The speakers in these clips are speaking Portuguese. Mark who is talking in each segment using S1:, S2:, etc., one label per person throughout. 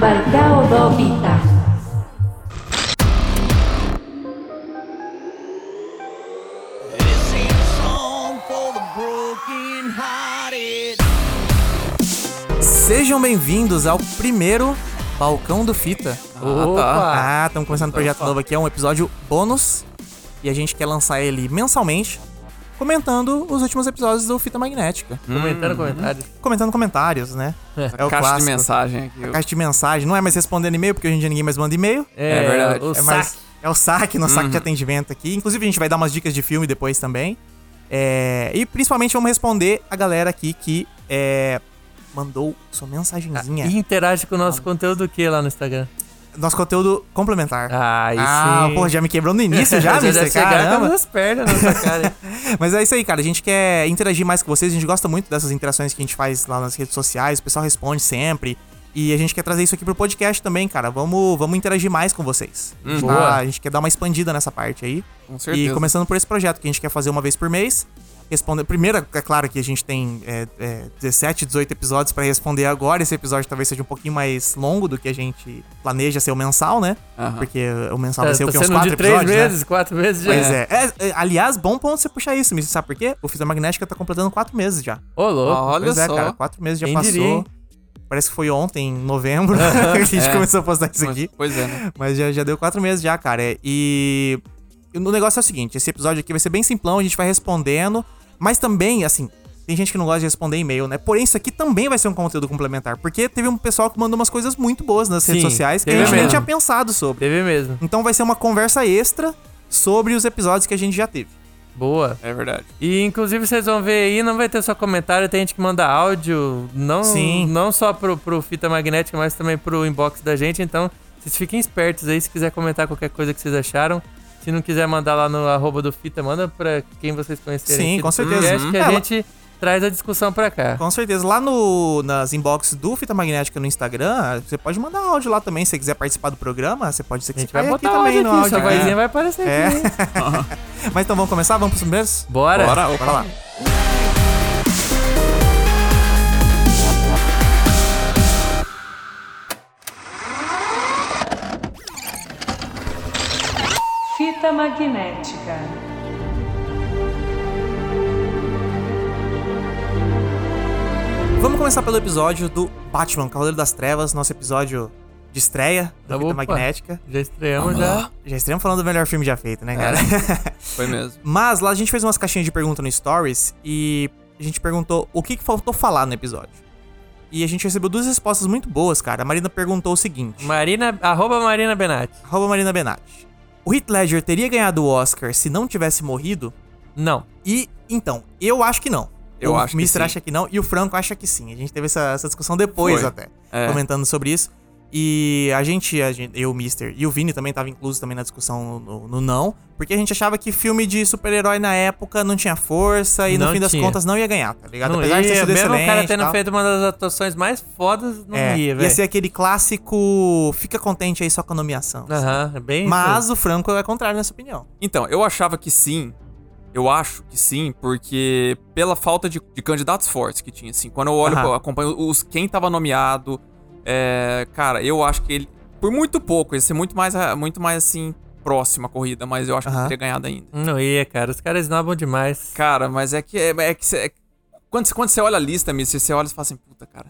S1: Baikal do Bita.
S2: This ain't a song for the broken hearted.
S3: Sejam bem-vindos ao primeiro Balcão do Fita.
S4: Opa!
S3: Ah, estamos começando um projeto novo aqui, é um episódio bônus. E a gente quer lançar ele mensalmente, comentando os últimos episódios do Fita Magnética.
S4: Comentando comentários.
S3: Comentando comentários, né? É o
S5: caixa
S3: clássico.
S5: de mensagem aqui.
S3: Caixa de mensagem, não é mais respondendo e-mail, porque hoje em dia ninguém mais manda e-mail.
S5: É verdade.
S4: O
S3: É
S4: saque.
S3: mais- é o saque, nosso saque de atendimento aqui. Inclusive, a gente vai dar umas dicas de filme depois também. É, e principalmente vamos responder a galera aqui que é, mandou sua mensagenzinha.
S4: E interage com o nosso conteúdo o que lá no Instagram?
S3: Nosso conteúdo complementar.
S4: Ah, aí
S3: Ah,
S4: sim.
S3: pô, já me quebrou no início já, Tá,
S4: já
S3: Mr.
S4: chegaram com
S3: Caramba.
S4: as pernas na sua cara. hein?
S3: Mas é isso aí, cara. A gente quer interagir mais com vocês. A gente gosta muito dessas interações que a gente faz lá nas redes sociais. O pessoal responde sempre. E a gente quer trazer isso aqui pro podcast também, cara. Vamos, vamos interagir mais com vocês. A gente tá-
S4: Hum, boa.
S3: a gente quer dar uma expandida nessa parte aí.
S5: Com certeza.
S3: E é começando por esse projeto que a gente quer fazer uma vez por mês. Responder. Primeiro, é claro que a gente tem é, é, 17, 18 episódios pra responder agora. Esse episódio talvez seja um pouquinho mais longo do que a gente planeja ser o mensal, né?
S5: Aham.
S3: Porque o mensal
S4: Tá,
S3: vai ser o
S4: tá
S3: que? Uns
S4: sendo
S3: quatro
S4: de três
S3: episódios. né?
S4: meses, quatro meses já.
S3: Pois é. É, é, Aliás, bom ponto você puxar isso, Miss. Sabe por quê? O Fisiomagnéstica tá completando quatro meses já.
S4: Ô, louco.
S5: Olha
S3: pois é,
S5: só.
S3: cara. Quatro meses já
S4: Quem
S3: passou.
S4: diria, hein?
S3: Parece que foi ontem, em novembro, que a gente
S5: é.
S3: começou a postar isso
S5: Mas-
S3: aqui.
S5: Pois é, né?
S3: Mas já, já deu quatro meses já, cara. É, E e o negócio é o seguinte: esse episódio aqui vai ser bem simplão, a gente vai respondendo. Mas também, assim, tem gente que não gosta de responder e-mail, né? Porém, isso aqui também vai ser um conteúdo complementar. Porque teve um pessoal que mandou umas coisas muito boas nas redes
S4: Sim,
S3: sociais que a
S4: teve
S3: gente nem
S4: mesmo.
S3: tinha pensado sobre.
S4: Teve mesmo.
S3: Então vai ser uma conversa extra sobre os episódios que a gente já teve.
S4: Boa.
S5: É verdade.
S4: E inclusive vocês vão ver aí, não vai ter só comentário, tem gente que manda áudio, não,
S3: Sim.
S4: não só pro, pro fita magnética, mas também pro inbox da gente. Então, vocês fiquem espertos aí, se quiser comentar qualquer coisa que vocês acharam. Se não quiser mandar lá no arroba do fita, manda pra quem vocês conhecerem.
S3: Sim,
S4: aqui
S3: com
S4: do
S3: certeza.
S4: podcast, que a
S3: Ela-
S4: gente traz a discussão pra cá.
S3: Com certeza. Lá no, nas inbox do Fita Magnética no Instagram, você pode mandar áudio lá também. Se você quiser participar do programa, você pode ser
S4: A
S3: que
S4: gente
S3: você
S4: vai
S3: caia
S4: botar áudio aqui, sua
S3: né?
S4: vozinha vai aparecer
S3: É.
S4: aqui. hein?
S3: Mas então vamos começar? Vamos pros primeiros?
S4: Bora.
S5: Bora, opa.
S3: Bora lá.
S6: Fita magnética.
S3: Vamos começar pelo episódio do Batman, Cavaleiro das Trevas, nosso episódio de estreia da Fita
S4: Opa.
S3: Magnética.
S4: Já estreamos, já.
S3: Já estreamos falando do melhor filme já feito, né, cara?
S5: Foi mesmo.
S3: Mas lá a gente fez umas caixinhas de pergunta no Stories e a gente perguntou o que, que faltou falar no episódio. E a gente recebeu duas respostas muito boas, cara. A Marina perguntou o seguinte:
S4: Marina, arroba Marina Benatti.
S3: Arroba Marina Benatti. O Heath Ledger teria ganhado o Oscar se não tivesse morrido?
S4: Não.
S3: E, então, eu acho que não.
S5: Eu
S3: o
S5: acho que
S3: Mister
S5: sim.
S3: acha que não e o Franco acha que sim. A gente teve essa, essa discussão depois
S5: Foi.
S3: até,
S5: É.
S3: comentando sobre isso. E a gente, a gente- eu, o Mister, e o Vini também tava incluso também na discussão no, no não, porque a gente achava que filme de super-herói na época não tinha força e no
S4: Não
S3: fim das
S4: tinha.
S3: contas não ia ganhar, tá ligado?
S4: Não
S3: Apesar de ter
S4: ia,
S3: sido
S4: mesmo o cara
S3: excelente e
S4: tendo
S3: tal.
S4: feito uma das atuações mais fodas, não
S3: é,
S4: ia,
S3: ia,
S4: velho.
S3: ser aquele clássico fica contente aí só com a nomeação.
S4: Aham, é bem.
S3: Mas o Franco é contrário nessa opinião.
S5: Então, eu achava que sim. Eu acho que sim, porque pela falta de, de candidatos fortes que tinha, assim. Quando eu olho,
S3: Aham.
S5: eu acompanho os, quem tava nomeado. é, cara, eu acho que ele. Por muito pouco, ia ser muito mais, ah, muito mais assim, próxima a corrida, mas eu acho que
S3: Aham.
S5: ele teria ganhado ainda.
S4: Não ia, cara. Os caras esnobam demais.
S5: Cara, mas é que. É, é que cê- é- quando, cê- quando você olha a lista, Mister, você olha e fala assim, puta, cara,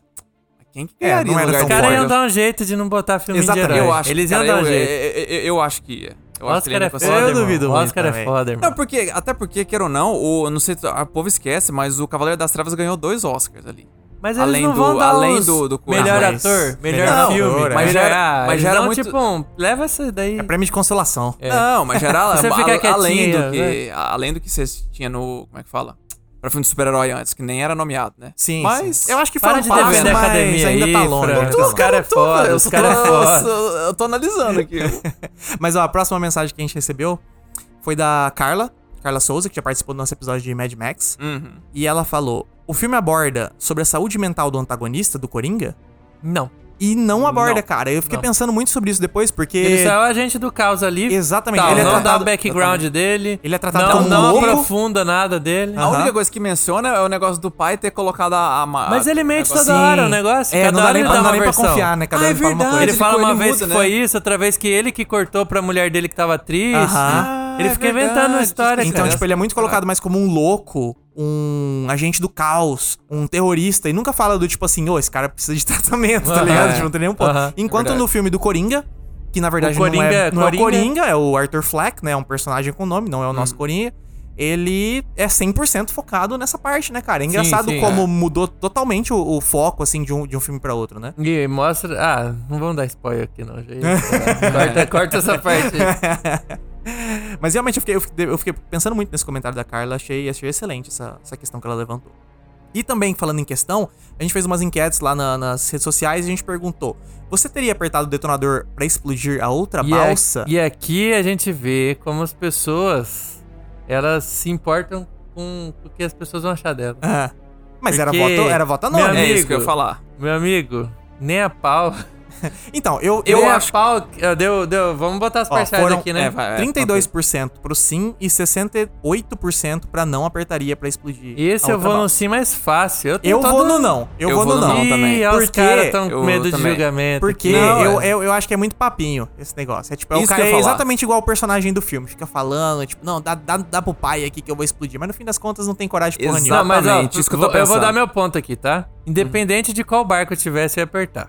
S5: mas quem que
S3: É,
S5: ganharia
S3: não
S5: no
S3: era
S5: lugar
S3: tão
S5: de
S3: bom.
S4: Os caras iam
S5: Warriors?
S4: dar um jeito de não botar filme de
S3: Exatamente,
S4: herói.
S5: Eu acho,
S4: Eles
S5: cara,
S4: iam dar um
S5: eu,
S4: jeito.
S5: eu- eu- eu acho que ia. Eu acho que
S4: Oscar
S5: ele
S4: é
S5: ia
S4: foda,
S5: conseguir.
S3: Eu
S4: irmão.
S3: duvido muito
S4: Oscar é
S3: também.
S4: foda,
S5: Não,
S4: irmão.
S5: porque, até porque, queira ou não, o, não sei, o povo esquece, mas o Cavaleiro das Trevas ganhou dois Oscars ali.
S4: Mas eles
S5: além
S4: não
S5: do-
S4: vão dar
S5: além
S4: os
S5: do- do coisa.
S4: melhor
S3: Ah, mas-
S4: ator, melhor
S3: melhor
S4: filme.
S3: ator, é.
S4: mas já
S5: Melhor-
S4: era,
S5: mas
S4: eles
S5: já era
S4: dão,
S5: muito-
S4: tipo, um, leva essa daí.
S3: É prêmio de consolação.
S5: Não, mas já era
S4: Você
S5: a-
S4: fica
S5: a-
S4: quietinho né?
S5: além
S4: aí,
S5: do que. Além do que você tinha no. Como é que fala? Pra filme de super-herói antes, que nem era nomeado, né?
S3: Sim,
S5: Mas
S3: sim. eu acho que foram
S4: Para de
S3: passos,
S4: defender a
S3: mas
S4: academia
S3: ainda tá
S4: aí,
S3: longe.
S4: Fran.
S3: ainda tá
S4: Os
S3: longe.
S4: caras é foda, os caras é
S5: Nossa,
S4: foda.
S5: eu tô analisando aqui.
S3: Mas ó, a próxima mensagem que a gente recebeu foi da Carla, Carla Souza, que já participou do nosso episódio de Mad Max.
S5: uhum.
S3: E ela falou: O filme aborda sobre a saúde mental do antagonista, do Coringa?
S4: Não.
S3: E não aborda,
S5: Não.
S3: cara. Eu fiquei
S4: Não.
S3: pensando muito sobre isso depois, porque.
S4: Ele só é o agente do caos ali.
S3: Exatamente,
S4: Tal,
S3: ele é
S4: não dá
S3: tratado-
S4: o background dele.
S3: Ele é tratado
S4: não,
S3: como
S4: não
S3: louco.
S4: aprofunda nada dele.
S5: A
S3: Aham.
S5: única coisa que menciona é o negócio do pai ter colocado a. a ma-
S4: Mas ele mente
S5: negócio-
S4: toda hora o negócio.
S3: É,
S4: cada
S3: não dá
S4: hora
S3: nem,
S4: ele
S3: pra-
S4: dá
S3: não dá
S4: uma
S3: nem pra
S4: versão.
S3: confiar, né? Cada
S5: Ah,
S3: um
S5: é
S3: fala uma coisa.
S5: verdade.
S4: Ele
S5: Ele
S4: fala
S5: ficou-
S4: uma
S5: ele
S4: vez
S5: muda,
S4: que
S5: né?
S4: foi isso, outra vez que ele que cortou pra mulher dele que tava triste.
S3: Aham.
S4: Ele
S5: Ah,
S4: fica
S5: é
S4: inventando a
S5: verdade.
S4: história,
S3: Então,
S4: cara.
S3: tipo, ele é muito colocado mais como um louco, um agente do caos, um terrorista, e nunca fala do tipo assim, ô, esse cara precisa de tratamento, tá
S4: Aham,
S3: ligado?
S5: é.
S3: Tipo, não tem nenhum ponto.
S4: Aham,
S3: Enquanto
S5: verdade.
S3: no filme do Coringa, que na verdade
S4: O Coringa
S3: não, é,
S4: é
S3: não é o
S4: Coringa. Hum.
S3: Coringa, é o Arthur Fleck, né? É um personagem com nome, não é o nosso Coringa. Ele é 100% focado nessa parte, né, cara? É engraçado
S4: sim,
S3: como mudou totalmente o, o foco, assim, de um, de um filme pra outro, né?
S4: E mostra. Ah, não vamos dar spoiler aqui, não. gente. corta, corta essa parte. aí.
S3: Mas realmente eu fiquei, eu fiquei- eu fiquei pensando muito nesse comentário da Carla, achei, achei excelente essa, essa questão que ela levantou. E também, falando em questão, a gente fez umas enquetes lá na- nas redes sociais e a gente perguntou: você teria apertado o detonador pra explodir a outra
S4: E, a-
S3: balsa?
S4: e é aqui a gente vê como as pessoas elas se importam com o que as pessoas vão achar dela.
S3: Ah, mas era
S4: Porque-
S3: voto, era voto
S4: Meu
S3: anônimo.
S5: É isso que eu ia
S4: Amigo.
S5: falar.
S4: Meu amigo, nem a pau.
S3: Então, eu,
S4: Eu
S3: eu
S4: nem
S3: acho.
S4: a pau. eh, Deu, deu, vamos botar as
S3: Ó,
S4: parciais
S3: foram-
S4: aqui, né?
S5: é, vai,
S3: 32% pro sim e 68% pra não apertaria pra explodir.
S4: Esse
S3: a
S4: eu
S3: outra
S4: vou
S3: balsa.
S4: no sim mais fácil. Eu, tô
S3: tá Eu
S4: todo- um
S3: vou no não. Eu, vou no não.
S4: Ih,
S5: também.
S4: ó, os
S3: Porque-
S4: caras estão
S5: eu
S4: com medo de
S5: também.
S4: julgamento.
S3: Porque
S4: aqui. Não,
S3: eu,
S4: é.
S3: eu, eu acho que é muito papinho esse negócio. É tipo, é o
S5: Isso
S3: cara
S5: que eu
S3: é
S5: ia falar.
S3: exatamente igual o personagem do filme. Fica falando, tipo, não, dá, dá, dá pro pai aqui que eu vou explodir. Mas no fim das contas não tem coragem de porra
S5: Exato.
S4: Não,
S3: nenhuma.
S4: mas ó,
S5: exatamente, isso que eu tô
S4: vou- eu vou
S5: pensando.
S4: dar meu ponto aqui, tá? Independente de qual barco eu tivesse, eu ia apertar.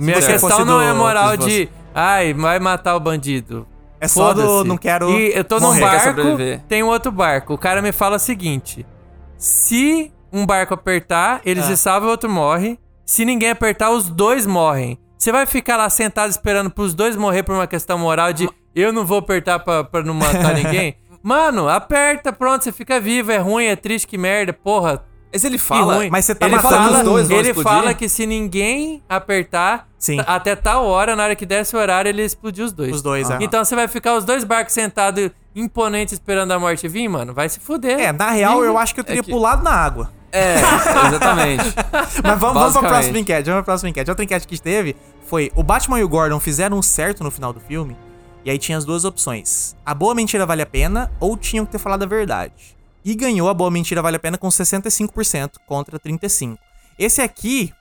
S4: Minha
S3: você
S4: questão
S3: fosse
S4: não
S3: do-
S4: é moral
S3: dos
S4: de. Ai, vai matar o bandido.
S3: É só do
S4: Foda-se.
S3: não quero.
S4: E eu tô num
S3: morrer.
S5: Você quer
S4: barco,
S5: sobreviver.
S4: tem um outro barco. O cara me fala o seguinte: se um barco apertar, ele
S3: Ah.
S4: se salva e o outro morre. Se ninguém apertar, os dois morrem. Você vai ficar lá sentado esperando pros dois morrer por uma questão moral de eu não vou apertar pra, pra não matar ninguém? Mano, aperta, pronto, você fica vivo. É ruim, é triste, que merda, porra.
S5: Mas ele
S4: Que
S5: fala.
S4: ruim.
S3: mas você tá
S4: ele
S3: matando
S4: fala,
S5: os dois, vão
S4: Ele
S5: explodir?
S4: fala que se ninguém apertar,
S3: Sim.
S4: t- até tal hora, na hora que desse o horário, ele explodiu os dois.
S3: Os dois, é.
S4: Então você vai ficar os dois barcos sentados imponente esperando a morte vir, mano? Vai se fuder.
S3: É, na real, eu acho que eu teria
S5: que-
S3: pulado na água.
S5: É, exatamente.
S3: Mas vamos, vamos pra
S5: Basicamente.
S3: próxima enquete. Vamos pra próxima enquete. Outra enquete que teve foi: o Batman e o Gordon fizeram certo no final do filme? E aí tinha as duas opções: a boa mentira vale a pena ou tinham que ter falado a verdade. E ganhou a boa mentira vale a pena com 65% contra 35%. Esse aqui,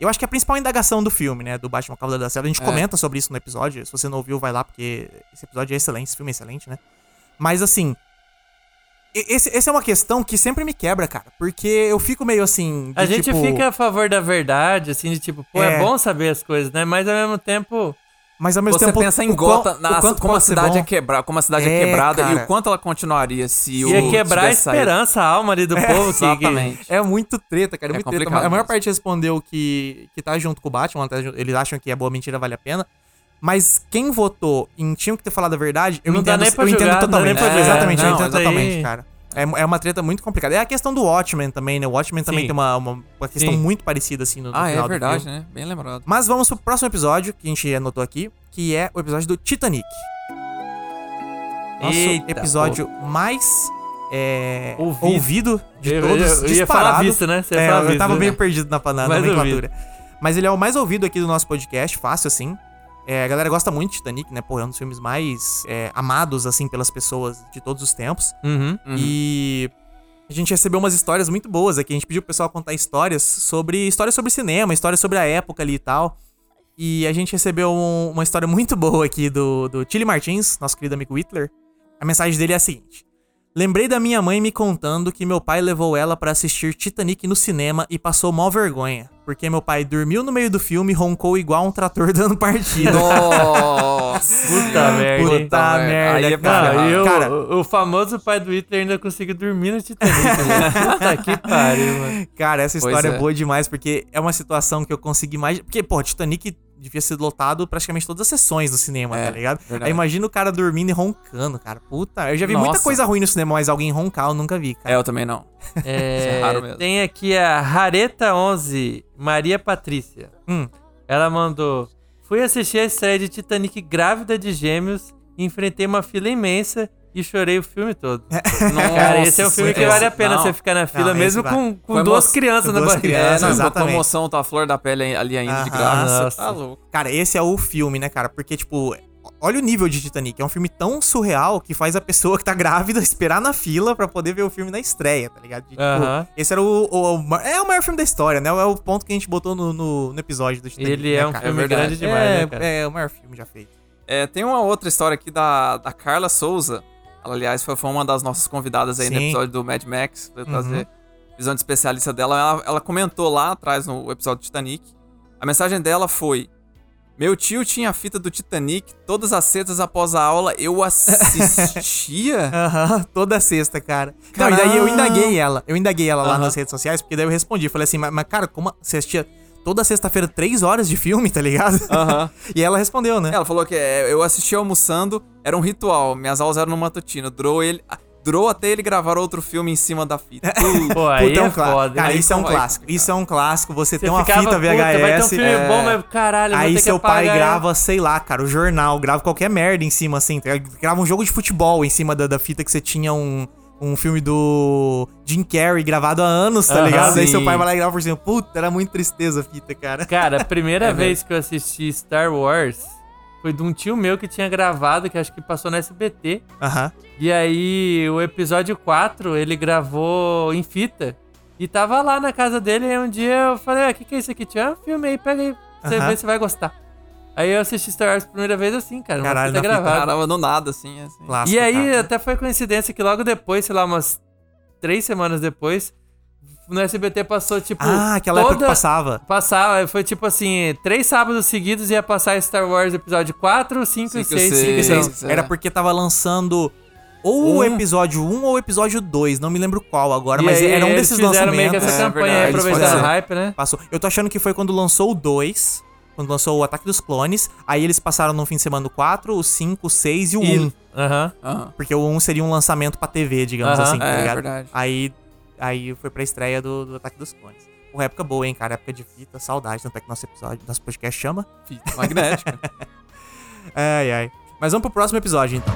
S3: eu acho que é a principal indagação do filme, né? Do Batman Cavaleiro da Selva. A gente
S4: É.
S3: comenta sobre isso no episódio. Se você não ouviu, vai lá, porque esse episódio é excelente, esse filme é excelente, né? Mas assim, e- esse, essa é uma questão que sempre me quebra, cara. Porque eu fico meio assim. de,
S4: a gente
S3: tipo,
S4: fica a favor da verdade, assim, de tipo, pô, é.
S3: É.
S4: bom saber as coisas, né? Mas ao mesmo tempo.
S3: Mas ao mesmo
S5: Você
S3: tempo.
S5: pensa em
S3: o quão-
S5: Gotham,
S3: o
S5: na-
S3: quanto
S5: como, a
S3: pode ser
S5: cidade
S3: bom.
S5: é quebra, como a cidade é,
S3: É,
S5: quebrada e
S3: cara.
S5: o quanto ela continuaria se o.
S4: Ia quebrar a
S5: tivesse saído.
S4: esperança, a alma ali do povo. assim, que-
S5: Exatamente.
S3: É muito treta, cara.
S5: É
S3: É, muito treta.
S5: complicado
S3: A maior
S5: mesmo.
S3: parte respondeu que, que tá junto com o Batman. tá junto- eles acham que a boa mentira vale a pena. Mas quem votou em tinham que ter falado a verdade, eu
S4: Não dá
S3: entendo,
S4: nem pra
S3: eu
S4: julgar,
S3: entendo
S4: não dá nem
S3: totalmente.
S4: pra julgar.
S3: exatamente, eu
S4: Não,
S3: entendo
S4: mas aí-
S3: totalmente, cara. É, é uma treta muito complicada. É a questão do Watchmen também, né? O Watchmen também
S4: Sim.
S3: tem uma, uma, uma questão
S4: Sim.
S3: muito parecida, assim, no, no
S5: Ah,
S3: final
S5: é
S3: do
S5: verdade,
S3: filme.
S5: né? Bem lembrado.
S3: Mas vamos pro próximo episódio, que a gente anotou aqui, que é o episódio do Titanic. Nosso
S4: Eita,
S3: episódio mais é,
S4: Ouvido.
S3: ouvido. de
S4: Eu- eu-
S3: todos,
S4: eu ia
S3: disparado.
S4: falar visto, né? Você ia
S3: É,
S4: falar
S3: eu tava
S4: visto,
S3: meio
S4: né?
S3: perdido na, na
S4: Mais
S3: nomenclatura. Mas ele é o mais ouvido aqui do nosso podcast, fácil assim. É, a galera gosta muito de Titanic, né? Pô, é um dos filmes mais é, amados, assim, pelas pessoas de todos os tempos.
S4: Uhum.
S3: E a gente recebeu umas histórias muito boas aqui. A gente pediu pro pessoal contar histórias sobre. histórias sobre cinema, histórias sobre a época ali e tal. E a gente recebeu um- uma história muito boa aqui do, do Tilly Martins, nosso querido amigo Whitler. A mensagem dele é a seguinte: Lembrei da minha mãe me contando que meu pai levou ela pra assistir Titanic no cinema e passou mó vergonha, porque meu pai dormiu no meio do filme e roncou igual um trator dando partida.
S5: Nossa!
S4: Puta merda. hein?
S3: Puta
S5: Puta merda.
S3: merda,
S5: Aí é pra
S3: cara.
S4: Não,
S5: ferrar.
S4: eu,
S3: Cara-
S4: o, o famoso pai do Hitler ainda conseguiu dormir no Titanic. né? Puta que pariu, mano.
S3: Cara, essa
S5: Pois
S3: história é.
S5: é.
S3: boa demais, porque é uma situação que eu consegui mais. Porque, pô, Titanic devia ser lotado praticamente todas as sessões do cinema,
S5: É,
S3: tá ligado?
S5: verdade.
S3: Aí imagina o cara dormindo e roncando, cara. Puta, eu já vi muita
S5: Nossa.
S3: coisa ruim no cinema, mas alguém roncar eu nunca vi,
S5: É,
S3: cara.
S5: eu também não.
S4: É,
S5: Isso é raro mesmo.
S4: Tem aqui a Rareta11, Maria Patrícia.
S3: Hum.
S4: Ela mandou: Fui assistir a estreia de Titanic grávida de gêmeos, enfrentei uma fila imensa e chorei o filme todo.
S5: Nossa,
S4: Cara, esse é um filme que
S5: essa-
S4: vale a pena
S5: não.
S4: você ficar na fila,
S3: Não,
S4: mesmo
S3: esse
S4: com,
S3: vale.
S4: com
S5: Com
S4: duas
S5: emo-
S4: crianças
S3: com
S4: na
S3: duas
S4: barriga.
S5: É,
S3: crianças.
S5: não,
S3: Exatamente.
S5: botou a emoção, tá a flor da pele ali ainda de
S3: Aham.
S5: graça.
S4: Nossa.
S5: Tá louco.
S3: Cara, esse é o filme, né, cara? Porque, tipo, olha o nível de Titanic. É um filme tão surreal que faz a pessoa que tá grávida esperar na fila pra poder ver o filme na estreia, tá ligado? De, tipo,
S4: Aham.
S3: Esse era o, o- o ma- É o maior filme da história, né? É o ponto que a gente botou no, no- no episódio do Titanic.
S4: Ele
S3: né,
S4: é um
S3: cara?
S4: filme
S5: É
S4: grande
S5: verdade.
S4: demais,
S3: é,
S4: né, cara?
S3: é o maior filme já feito.
S5: É, tem uma outra história aqui da, da Carla Souza. Ela, aliás, foi, foi uma das nossas convidadas aí no
S3: Sim. Uhum.
S5: episódio do Mad Max. Foi trazer visão de especialista dela. Ela, ela comentou lá atrás no episódio do Titanic. A mensagem dela foi: Meu tio tinha a fita do Titanic, todas as sextas após a aula eu assistia.
S3: Aham, toda sexta, cara. Não, e
S5: Caramba.
S3: daí eu indaguei ela. Eu indaguei ela lá
S5: Aham.
S3: nas redes sociais, porque daí eu respondi. Falei assim, mas, mas, cara, como você assistia toda sexta-feira três horas de filme, tá ligado?
S5: Aham.
S3: E ela respondeu, né?
S5: Ela falou que é, eu assistia almoçando, era um ritual. Minhas aulas eram no matutino. Durou, ele, ah, durou até ele gravar outro filme em cima da fita. Uh,
S4: Pô, aí
S3: Puta, é um
S4: é
S3: cla-
S4: foda.
S3: Cara,
S5: Aí
S3: isso é um
S5: então vai
S3: clássico.
S5: complicar.
S3: Isso é um clássico. Você,
S4: Você
S3: tem uma
S4: ficava,
S3: fita
S4: puta,
S3: VHS.
S4: vai ter um filme
S3: é.
S4: bom, mas caralho, eu vou
S3: Aí
S4: ter
S3: seu
S4: que apagar
S3: pai
S4: ele.
S3: grava, sei lá, cara, o jornal, grava qualquer merda em cima, assim. tá ligado? Grava um jogo de futebol em cima da, da fita que você tinha um, um filme do Jim Carrey gravado há anos, tá
S4: Aham.
S3: ligado? Aí seu
S5: Sim.
S3: pai vai lá e grava por cima. Puta, era muito tristeza a fita, cara.
S4: Cara, a
S3: É
S4: primeira vez que eu assisti Star Wars foi de um tio meu que tinha gravado, que acho que passou no SBT.
S3: Aham.
S4: E aí, o episódio 4, ele gravou em fita. E tava lá na casa dele, e um dia eu falei, o que, que é isso aqui? Tinha um filme aí, pega aí, você
S3: Aham.
S4: vê se vai gostar. Aí eu assisti Star Wars a primeira vez assim, cara, uma
S3: Caralho,
S4: fita
S3: na fita,
S4: gravada.
S5: Caramba, do nada, assim. assim.
S3: Clássico,
S4: E aí,
S3: cara.
S4: até foi coincidência que logo depois, sei lá, umas três semanas depois, no SBT passou, tipo.
S3: Ah, aquela época que passava.
S4: Passava, foi tipo assim, três sábados seguidos ia passar Star Wars episódio 4, 5 e
S5: Cinco e
S4: 6.
S5: seis.
S4: Cinco
S5: Sim,
S4: e
S3: Vocês-
S4: seis.
S5: sim, sim.
S3: Era porque tava lançando ou o episódio 1 ou o episódio 2, não me lembro qual agora, mas
S4: E aí,
S3: era um
S4: eles
S3: desses
S4: fizeram meio que
S3: lançamentos. né?
S4: essa
S5: É,
S4: campanha
S5: verdade,
S4: aí,
S5: eles
S4: aproveitando o
S3: fizeram.
S4: hype, né?
S3: Passou. Eu tô achando que foi quando lançou o 2, quando lançou o Ataque dos Clones, aí eles passaram no fim de semana o 4, o 5, o 6 e o 1.
S4: Aham.
S5: Aham.
S3: Porque o 1 seria um lançamento pra TV, digamos
S4: Aham,
S3: assim, tá
S5: é,
S3: ligado?
S5: verdade.
S3: Aí, aí foi pra estreia do, do Ataque dos Clones. Uma época boa, hein, cara? Época de fita, saudade, tanto é que nosso episódio, nosso podcast chama.
S5: Fita magnética.
S3: Ai, ai. Mas vamos pro próximo episódio, então.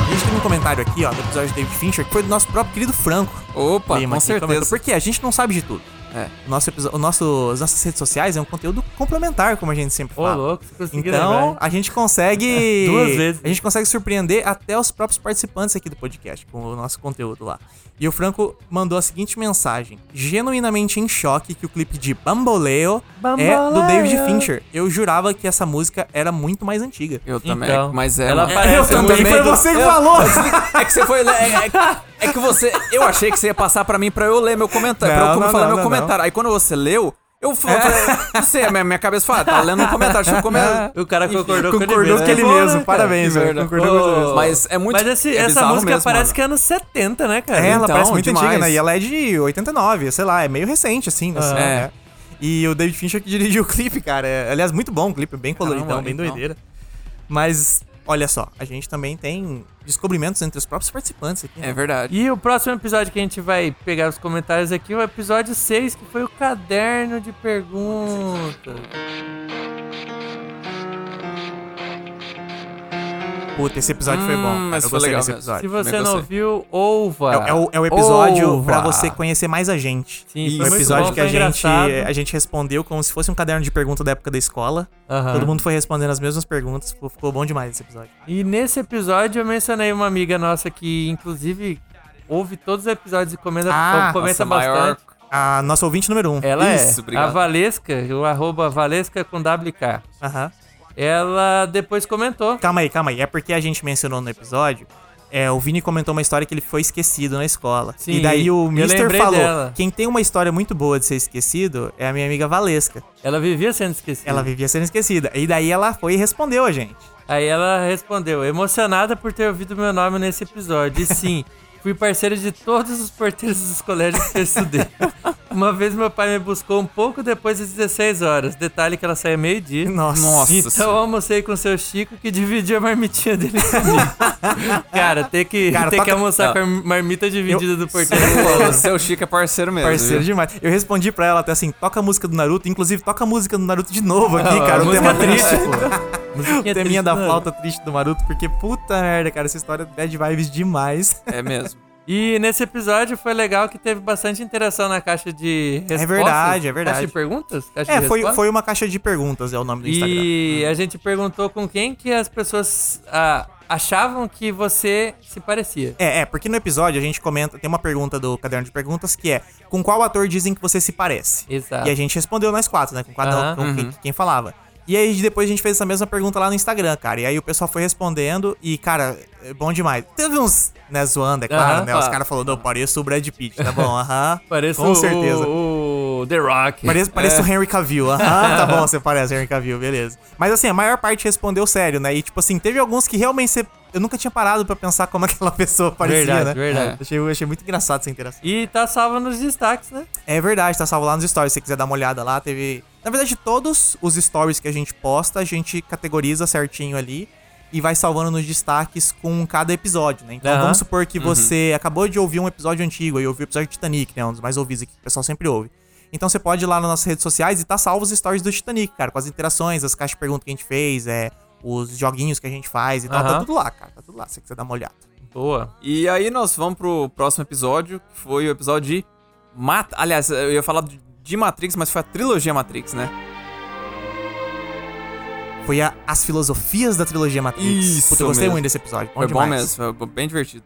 S3: A gente teve um comentário aqui, ó, do episódio de David Fincher, que foi do nosso próprio querido Franco.
S5: Opa,
S3: Lima,
S5: com
S3: que comentou,
S5: certeza.
S3: Porque a gente não sabe de tudo.
S5: É.
S3: O nosso, episo- o nosso, as nossas redes sociais é um conteúdo complementar, como a gente sempre
S4: Ô,
S3: fala.
S4: louco, você conseguiu
S3: Então,
S4: lembrar.
S3: a gente consegue.
S4: Duas vezes.
S3: A gente consegue surpreender até os próprios participantes aqui do podcast com o nosso conteúdo lá. E o Franco mandou a seguinte mensagem: genuinamente em choque que o clipe de Bamboleo, é do
S4: Bamboleo.
S3: David Fincher. Eu jurava que essa música era muito mais antiga.
S5: Eu
S4: Então,
S5: também, mas é.
S4: ela
S5: mano.
S4: aparece
S5: eu
S4: muito.
S5: também.
S4: Foi
S3: você que
S5: Eu-
S3: falou.
S5: É que você foi. ler- É, é- é que você. Eu achei que você ia passar pra mim pra eu ler meu comentário. pra
S3: Não,
S5: eu
S3: não,
S5: falar
S3: não,
S5: meu
S3: não,
S5: comentário. Aí quando você leu, eu falei. Não sei, a minha, minha cabeça fala, tá lendo um comentário. Deixa eu
S3: É.
S5: comentar.
S4: O cara concordou,
S3: Concordou com ele
S4: Pô, né,
S3: mesmo.
S4: cara?
S3: Parabéns,
S5: Que
S3: velho.
S5: merda.
S3: Concordou com ele mesmo.
S5: Mas é muito-
S4: Mas esse-
S5: é
S4: essa
S5: bizarro
S4: música
S5: mesmo,
S4: parece
S5: mano.
S4: que é anos 70, né, cara?
S3: É, ela
S5: Então,
S3: parece muito
S5: demais.
S3: antiga, né? E ela é de 89, sei lá, é meio recente, assim, né? assim,
S5: É.
S3: né? E o David Fincher que dirigiu o clipe, cara. É, aliás, muito bom o clipe, bem coloridão,
S5: Caramba,
S3: bem
S5: então.
S3: doideira. Mas, olha só, a gente também tem descobrimentos entre os próprios participantes aqui. né?
S5: É verdade.
S4: E o próximo episódio que a gente vai pegar os comentários aqui é o episódio 6, que foi o caderno de perguntas.
S3: Puta, esse episódio foi
S5: Hum,
S3: bom. Cara,
S5: mas
S3: eu
S5: foi
S3: gostei
S5: legal
S3: desse
S5: mesmo.
S4: Se
S3: episódio.
S4: você
S5: também
S4: não
S5: gostei.
S4: viu, ouva.
S3: É, o- é o, é o episódio
S4: Ouva.
S3: pra você conhecer mais a gente.
S4: Sim,
S3: Foi
S4: foi
S3: o
S4: muito
S3: episódio
S4: bom,
S3: que a
S4: foi
S3: gente,
S4: engraçado.
S3: a gente respondeu como se fosse um caderno de pergunta da época da escola.
S4: Aham.
S3: Todo mundo foi respondendo as mesmas perguntas. Ficou, ficou bom demais esse episódio.
S4: E nesse episódio eu mencionei uma amiga nossa que, inclusive, ouve todos os episódios e comenta,
S3: Ah,
S5: Nossa,
S4: comenta
S5: maior.
S4: bastante.
S3: A nossa ouvinte número um.
S4: Ela
S5: Isso,
S4: é
S5: obrigado.
S4: a Valesca, o arroba Valesca com WK.
S3: Aham.
S4: Ela depois comentou.
S3: Calma aí, calma aí. É porque a gente mencionou no episódio. É, o Vini comentou uma história que ele foi esquecido na escola.
S4: Sim,
S3: e daí
S4: eu
S3: o Mister
S4: lembrei
S3: falou:
S4: dela.
S3: quem tem uma história muito boa de ser esquecido é a minha amiga Valesca.
S4: Ela vivia sendo esquecida.
S3: Ela vivia sendo esquecida. E daí ela foi e respondeu a gente.
S4: Aí ela respondeu, emocionada por ter ouvido meu nome nesse episódio. E sim, fui parceira de todos os porteiros dos colégios que eu estudei. Uma vez meu pai me buscou um pouco depois das 16 horas. Detalhe que ela saía meio-dia.
S3: Nossa.
S5: Nossa.
S4: Então eu
S5: senhora.
S4: almocei com o seu Chico que dividiu a marmitinha dele comigo. Cara, ter que,
S3: Cara,
S4: ter que
S3: toca- Ah.
S4: almoçar
S5: Não.
S4: com a marmita dividida do porteiro.
S5: Pô, o seu Chico é parceiro mesmo.
S3: Parceiro
S5: viu?
S3: demais. Eu respondi pra ela até assim: toca a música do Naruto. Inclusive, toca a música do Naruto de novo aqui,
S4: Não,
S3: cara.
S4: Ah, a
S3: O
S4: música
S3: tema
S4: é né? triste,
S3: triste, pô.
S4: Musiquinha
S3: Teminha da
S4: mano.
S3: flauta triste do Maruto, porque puta merda, cara, essa história é bad vibes demais.
S5: É mesmo.
S4: E nesse episódio foi legal que teve bastante interação na caixa de respostas.
S3: verdade, é verdade.
S4: Caixa de perguntas? Caixa
S3: É,
S4: de
S3: foi,
S4: respostas?
S3: foi uma caixa de perguntas, é o nome do Instagram.
S4: E a gente perguntou com quem que as pessoas ah, achavam que você se parecia.
S3: É, é, porque no episódio a gente comenta, tem uma pergunta do caderno de perguntas que é: com qual ator dizem que você se parece?
S4: Exato.
S3: E a gente respondeu nós quatro, né? Com cada
S4: Aham.
S3: um, com quem, quem falava. E aí depois a gente fez essa mesma pergunta lá no Instagram, cara. E aí o pessoal foi respondendo e, cara, é bom demais. Teve uns, né, zoando, é claro,
S4: Aham,
S3: né? Os
S4: claro.
S3: caras falaram, não, pareço o Brad Pitt, tá bom, aham.
S4: Parece
S3: Com
S4: o,
S3: certeza.
S4: o The Rock. É.
S3: Parece, parece o Henry Cavill. Aham, tá bom, você parece o Henry Cavill, beleza. Mas assim, a maior parte respondeu sério, né? E tipo assim, teve alguns que realmente você... Eu nunca tinha parado pra pensar como aquela pessoa parecia,
S4: Verdade,
S3: né?
S4: verdade.
S3: Achei, eu achei muito engraçado essa interação.
S4: E tá salvo nos destaques, né?
S3: É verdade, tá salvo lá nos stories, se você quiser dar uma olhada lá, teve... Na verdade, todos os stories que a gente posta, a gente categoriza certinho ali e vai salvando nos destaques com cada episódio, né? Então
S4: Aham.
S3: vamos supor
S5: Uhum.
S3: que você acabou de ouvir um episódio antigo e ouviu o episódio de Titanic, né? Um dos mais ouvidos aqui que o pessoal sempre ouve. Então você pode ir lá nas nossas redes sociais e tá salvo os stories do Titanic, cara, com as interações, as caixas de perguntas que a gente fez, é, os joguinhos que a gente faz e tal. Tá
S4: Aham.
S3: tudo lá, cara. Tá tudo lá, se você quiser dar uma olhada.
S4: Boa.
S5: E aí nós vamos pro próximo episódio, que foi o episódio de Mat... Aliás, eu ia falar de- de Matrix, mas foi a trilogia Matrix, né?
S3: Foi a- as filosofias da trilogia Matrix.
S5: Isso
S3: Puta, eu gostei
S5: mesmo.
S3: muito desse episódio. Bom
S5: Foi
S3: demais.
S5: bom mesmo, foi bem divertido.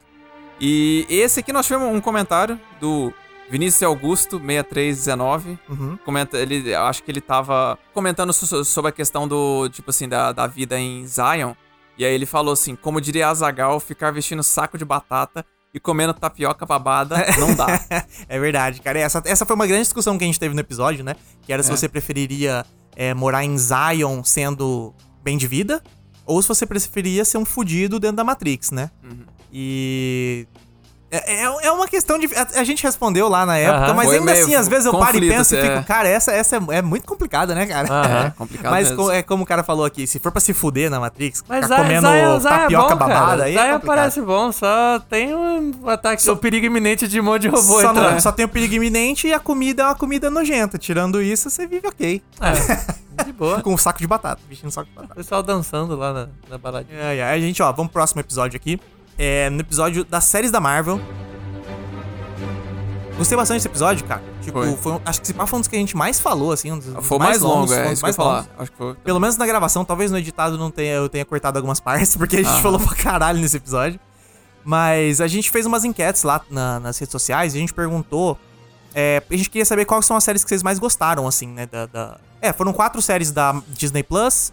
S5: E esse aqui nós tivemos um comentário do Vinícius Augusto, 6319.
S3: Uhum.
S5: Comenta, ele, eu acho que ele tava comentando so- so- sobre a questão do, tipo assim, da, da vida em Zion. E aí ele falou assim, como diria Azagal, ficar vestindo saco de batata e comendo tapioca babada não dá.
S3: É verdade, cara. Essa, essa foi uma grande discussão que a gente teve no episódio, né? Que era se você preferiria é, morar em Zion sendo bem de vida, ou se você preferia ser um fudido dentro da Matrix, né?
S5: Uhum.
S3: E. É, é- é uma questão de. A, a gente respondeu lá na época,
S4: Aham.
S3: mas
S5: Foi
S3: ainda
S5: meio
S3: assim, às vezes eu paro e
S5: conflito,
S3: penso e
S5: é.
S3: fico, cara, essa, essa é, é muito complicada, né, cara?
S4: Aham.
S5: É complicado
S3: Mas
S5: mesmo.
S3: co- é como o cara falou aqui, se for pra se fuder na Matrix,
S4: Mas
S3: ficar
S4: Zaya,
S3: Tá comendo
S4: Zaya, Zaya
S3: tapioca
S4: é bom,
S3: babada
S4: cara.
S3: aí. é
S4: Zaya
S3: complicado.
S4: parece bom, só tem um ataque, só o perigo iminente de um monte de robô.
S3: só,
S4: então.
S3: não- só tem o perigo iminente e a comida é uma comida nojenta. Tirando isso, você vive ok.
S4: É, de boa.
S3: Com um saco de batata, bicho no saco de
S4: O
S3: batata.
S4: pessoal dançando lá na, na baladinha.
S3: Ai, ai, gente, ó, vamos pro próximo episódio aqui. É, no episódio das séries da Marvel. Gostei bastante desse episódio, cara. Tipo,
S5: Foi.
S3: foi um- acho que esse papo foi um dos que a gente mais falou, assim. Um dos dos
S5: Foi o mais longo,
S3: longos, foi um
S5: é
S3: dos
S5: isso que eu ia falar.
S3: longos.
S5: Acho que foi.
S3: Pelo menos na gravação, talvez no editado não tenha, eu tenha cortado algumas partes, porque a gente falou pra caralho nesse episódio. Mas a gente fez umas enquetes lá na- nas redes sociais e a gente perguntou. é, a gente queria saber quais são as séries que vocês mais gostaram, assim, né? Da, da- É, foram quatro séries da Disney Plus.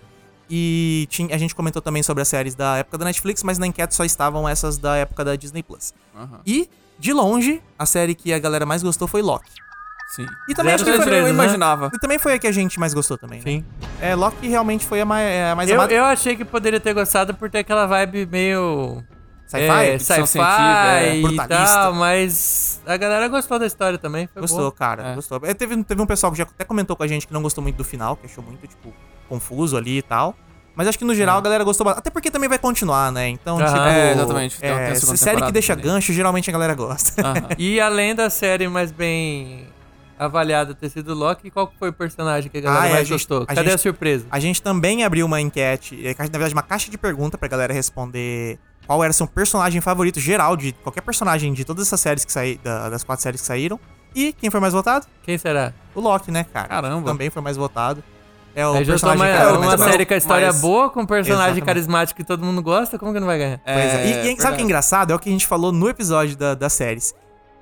S3: E tinha- a gente comentou também sobre as séries da época da Netflix, mas na enquete só estavam essas da época da Disney Plus.
S5: Aham.
S3: E, de longe, a série que a galera mais gostou foi Loki.
S5: Sim.
S3: E também acho que
S5: Eu,
S4: Zero
S3: foi,
S4: surpresa, né?
S5: imaginava.
S3: e também foi a que a gente mais gostou também, né?
S4: Sim.
S3: É, Loki realmente foi a mais, a mais
S4: Eu,
S3: amada.
S4: eu achei que poderia ter gostado por ter aquela vibe meio.
S3: Sci-fi?
S4: é,
S5: ficção
S4: sci-fi
S5: científica, é,
S4: e
S3: brutalista.
S4: tal, mas a galera gostou da história também. Foi
S3: Gostou,
S4: bom.
S3: cara.
S5: É.
S3: Gostou. É, teve, teve um pessoal que já até comentou com a gente que não gostou muito do final, que achou muito, tipo, confuso ali e tal. Mas acho que no geral a galera gostou bastante. Até porque também vai continuar, né? Então,
S4: É. Aham.
S3: tipo.
S5: É, exatamente. Tem-
S3: é,
S5: tem a
S3: se
S5: segunda
S3: série que
S5: temporada
S3: deixa
S5: também.
S3: gancho, geralmente a galera gosta.
S4: Ah.
S5: Aham.
S4: E além da série mais bem avaliada ter sido Loki, qual que foi o personagem que a galera
S3: Ah, é, a
S4: mais
S3: gente-
S4: gostou?
S3: a
S4: Cadê
S3: gente-
S4: a surpresa?
S3: A gente também abriu uma enquete, é, ca- na verdade, uma caixa de pergunta pra galera responder qual era seu personagem favorito geral de qualquer personagem de todas essas séries que saí, da- das quatro séries que saíram. E quem foi mais votado?
S4: Quem será?
S3: O Loki, né, cara?
S5: Caramba.
S3: Também foi mais votado. É o
S4: Aí juntou
S3: personagem
S4: uma,
S3: que- é, o
S4: uma
S3: personagem-
S4: série com a história
S5: mas-
S4: boa, com um personagem
S3: Exatamente.
S4: carismático que todo mundo gosta, como que não vai ganhar?
S3: Pois é. E- e, sabe o que
S5: verdade.
S3: é engraçado? É o que a gente falou no episódio da- das séries.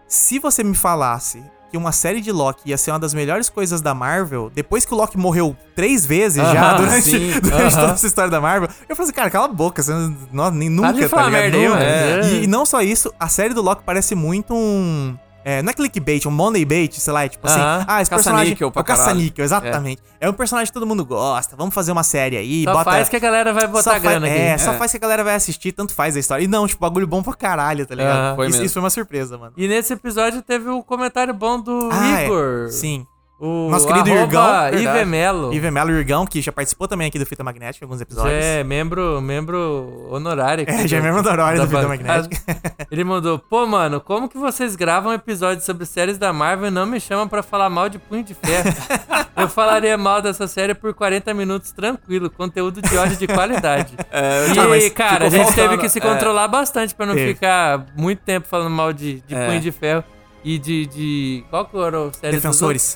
S3: Se você me falasse que uma série de Loki ia ser uma das melhores coisas da Marvel, depois que o Loki morreu três vezes já
S4: Aham,
S3: durante,
S5: sim,
S3: durante
S4: aham.
S3: toda essa história da Marvel, eu falei assim, cara, cala a boca, você não, não- nem, nunca,
S4: de
S3: tá
S4: falar
S3: ligado?
S4: merda aí,
S3: Nunca. É.
S4: mano. É.
S3: E, e não só isso, a série do Loki parece muito um... é, não é clickbait, é um money bait, sei lá, é tipo assim,
S4: Aham.
S3: ah, esse personagem...
S5: Caça-níquel pra
S3: é o caça-níquel,
S5: caralho.
S3: exatamente. É. um personagem que todo mundo gosta, vamos fazer uma série aí,
S4: Só
S3: bota...
S4: faz que a galera vai botar
S3: Só faz-
S4: grana aqui.
S3: É, só
S5: É.
S3: faz que a galera vai assistir, tanto faz a história. E não, tipo, bagulho bom pra caralho, tá ligado?
S4: Ah,
S5: foi
S3: isso,
S5: mesmo.
S3: isso foi uma surpresa, mano.
S4: E nesse episódio teve o comentário bom do
S3: Ah, é.
S4: Igor.
S3: Sim.
S4: O
S3: Nosso querido
S4: arroba
S3: Irgão,
S4: Ive
S5: verdade.
S4: Melo.
S3: Ivan Melo Irgão, que já participou também aqui do Fita Magnética em alguns episódios.
S4: É, membro, membro honorário. aqui
S3: É, já é membro honorário do Fita
S4: bancada.
S3: Magnética.
S4: Ele mandou, pô, mano, como que vocês gravam episódios sobre séries da Marvel e não me chamam pra falar mal de Punho de Ferro? eu falaria mal dessa série por 40 minutos tranquilo, conteúdo de ódio de qualidade. e,
S3: Ah, mas
S4: cara,
S5: ficou
S4: a gente teve
S5: faltando,
S4: que se
S5: é.
S4: controlar bastante pra não
S3: Teve.
S4: ficar muito tempo falando mal de, de
S5: É.
S4: Punho de Ferro. E de, de. Qual que era o série?
S3: Defensores.
S4: dos
S3: é.
S4: outros?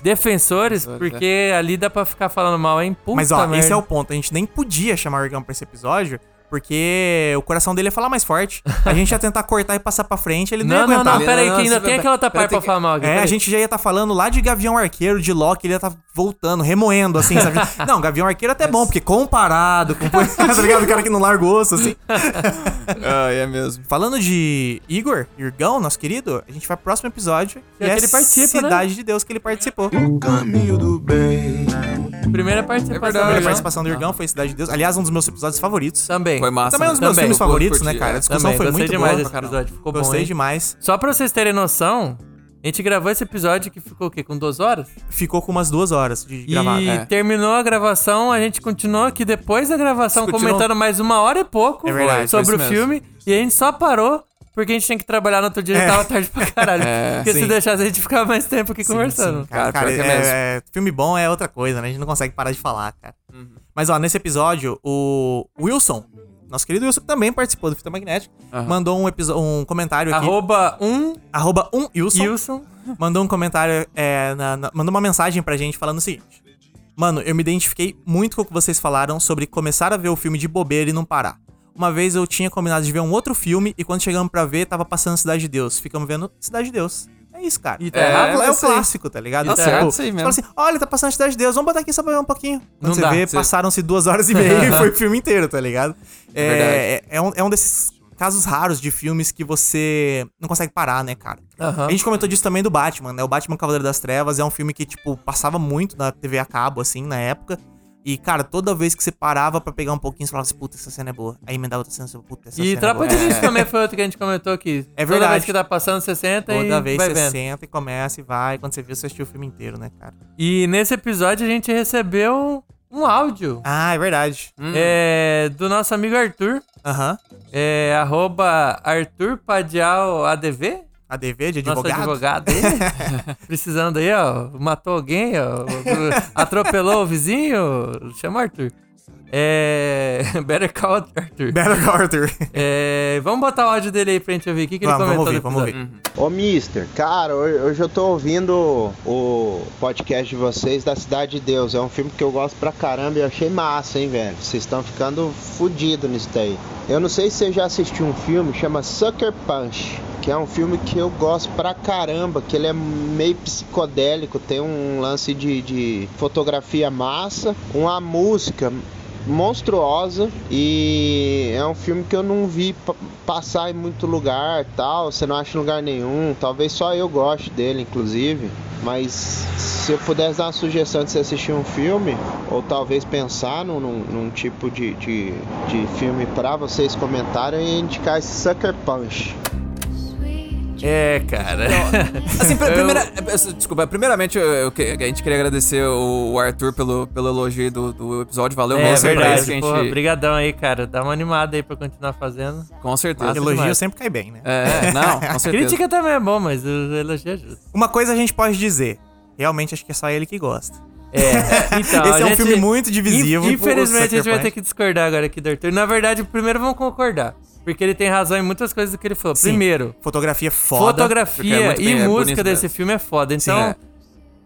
S5: Defensores,
S4: Defensores, porque ali dá pra ficar falando mal, hein? Puta
S3: Mas ó,
S4: merda.
S3: esse é o ponto. A gente nem podia chamar o Irgão pra esse episódio, porque o coração dele ia falar mais forte. A gente ia tentar cortar e passar pra frente, ele não,
S4: Não,
S3: ia
S4: não,
S3: aguentar.
S4: não, peraí,
S5: Não,
S4: que ainda
S5: você-
S4: tem aquela outra
S5: peraí,
S4: parte pra
S5: tem que-
S4: falar mal. aqui,
S3: É, a
S4: peraí.
S3: gente já ia estar falando lá de Gavião Arqueiro, de Loki, ele ia estar voltando, remoendo, assim, sabe? Não, Gavião Arqueiro é até bom, porque comparado com tá ligado? o cara que não larga o osso, assim.
S5: Ah, é mesmo.
S3: Falando de Igor, Irgão, nosso querido, a gente vai pro próximo episódio.
S4: É que ele participa,
S3: Cidade de Deus que ele participou.
S4: Primeira participação.
S5: É verdade,
S3: A
S4: do
S5: Irgão.
S4: Irmão.
S3: participação do Irgão foi Cidade de Deus. Aliás, um dos meus episódios favoritos.
S4: Também.
S5: Foi massa.
S3: Também é um dos
S5: né?
S3: meus filmes
S5: Eu
S3: favoritos,
S5: curti,
S3: né, cara?
S5: é.
S3: A discussão
S4: Também,
S3: foi
S4: gostei
S3: muito
S4: demais
S3: boa.
S4: desse episódio, ficou bom,
S3: Gostei
S4: hein?
S3: demais.
S4: Só pra vocês terem noção, a gente gravou esse episódio que ficou o quê? Com duas horas?
S3: Ficou com umas duas horas de
S4: E
S3: gravado. É.
S4: terminou a gravação, a gente continuou aqui depois da gravação,
S5: Discutiram-
S4: comentando mais uma hora e pouco
S3: É verdade,
S4: sobre
S5: foi
S4: o
S5: isso
S4: filme. E a gente só parou porque a gente tinha que trabalhar no outro dia e
S3: É.
S4: tava tarde pra caralho.
S5: É,
S4: porque se
S3: sim.
S4: deixasse a gente ficava mais tempo aqui conversando.
S3: Sim, cara,
S5: Cara,
S3: cara,
S5: pior que
S3: é-
S5: é mesmo.
S3: é- filme bom é outra coisa, né? A gente não consegue parar de falar, cara. Mas, ó, nesse episódio, o Wilson, nosso querido Wilson, que também participou do Fita Magnética, mandou um, episo- um comentário aqui.
S4: Arroba um
S3: Arroba um Wilson.
S4: Wilson.
S3: Mandou um comentário, é, na- na- mandou uma mensagem pra gente falando o seguinte. Mano, eu me identifiquei muito com o que vocês falaram sobre começar a ver o filme de bobeira e não parar. Uma vez eu tinha combinado de ver um outro filme e quando chegamos pra ver, tava passando Cidade de Deus. Ficamos vendo Cidade de Deus. É isso, cara.
S4: E tá
S3: é,
S4: errado,
S3: é
S5: é
S3: o
S5: isso aí.
S3: clássico, tá ligado?
S5: Tá
S3: Tipo,
S5: certo, isso aí
S3: você
S5: mesmo.
S3: fala assim, olha, tá passando Cidade de Deus, vamos botar aqui só pra ver um pouquinho. Quando
S4: Não
S3: você
S4: dá,
S3: vê,
S5: você-
S3: passaram-se duas horas e meia e foi o filme inteiro, tá ligado? É,
S5: Verdade.
S3: é, é um, é um desses casos raros de filmes que você não consegue parar, né, cara?
S4: Aham.
S3: A gente comentou disso também do Batman, né? O Batman Cavaleiro das Trevas é um filme que, tipo, passava muito na TV a cabo, assim, na época. E, cara, toda vez que você parava pra pegar um pouquinho, você falava assim, puta, essa cena é boa. Aí emendava outra cena, você, puta, essa
S4: E
S3: cena é
S4: Tropa
S3: boa.
S4: de Elite também foi outro que a gente comentou aqui.
S3: É
S4: Toda
S3: verdade.
S4: vez que tá passando, 60 e
S3: Toda vez
S4: vai
S3: você
S4: vendo.
S3: senta e começa e vai. Quando você viu, você assistiu o filme inteiro, né, cara?
S4: E nesse episódio a gente recebeu um áudio
S3: Ah, é verdade.
S4: é, do nosso amigo Arthur,
S3: Aham.
S4: é, arroba Arthur Padial ADV,
S3: ADV de
S4: nosso
S3: advogado.
S4: advogado aí. Precisando aí, ó, matou alguém, ó, atropelou o vizinho, chama o Arthur. É, better call Arthur.
S3: Better Call Arthur.
S4: É, vamos botar o áudio dele aí pra gente ouvir o que, que ele
S3: Vamos, vamos
S4: comentou.
S3: ouvir,
S4: do
S3: vamos
S4: episódio. Hum,
S3: ouvir.
S1: Ô Mister, cara, ho- hoje eu tô ouvindo o podcast de vocês da Cidade de Deus. É um filme que eu gosto pra caramba e eu achei massa, hein, velho. Vocês estão ficando fodidos nisso daí. Eu não sei se você já assistiu um filme, chama Sucker Punch, que é um filme que eu gosto pra caramba, que ele é meio psicodélico, tem um lance de, de fotografia massa, uma música monstruosa e é um filme que eu não vi pa- passar em muito lugar tal você não acha em lugar nenhum talvez só eu goste dele inclusive mas se eu pudesse dar uma sugestão de você assistir um filme ou talvez pensar num, num- num tipo de, de, de filme pra vocês comentarem e indicar esse Sucker Punch
S4: É, cara.
S3: Então,
S5: Assim, pri- primeira, eh, desculpa, primeiramente eu- eu que- a gente queria agradecer o Arthur pelo, pelo elogio aí do, do episódio. Valeu,
S4: É
S5: mesmo pra isso
S4: verdade,
S5: que a gente.
S4: porra, brigadão aí, cara. Dá uma animada aí pra continuar fazendo.
S5: Com certeza.
S3: Elogio
S4: demais.
S3: sempre cai bem, né?
S5: É, não, com certeza.
S4: Crítica também é bom, mas o elogio ajuda.
S3: Uma coisa a gente pode dizer. Realmente acho que é só ele que gosta.
S4: É, então,
S3: Esse
S4: a
S3: é um
S4: gente-
S3: filme muito divisivo.
S4: In- Infelizmente a
S3: Sucker
S4: gente vai
S3: Punch.
S4: ter que discordar agora aqui do Arthur. Na verdade, primeiro vamos concordar. Porque ele tem razão em muitas coisas do que ele falou.
S3: Sim.
S4: Primeiro,
S3: Fotografia foda.
S4: fotografia
S5: porque é muito
S4: e
S5: bem- é
S4: música
S5: bonito
S4: desse
S5: mesmo.
S4: filme é foda. Então,
S3: é.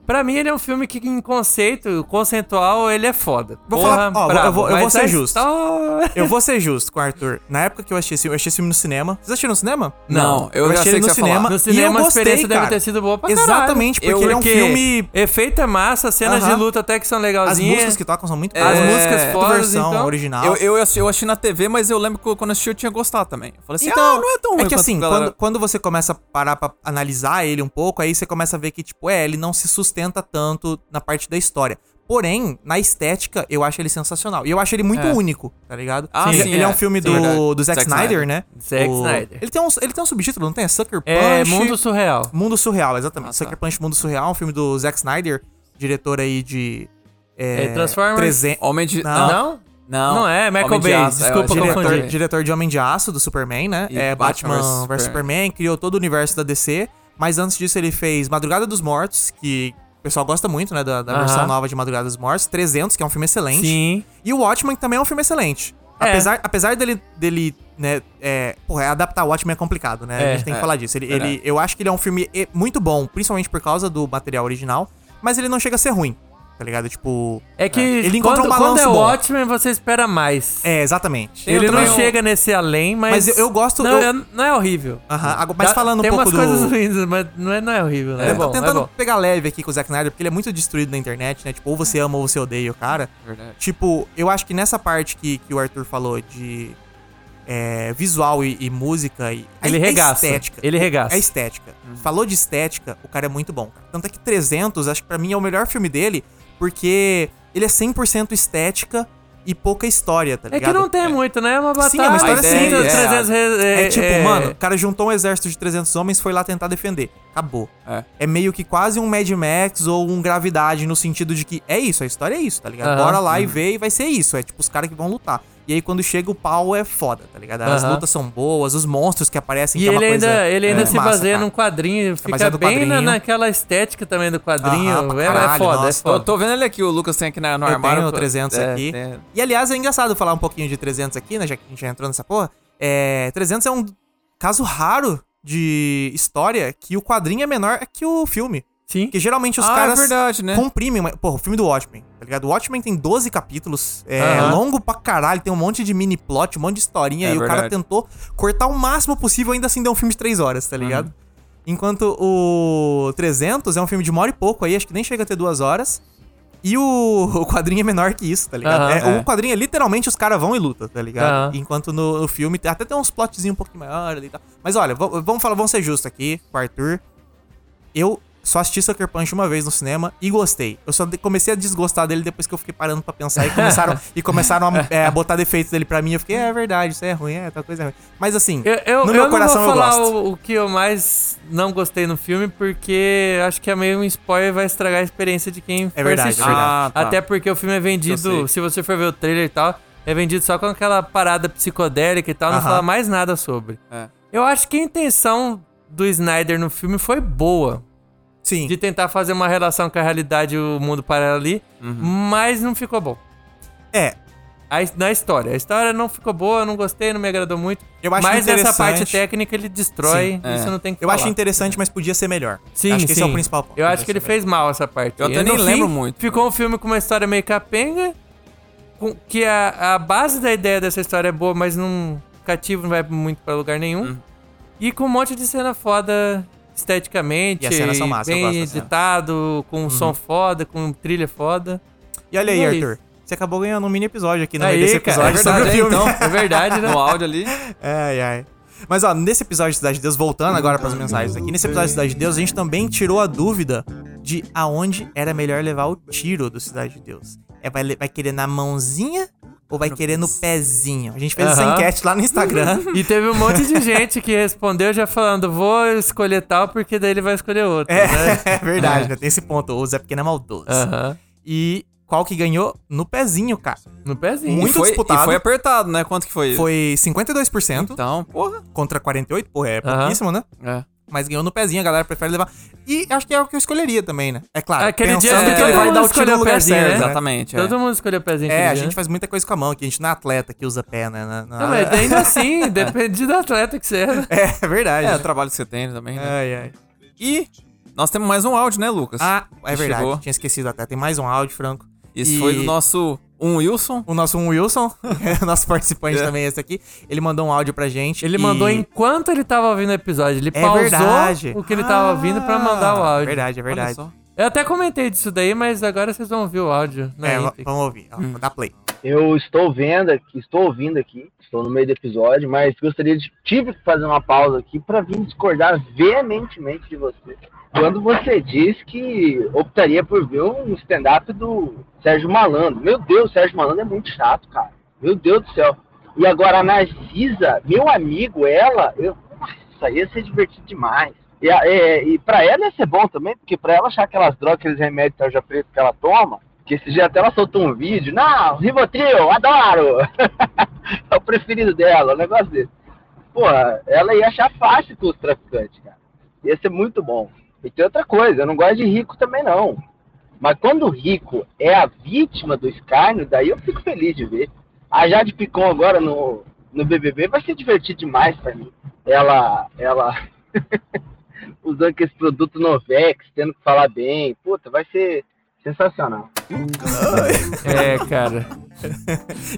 S4: pra mim ele é um filme que em conceito, conceitual, ele é foda.
S3: Vou falar- ó, eu vou- eu vou
S4: mas
S3: ser
S4: a
S3: justo.
S4: história-
S3: Eu vou ser justo com o Arthur. Na época que eu assisti esse filme, eu assisti esse filme no cinema. Vocês assistiram no cinema?
S5: Não, eu já
S3: assisti
S5: sei
S3: ele
S5: que
S3: no
S5: você ia falar.
S3: cinema.
S4: No
S3: Ah, e eu
S4: cinema a
S3: gostei,
S4: experiência deve
S3: cara.
S4: ter sido boa pra caralho.
S3: Exatamente, porque ele é um filme...
S4: Efeito é massa, cenas
S3: Aham.
S4: de luta até que são
S3: As
S4: legalzinhas.
S3: músicas que tocam são muito
S4: As
S3: boas.
S4: músicas
S3: Muito
S4: fodas,
S3: versão
S4: então.
S3: original.
S5: Eu, eu, assisti- eu achei na TV, mas eu lembro que quando assisti eu tinha gostado também. Eu falei assim,
S3: Então,
S5: ah, não é tão ruim
S3: que
S5: quanto
S3: assim,
S5: a galera-
S3: quando, quando você começa a parar pra analisar ele um pouco, aí você começa a ver que, tipo, é, ele não se sustenta tanto na parte da história. Porém, na estética, eu acho ele sensacional. E eu acho ele muito
S5: É.
S3: único, tá ligado?
S5: Ah,
S3: ele,
S5: sim,
S3: ele é.
S5: é.
S3: um filme
S5: Sim, verdade.
S3: do, do Zack,
S5: Zack
S3: Snyder,
S5: Snyder.
S3: né?
S4: Zack
S3: O-
S4: Snider.
S3: Ele tem, um, ele tem um subtítulo, não tem? É Sucker Punch.
S4: É mundo surreal.
S3: Mundo Surreal, exatamente.
S5: Ah, tá.
S3: Sucker Punch Mundo Surreal, um filme do Zack Snyder, diretor aí de.
S4: É, Transformers.
S3: 300
S5: Homem de.
S3: Não.
S4: Não?
S5: Não,
S4: Não é, Michael
S5: Homem de
S4: Bay,
S5: Aço, é,
S4: desculpa,
S5: o diretor-
S3: diretor,
S4: confundi.
S3: diretor de Homem de Aço do Superman, né?
S5: E
S3: É
S5: Batman vs
S3: Batman, vs Superman, criou todo o universo da DC. Mas antes disso, ele fez Madrugada dos Mortos, que o pessoal gosta muito, né? Da, da
S4: Aham.
S3: versão nova de Madrugada dos Mortos. 300, que é um filme excelente.
S4: Sim.
S3: E o Watchmen, que também é um filme excelente.
S4: É.
S3: Apesar, apesar dele, dele né, é, porra, adaptar o Watchmen é complicado, né?
S4: É,
S3: a gente tem que
S5: é,
S3: falar disso. Ele,
S5: verdade.
S3: ele- eu acho que ele é um filme e- muito bom, principalmente por causa do material original, mas ele não chega a ser ruim, tá ligado? Tipo...
S4: É que
S3: Ele
S4: quando,
S3: encontrou um
S4: quando
S3: balanço
S4: é
S3: bom.
S4: Watchmen, você espera mais.
S3: É, exatamente.
S5: Tem
S4: Ele
S5: outro-
S4: não
S5: também-
S4: chega nesse além, mas...
S3: Mas eu- eu gosto-
S4: Não,
S3: eu-
S4: é- não é horrível.
S3: Aham, agora- mas
S4: Dá-
S3: falando um
S4: Tem
S3: pouco
S4: umas coisas
S3: do...
S4: ruins, mas não é, não é horrível, né? É,
S3: eu tô
S4: bom, é
S3: tentando
S4: bom.
S3: pegar leve aqui com o Zack Snyder, porque ele é muito destruído na internet, né? Tipo, ou você ama ou você odeia o cara.
S5: Verdade.
S3: Tipo, eu acho que nessa parte que, que o Arthur falou de é, visual e, e música e
S4: Ele
S3: a- a
S4: regaça.
S3: estética.
S4: Ele regaça. Uhum.
S3: É estética. Falou de estética, o cara é muito bom. cara. Tanto é que 300, acho que pra mim é o melhor filme dele, porque ele é 100% estética e pouca história, tá
S4: É
S3: ligado?
S4: que não tem muito, né? É uma batalha.
S3: Sim, é uma história
S4: tem
S5: simples.
S4: 300 re-
S3: É tipo, mano, o cara juntou um exército de 300 homens, foi lá tentar defender. Acabou.
S5: É.
S3: meio que quase um Mad Max ou um Gravidade, no sentido de que é isso, a história é isso, tá ligado?
S4: Aham. Uhum.
S3: Bora lá e vê e vai ser isso. É tipo os caras que vão lutar. E aí quando chega o pau é foda, tá ligado? As
S4: Aham.
S3: lutas são boas, os monstros que aparecem
S4: E
S3: que é
S4: ele
S3: uma coisa,
S4: ainda, ele ainda
S3: é,
S4: se
S3: massa,
S4: baseia
S3: cara.
S4: num quadrinho, fica
S3: baseado no
S4: bem na-
S3: quadrinho.
S4: naquela estética também do quadrinho.
S3: Aham, pra
S4: é, é
S3: caralho,
S4: foda,
S3: nossa.
S4: é
S5: Tô,
S4: foda.
S5: tô vendo ele aqui, o Lucas tem aqui na,
S4: Ah,
S5: no
S3: Eu
S5: armário.
S3: tenho
S5: tô-
S3: 300
S5: é,
S3: um aqui.
S5: tem-
S3: E aliás, é engraçado falar um pouquinho de 300 aqui, né? Já que a gente já entrou nessa porra. É, 300 é um caso raro de história que o quadrinho é menor que o filme.
S4: Sim.
S3: Porque geralmente os
S5: Ah, é
S3: caras
S5: verdade, né?
S3: comprimem. mas- Porra, o filme do Watchmen, tá ligado? O Watchmen tem 12 capítulos, é
S4: Aham.
S3: longo pra caralho, tem um monte de mini plot, um monte de historinha,
S5: É
S3: e o cara
S5: verdade.
S3: tentou cortar o máximo possível, ainda assim deu um filme de 3 horas, tá ligado? Enquanto o 300 é um filme de uma hora e pouco aí, acho que nem chega a ter duas horas. E o, o quadrinho é menor que isso, tá ligado?
S4: Aham.
S3: é,
S5: É.
S3: O quadrinho é literalmente os caras vão e lutam, tá ligado?
S4: Aham.
S3: Enquanto no, no filme tem- até tem uns plotzinhos um pouquinho maiores ali e tal. Mas olha, v- vamos falar, vamos ser justos aqui com o Arthur. Eu só assisti Sucker Punch uma vez no cinema e gostei. Eu só de- comecei a desgostar dele depois que eu fiquei parando pra pensar e começaram, e começaram a, é, a botar defeitos dele pra mim. Eu fiquei, é, verdade, isso é ruim, é, tal coisa é ruim. Mas assim,
S4: Eu, eu,
S3: no
S4: eu
S3: meu
S4: não
S3: coração
S4: vou
S3: eu
S4: falar
S3: gosto.
S4: o, o que eu mais não gostei no filme, porque acho que é meio um spoiler vai estragar a experiência de quem for
S3: verdade, é
S4: assistir.
S3: verdade.
S5: Ah, tá.
S4: Até porque o filme é
S5: Eu
S4: vendido,
S5: sei.
S4: se você for ver o trailer e tal, é vendido só com aquela parada psicodélica e tal, não
S3: Aham.
S4: fala mais nada sobre.
S5: É.
S4: Eu acho que a intenção do Snyder no filme foi boa.
S3: Sim.
S4: de tentar fazer uma relação com a realidade e o mundo paralelo ali,
S3: Uhum.
S4: mas não ficou bom.
S3: É,
S4: A his- na história. A história não ficou boa, eu não gostei, não me agradou muito.
S3: Eu acho
S4: mas essa parte
S3: interessante.
S4: técnica ele destrói,
S3: Sim,
S5: é.
S4: isso não tem que
S3: eu
S4: falar.
S3: acho interessante, mas podia ser melhor.
S4: Sim,
S3: acho que esse é
S4: sim.
S3: o principal ponto.
S4: Eu acho que ele fez mal essa parte.
S5: Eu até
S4: E no
S5: nem lembro muito.
S4: Ficou um filme com uma história meio capenga, com- que a, a base da ideia dessa história é boa, mas não cativo, não vai muito pra lugar nenhum.
S3: Hum.
S4: E com um monte de cena foda esteticamente.
S3: E as cenas são massa, eu
S4: bem
S3: gosto das cenas. Uhum.
S4: editado, com um som foda, com trilha foda.
S3: E olha aí,
S4: E é
S3: Arthur. Você acabou ganhando um mini episódio aqui no meio
S4: Aí,
S3: desse
S4: cara, é
S3: episódio sobre o
S5: verdade, é,
S3: filme.
S5: então.
S4: É verdade, né?
S5: No áudio ali.
S3: Ai, ai. Mas ó, nesse episódio de Cidade de Deus, voltando agora pras mensagens aqui, nesse episódio de Cidade de Deus, a gente também tirou a dúvida de aonde era melhor levar o tiro do Cidade de Deus. É, vai, le- vai querer na mãozinha ou vai querer no pezinho? A gente fez essa
S4: Aham.
S3: enquete lá no Instagram.
S4: E teve um monte de gente que respondeu já falando, vou escolher tal, porque daí ele vai escolher outro, né?
S3: É, verdade, né? Tem esse ponto. O Zé Pequeno é maldoso.
S4: Aham.
S3: E qual que ganhou? No pezinho, cara.
S4: No pezinho.
S3: Muito
S5: e foi,
S3: disputado.
S5: E foi apertado, né? Quanto que foi isso?
S3: Foi 52%
S5: Então, porra.
S3: contra 48%. Porra, é
S4: Aham.
S3: pouquíssimo, né?
S5: É.
S3: Mas ganhou no pezinho, a galera prefere levar. E acho que é o que eu escolheria também, né? É claro.
S4: Aquele dia
S3: pensando
S5: que
S3: que
S5: todo
S3: ele vai
S4: mundo
S3: dar o tiro
S4: escolheu
S3: no
S4: o
S3: lugar
S4: pezinho,
S3: certo.
S4: né?
S3: né?
S5: Exatamente.
S4: Todo mundo escolheu pezinho.
S3: É,
S4: aquele
S3: a
S4: dia,
S3: gente
S4: né?
S3: faz muita coisa com a mão, que a gente não é atleta que usa pé, né? Na- na-
S4: Não, mas ainda assim, depende do atleta que você é. tá-
S3: É, é
S5: É, é o
S3: verdade.
S5: trabalho que você tem também, né?
S3: Ai, ai.
S5: E nós temos mais um áudio, né, Lucas?
S3: Ah, é
S5: Que
S3: verdade.
S5: chegou.
S3: Tinha esquecido até. Tem mais um áudio, Franco.
S5: Isso
S3: E
S5: foi do nosso um Wilson.
S3: O nosso Wilson, nosso participante
S5: É.
S3: também, esse aqui. Ele mandou um áudio pra gente.
S4: Ele
S3: e-
S4: mandou enquanto ele tava ouvindo o episódio. Ele
S3: É
S4: pausou
S3: verdade.
S4: o que ele tava ouvindo pra mandar o
S3: Ah,
S4: áudio.
S3: Verdade, é
S5: Olha
S3: verdade.
S5: só.
S4: Eu até comentei disso daí, mas agora vocês vão ouvir o áudio. né, Na
S3: É, v-
S4: íntegra.
S3: vamos ouvir. Ó, Vou dar play.
S7: Eu estou vendo aqui, estou ouvindo aqui, estou no meio do episódio, mas gostaria de tive que fazer uma pausa aqui para vir discordar veementemente de você. Quando você diz que optaria por ver um stand-up do Sérgio Malandro. Meu Deus, Sérgio Malandro é muito chato, cara. Meu Deus do céu. E agora a Narcisa, meu amigo, ela, eu, nossa, ia ser divertido demais. E, a- é, e pra ela ia ser bom também, porque pra ela achar aquelas drogas, aqueles remédios tarja preta que ela toma, que esse dia até ela soltou um vídeo, não, Rivotril, adoro! é o preferido dela, o negócio desse. Porra, ela ia achar fácil com os traficantes, cara. Ia ser muito bom. E tem outra coisa, eu não gosto de rico também não. Mas quando o rico é a vítima do escárnio, daí eu fico feliz de ver. A Jade Picon agora no, no BBB vai se divertir demais pra mim. Ela, ela usando aquele produto Novex, tendo que falar bem. Puta, vai ser sensacional.
S4: É, cara.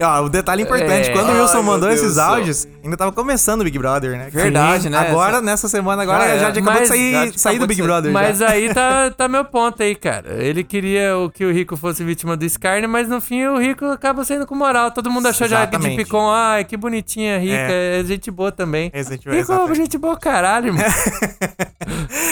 S3: Ó, o detalhe importante,
S4: É.
S3: quando o Wilson
S5: Ai, meu
S3: mandou
S5: Deus
S3: esses
S5: do céu.
S3: áudios, ainda tava começando o Big Brother, né?
S5: Verdade, né?
S3: Agora,
S5: Essa-
S3: nessa semana, agora
S5: Já
S3: já,
S5: era.
S3: acabou de
S4: Mas-
S5: já
S3: sair,
S5: acabou
S3: sair do
S5: de
S3: Big
S5: sair.
S3: Brother.
S4: Mas
S3: já.
S4: aí tá, tá meu ponto aí, cara. Ele queria o- que o Rico fosse vítima do escárnio, mas no fim o Rico acaba saindo com moral. Todo mundo achou já
S3: Exatamente.
S4: de Picon, ai, que bonitinha, Rica, é, gente boa também.
S3: É, gente boa,
S4: Rico,
S3: exatamente.
S4: gente boa caralho, mano.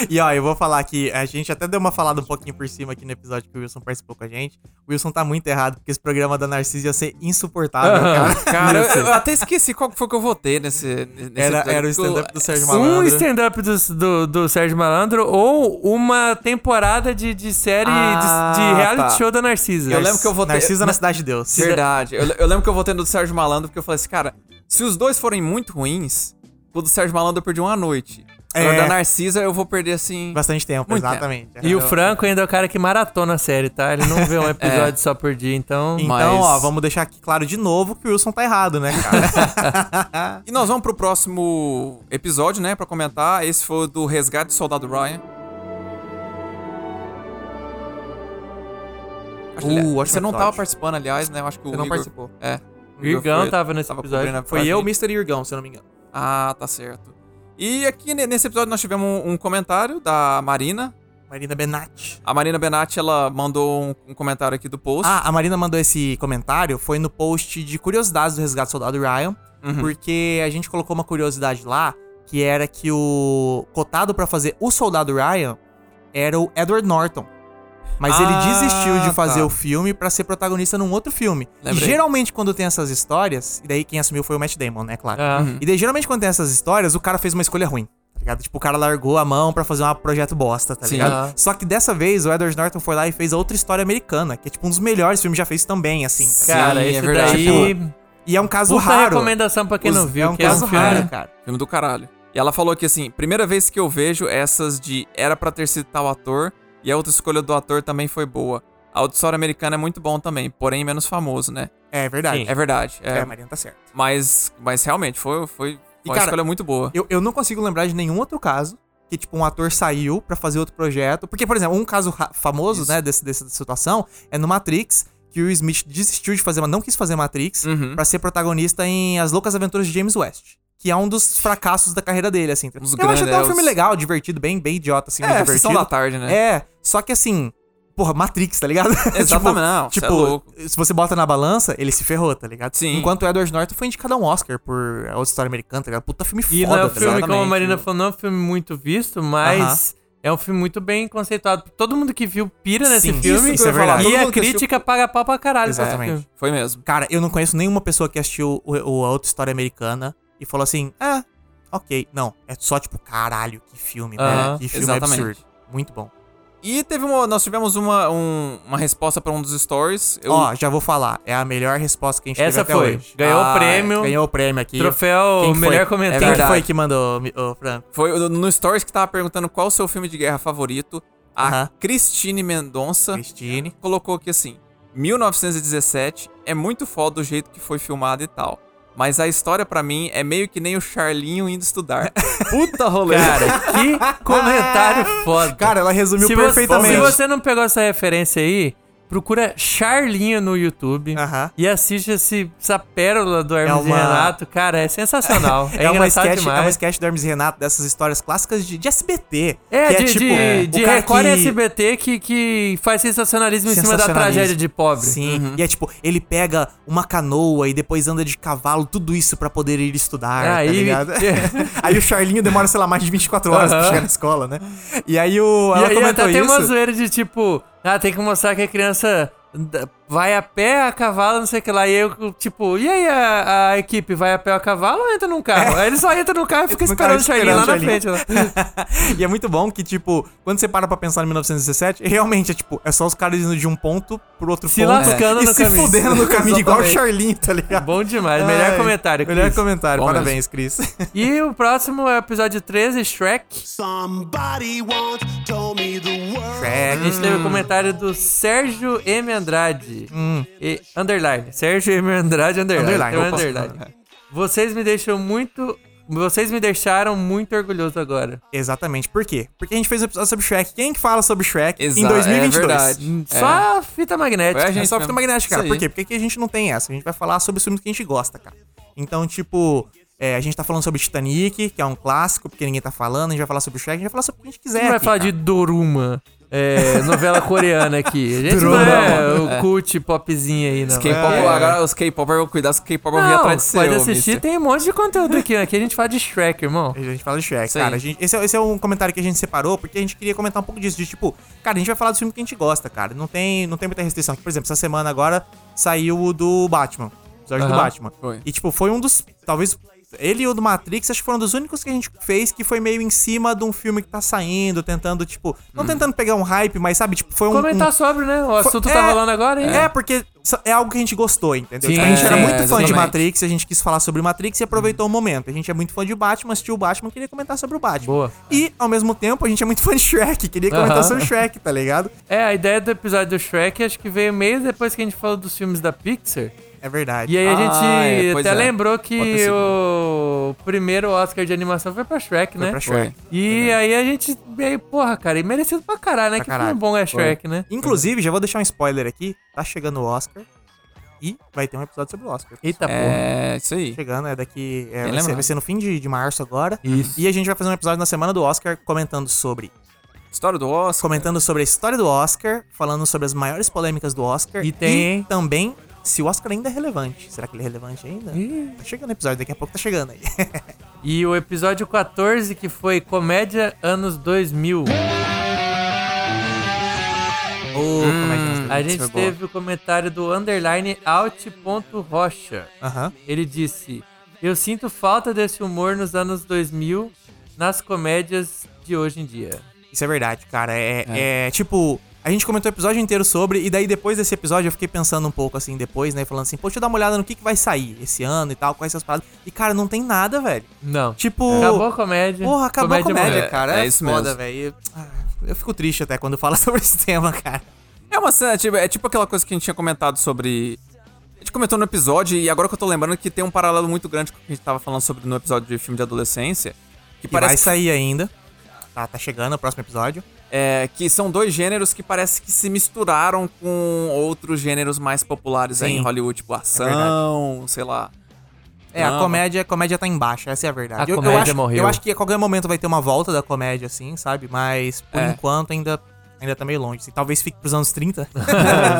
S3: E ó, eu vou falar que a gente até deu uma falada um pouquinho por cima aqui no episódio que o Wilson participou com a gente. O Wilson tá muito errado, porque esse programa da Narcisa ia ser insuportável, cara.
S5: Cara, eu, eu até esqueci qual que foi que eu votei nesse. nesse
S3: Era-
S5: episódio,
S3: era o
S5: porque eu-
S3: stand-up do Sérgio Malandro.
S4: Um stand-up do, do, do Sérgio Malandro ou uma temporada de, de série,
S5: Ah,
S4: de, de reality
S5: tá.
S4: show da Narcisa.
S5: Eu lembro que eu votei.
S3: Narcisa na Cidade de Deus.
S5: Verdade. Eu, eu lembro que eu votei no do Sérgio Malandro, porque eu falei assim, cara, se os dois forem muito ruins, o do Sérgio Malandro eu perdi uma noite.
S3: É.
S5: O da Narcisa eu vou perder assim.
S3: Bastante tempo,
S5: Muito
S3: exatamente.
S4: E o Franco ainda é o cara que maratona a série, tá? Ele não vê um
S5: É.
S4: episódio só por dia, então...
S3: Então,
S5: Mas-
S3: ó, vamos deixar aqui claro de novo que o Wilson tá errado, né, cara?
S5: E nós vamos pro próximo episódio, né, pra comentar. Esse foi o do Resgate do Soldado Ryan. Acho que ele-
S3: Uh, ótimo
S5: você não
S3: episódio.
S5: tava participando, aliás, né? Eu acho que
S3: Você
S5: o
S3: não
S5: Igor-
S3: participou.
S5: É.
S4: O Irgão
S5: foi-
S4: tava nesse episódio.
S5: cobrindo a-
S3: Foi
S5: pra
S3: eu,
S5: gente.
S3: Mr. Irgão, se eu não me engano.
S5: Ah, tá certo. E aqui ne- nesse episódio nós tivemos um- um comentário da Marina,
S3: Marina Benatti.
S5: A Marina Benatti, ela mandou um, um comentário aqui do post.
S3: Ah, a Marina mandou esse comentário, foi no post de curiosidades do Resgate do Soldado Ryan,
S5: Uhum.
S3: porque a gente colocou uma curiosidade lá, que era que o cotado pra fazer o Soldado Ryan era o Edward Norton. Mas ele
S5: Ah,
S3: desistiu de fazer
S5: tá.
S3: o filme pra ser protagonista num outro filme. E
S5: Lembrei.
S3: geralmente quando tem essas histórias, e daí quem assumiu foi o Matt Damon, né, claro.
S4: Ah.
S3: E daí geralmente quando tem essas histórias, o cara fez uma escolha ruim. Tá ligado? Tipo, o cara largou a mão pra fazer um projeto bosta, tá
S5: Sim.
S3: ligado?
S4: Ah.
S3: Só que dessa vez o Edward Norton foi lá e fez outra história americana, que é tipo um dos melhores filmes que já fez também, assim. tá ligado?
S4: Cara,
S5: Sim, é
S4: esse
S5: verdade.
S4: daí...
S3: E é um caso
S4: Puta
S3: raro.
S4: recomendação pra quem não
S3: Os-
S4: viu,
S3: é um
S4: que é um
S3: caso
S4: filme.
S3: raro, cara.
S5: Filme do caralho. E ela falou que, assim, primeira vez que eu vejo essas de era pra ter sido tal ator e a outra escolha do ator também foi boa. A auditório americana é muito bom também, porém menos famoso, né?
S3: É verdade.
S5: É verdade.
S3: É,
S5: é.
S3: a Marina tá certa.
S5: mas, mas realmente foi, foi
S3: E,
S5: uma
S3: cara,
S5: escolha muito boa.
S3: Eu, eu não consigo lembrar de nenhum outro caso que, tipo, um ator saiu pra fazer outro projeto. Porque, por exemplo, um caso ra- famoso,
S5: Isso.
S3: né, desse, dessa situação é no Matrix, que o Smith desistiu de fazer, mas não quis fazer Matrix
S5: Uhum.
S3: pra ser protagonista em As Loucas Aventuras de James West. Que é um dos fracassos da carreira dele, assim.
S5: dos
S3: eu acho
S5: grandes,
S3: até um
S5: é,
S3: filme
S5: os-
S3: legal, divertido, bem, bem idiota, assim, muito
S5: É, sessão
S3: divertido.
S5: da tarde, né?
S3: É, só que assim, porra, Matrix, tá ligado?
S5: Exatamente, não, cê
S3: tipo,
S5: é louco.
S3: se você bota na balança, ele se ferrou, tá ligado?
S5: Sim.
S3: Enquanto o Edward Norton foi indicado a um Oscar por A Outra História Americana, tá ligado? Puta filme
S4: E não
S3: foda,
S4: é um
S3: tá
S4: filme,
S3: ligado?
S4: como a
S5: Exatamente.
S4: Marina falou, não é um filme muito visto, mas é um filme muito bem conceituado. Todo mundo que viu pira nesse
S3: Sim,
S4: filme.
S5: é
S3: isso que eu ia falar.
S4: E
S5: Todo
S4: a
S5: mundo que assistiu-
S4: crítica paga pau pra caralho. pra esse
S3: Exatamente.
S4: filme.
S5: Foi mesmo.
S3: Cara, eu não conheço nenhuma pessoa que assistiu o, o A Outra História Americana e falou assim, ah, ok. Não, é só tipo, caralho, que filme, né?
S4: Aham,
S3: Que filme
S5: exatamente.
S3: absurdo. Muito bom.
S5: E teve uma, nós tivemos uma, um- uma resposta pra um dos stories. Eu-
S3: Ó, já vou falar. É a melhor resposta que a gente
S4: Essa
S3: teve até
S4: foi.
S3: hoje.
S4: Ganhou
S5: Ah,
S4: o prêmio.
S3: Ganhou o prêmio aqui.
S4: Troféu
S3: Quem que foi? É
S4: melhor
S3: Quem
S4: comentário.
S3: que
S5: verdade.
S3: foi que mandou, mi- ô, Franco?
S5: Foi no stories que tava perguntando qual o seu filme de guerra favorito. A
S3: Aham.
S5: Cristine Mendonça
S3: Cristine.
S5: colocou aqui assim: 1917 é muito foda do jeito que foi filmado e tal. Mas a história pra mim é meio que nem o Charlinho indo estudar. Puta rolê.
S4: Cara, que comentário foda.
S3: Cara, ela resumiu
S4: se você,
S3: perfeitamente.
S4: se você não pegou essa referência aí, procura Charlinho no YouTube.
S3: Aham. É
S4: E assiste esse, essa pérola do Hermes e
S3: uma-
S4: Renato, cara, é sensacional. É,
S3: É, uma
S4: engraçado
S3: sketch,
S4: demais.
S3: é uma sketch do Hermes e Renato dessas histórias clássicas de, de SBT.
S4: É,
S3: que
S4: de, de,
S3: é,
S4: de
S3: o cara
S4: Record e
S3: que-
S4: SBT que, que faz sensacionalismo em cima da
S3: Sensacionalismo.
S4: tragédia de pobre. Uhum.
S3: Sim. E é tipo, ele pega uma canoa e depois anda de cavalo, tudo isso pra poder ir estudar,
S4: Aí-
S3: tá ligado? aí o Charlinho demora, sei lá, mais de 24 horas pra
S4: É. Aham.
S3: chegar na escola, né? E aí o.
S4: E
S3: Ela
S4: aí
S3: comentou
S4: até tem
S3: isso.
S4: uma zoeira de tipo, ah, tem que mostrar que a criança d- vai a pé, a cavalo, não sei o que lá. E eu, tipo, e aí a, a equipe vai a pé, a cavalo ou entra num carro? Aí ele só entra no carro e fica
S3: No carro
S4: esperando o Charlinho lá na
S3: esperando
S4: frente.
S3: o
S4: lá.
S3: e é muito bom que, tipo, quando você para pra pensar em 1917, realmente é tipo, é só os caras indo de um ponto pro outro
S4: Se
S3: ponto.
S4: lascando
S3: e
S4: no
S3: se
S4: caminho.
S3: fudendo no caminho, igual o
S5: Exatamente.
S3: Charlinho, tá ligado?
S4: Bom demais. Melhor
S3: Ai,
S4: comentário,
S3: Melhor
S4: Cris.
S3: comentário,
S5: Bom
S3: parabéns, Cris.
S4: E o próximo é o episódio 13, Shrek.
S2: Somebody once told me the world.
S4: É, A gente teve o
S3: Hum.
S4: comentário do Sérgio M. Andrade. E, underline. Sérgio M. Andrade, underline.
S3: Underline,
S4: Tem um
S3: opa.
S4: underline. Vocês me deixam muito. Vocês me deixaram muito orgulhoso agora.
S3: Exatamente, por quê? Porque a gente fez um episódio sobre Shrek. Quem que fala sobre Shrek em
S5: Exa-
S3: 2022?
S5: É verdade.
S4: Só
S5: É.
S4: a fita magnética.
S5: Foi a gente
S3: Só
S5: mesmo.
S3: fita magnética, cara.
S5: Isso
S3: Por
S5: aí.
S3: quê? Porque aqui a gente não tem essa. A gente vai falar sobre os filmes que a gente gosta, cara. Então, tipo, é, a gente tá falando sobre Titanic, que é um clássico, porque ninguém tá falando. A gente vai falar sobre Shrek, a gente vai falar sobre o que a gente quiser.
S4: A gente não vai
S3: aqui,
S4: falar
S3: cara.
S4: de Doruma, é, novela coreana aqui. A gente
S3: Dorama.
S4: não é o cult popzinho aí, não.
S5: Os K-pop, agora os K-pop, eu vou cuidar dos K-pop, eu vou vir
S4: É. Não,
S5: atrás de
S4: pode
S5: seu,
S4: assistir,
S5: mister.
S4: tem um monte de conteúdo aqui. Aqui a gente fala de Shrek, irmão.
S3: A gente fala de Shrek,
S5: Isso
S3: cara.
S5: aí.
S3: A gente- esse, é, esse é um comentário que a gente separou, porque a gente queria comentar um pouco disso. De tipo, cara, a gente vai falar do filme que a gente gosta, cara. Não tem, não tem muita restrição. Por exemplo, essa semana agora saiu o do Batman. O episódio do
S4: Aham,
S3: Batman.
S5: foi.
S3: E, tipo, foi um dos. Talvez. Ele e o do Matrix, acho que foram um dos únicos que a gente fez que foi meio em cima de um filme que tá saindo, tentando, tipo.
S5: Uhum.
S3: Não tentando pegar um hype, mas sabe, tipo, foi um.
S4: Comentar
S3: um-
S4: sobre, né? O assunto
S3: é,
S4: tá rolando agora, hein?
S3: É, porque so- é algo que a gente gostou, entendeu?
S4: Sim,
S3: Tipo, a gente era
S4: sim, Hum.
S3: muito
S5: é,
S3: fã de
S5: exatamente.
S3: Matrix, a gente quis falar sobre Matrix e aproveitou o momento. A gente é muito fã de Batman, assistiu o Batman, queria comentar sobre o Batman.
S4: Boa.
S3: E, ao mesmo tempo, a gente é muito fã de Shrek, queria comentar
S4: Aham.
S3: sobre Shrek, tá ligado?
S4: É, a ideia do episódio do Shrek acho que veio meio depois que a gente falou dos filmes da Pixar.
S3: É verdade.
S4: E aí a
S5: Ah,
S4: gente
S5: é, pois
S4: até
S5: é.
S4: lembrou
S5: Pode ter
S4: que
S5: sido.
S4: o primeiro Oscar de animação foi pra Shrek, né?
S3: pra
S5: Foi.
S3: Shrek.
S4: E aí a gente meio, porra, cara, e merecido pra caralho, né?
S3: Uhum. Pra
S4: que
S3: caralho.
S4: filme bom é Shrek, né?
S3: Inclusive, já vou deixar um spoiler aqui, tá chegando o Oscar e vai ter um episódio sobre o Oscar.
S4: Eita porra.
S5: É, isso aí.
S3: Chegando, é daqui. é, vai, ser,
S5: lembrado.
S3: vai ser no fim de, de março agora. Isso. E a gente vai fazer um episódio na semana do Oscar comentando sobre
S5: História do Oscar.
S3: comentando sobre a história do Oscar, falando sobre as maiores polêmicas do Oscar.
S4: E tem-
S3: também se o Oscar ainda é relevante. Será que ele é relevante ainda? Tá chegando o episódio, daqui a pouco tá chegando aí.
S4: E o episódio 14, que foi Comédia Anos 2000.
S3: Ô, comédia nos
S4: A
S3: limites,
S4: gente
S3: foi boa.
S4: teve o comentário do underline alt.rocha.
S3: Aham.
S4: Ele disse: Eu sinto falta desse humor nos anos 2000 nas comédias de hoje em dia.
S3: Isso é verdade, cara. É, é tipo. A gente comentou o episódio inteiro sobre, e daí depois desse episódio eu fiquei pensando um pouco assim, depois, né? Falando assim, pô, deixa eu dar uma olhada no que, que vai sair esse ano e tal, quais essas paradas. E, cara, não tem nada, velho.
S4: Não.
S3: Tipo.
S4: Acabou a comédia.
S3: Porra, acabou a comédia,
S4: morreu.
S5: morreu.
S3: cara. É,
S5: É isso
S3: foda,
S5: mesmo.
S3: velho. Ah, Eu fico triste até quando falo sobre esse tema, cara.
S5: É uma cena, tipo, é tipo aquela coisa que a gente tinha comentado sobre. A gente comentou no episódio, e agora que eu tô lembrando que tem um paralelo muito grande com o que a gente tava falando sobre no episódio de filme de adolescência. Que
S3: Que vai
S5: parece
S3: sair ainda. Tá, tá chegando o próximo episódio.
S5: é, que são dois gêneros que parece que se misturaram com outros gêneros mais populares aí
S3: Sim.
S5: em Hollywood, tipo ação, sei lá.
S3: É, a
S5: Não.
S3: comédia, a comédia tá em baixa, essa é a verdade.
S4: A comédia
S3: acho,
S4: morreu.
S3: Eu acho que a qualquer momento vai ter uma volta da comédia, assim, sabe? Mas por
S5: É.
S3: enquanto ainda, ainda tá meio longe. assim. Talvez fique pros anos 30.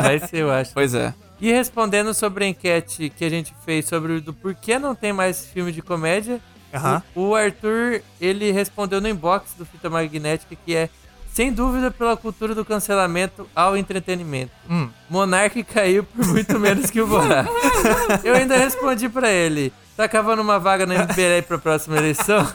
S4: Vai ser, eu acho.
S5: Pois é.
S4: E respondendo sobre a enquete que a gente fez sobre o do porquê não tem mais filme de comédia,
S3: Aham.
S4: o, o Arthur, ele respondeu no inbox do Fita Magnética que é sem dúvida pela cultura do cancelamento ao entretenimento.
S3: Hum.
S4: Monark caiu por muito menos que o Borá. Eu ainda respondi pra ele. Tá cavando uma vaga na MBL aí pra próxima eleição?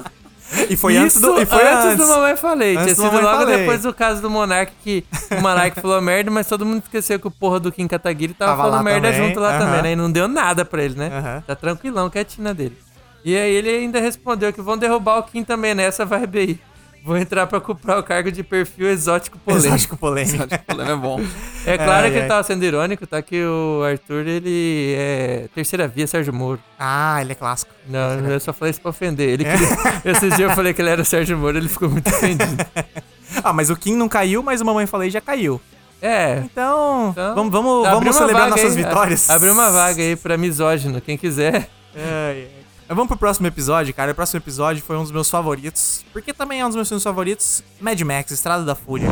S3: E foi antes do.
S4: Isso
S3: E foi antes,
S4: do Mamãe Falei.
S3: Antes
S4: Tinha
S3: do
S4: sido
S3: Mamãe
S4: logo
S3: Falei.
S4: depois do caso do Monark, que o Monark falou merda, mas todo mundo esqueceu que o porra do Kim Kataguiri tava,
S3: Tava lá
S4: falando merda
S3: também,
S4: junto lá
S3: aham.
S4: também, né? E não deu nada pra ele, né?
S3: Aham.
S4: Tá tranquilão, quietinha dele. E aí ele ainda respondeu que vão derrubar o Kim também nessa vibe aí. Vou entrar pra comprar o cargo de perfil exótico polêmico.
S3: Exótico polêmico.
S5: Acho que o problema é bom.
S4: É claro
S3: Ai,
S4: que
S3: ai.
S4: ele tava sendo irônico, tá? Que o Arthur, ele é terceira via Sérgio Moro.
S3: Ah, ele é clássico.
S4: Não, eu só falei isso pra ofender. Ele queria...
S3: É.
S4: Esses dias eu falei que ele era o Sérgio Moro, ele ficou muito ofendido.
S3: Ah, mas o Kim não caiu, mas o Mamãe Falei já caiu.
S4: É.
S3: Então,
S4: Então,
S3: vamos, vamos,
S4: abriu
S3: vamos
S4: uma
S3: celebrar
S4: vaga
S3: nossas
S4: aí,
S3: vitórias.
S4: a- Abriu uma vaga aí pra misógino, quem quiser.
S3: Ai, ai. Mas Vamos pro próximo episódio, cara. O próximo episódio foi um dos meus favoritos. Porque também é um dos meus filmes favoritos. Mad Max, Estrada da Fúria.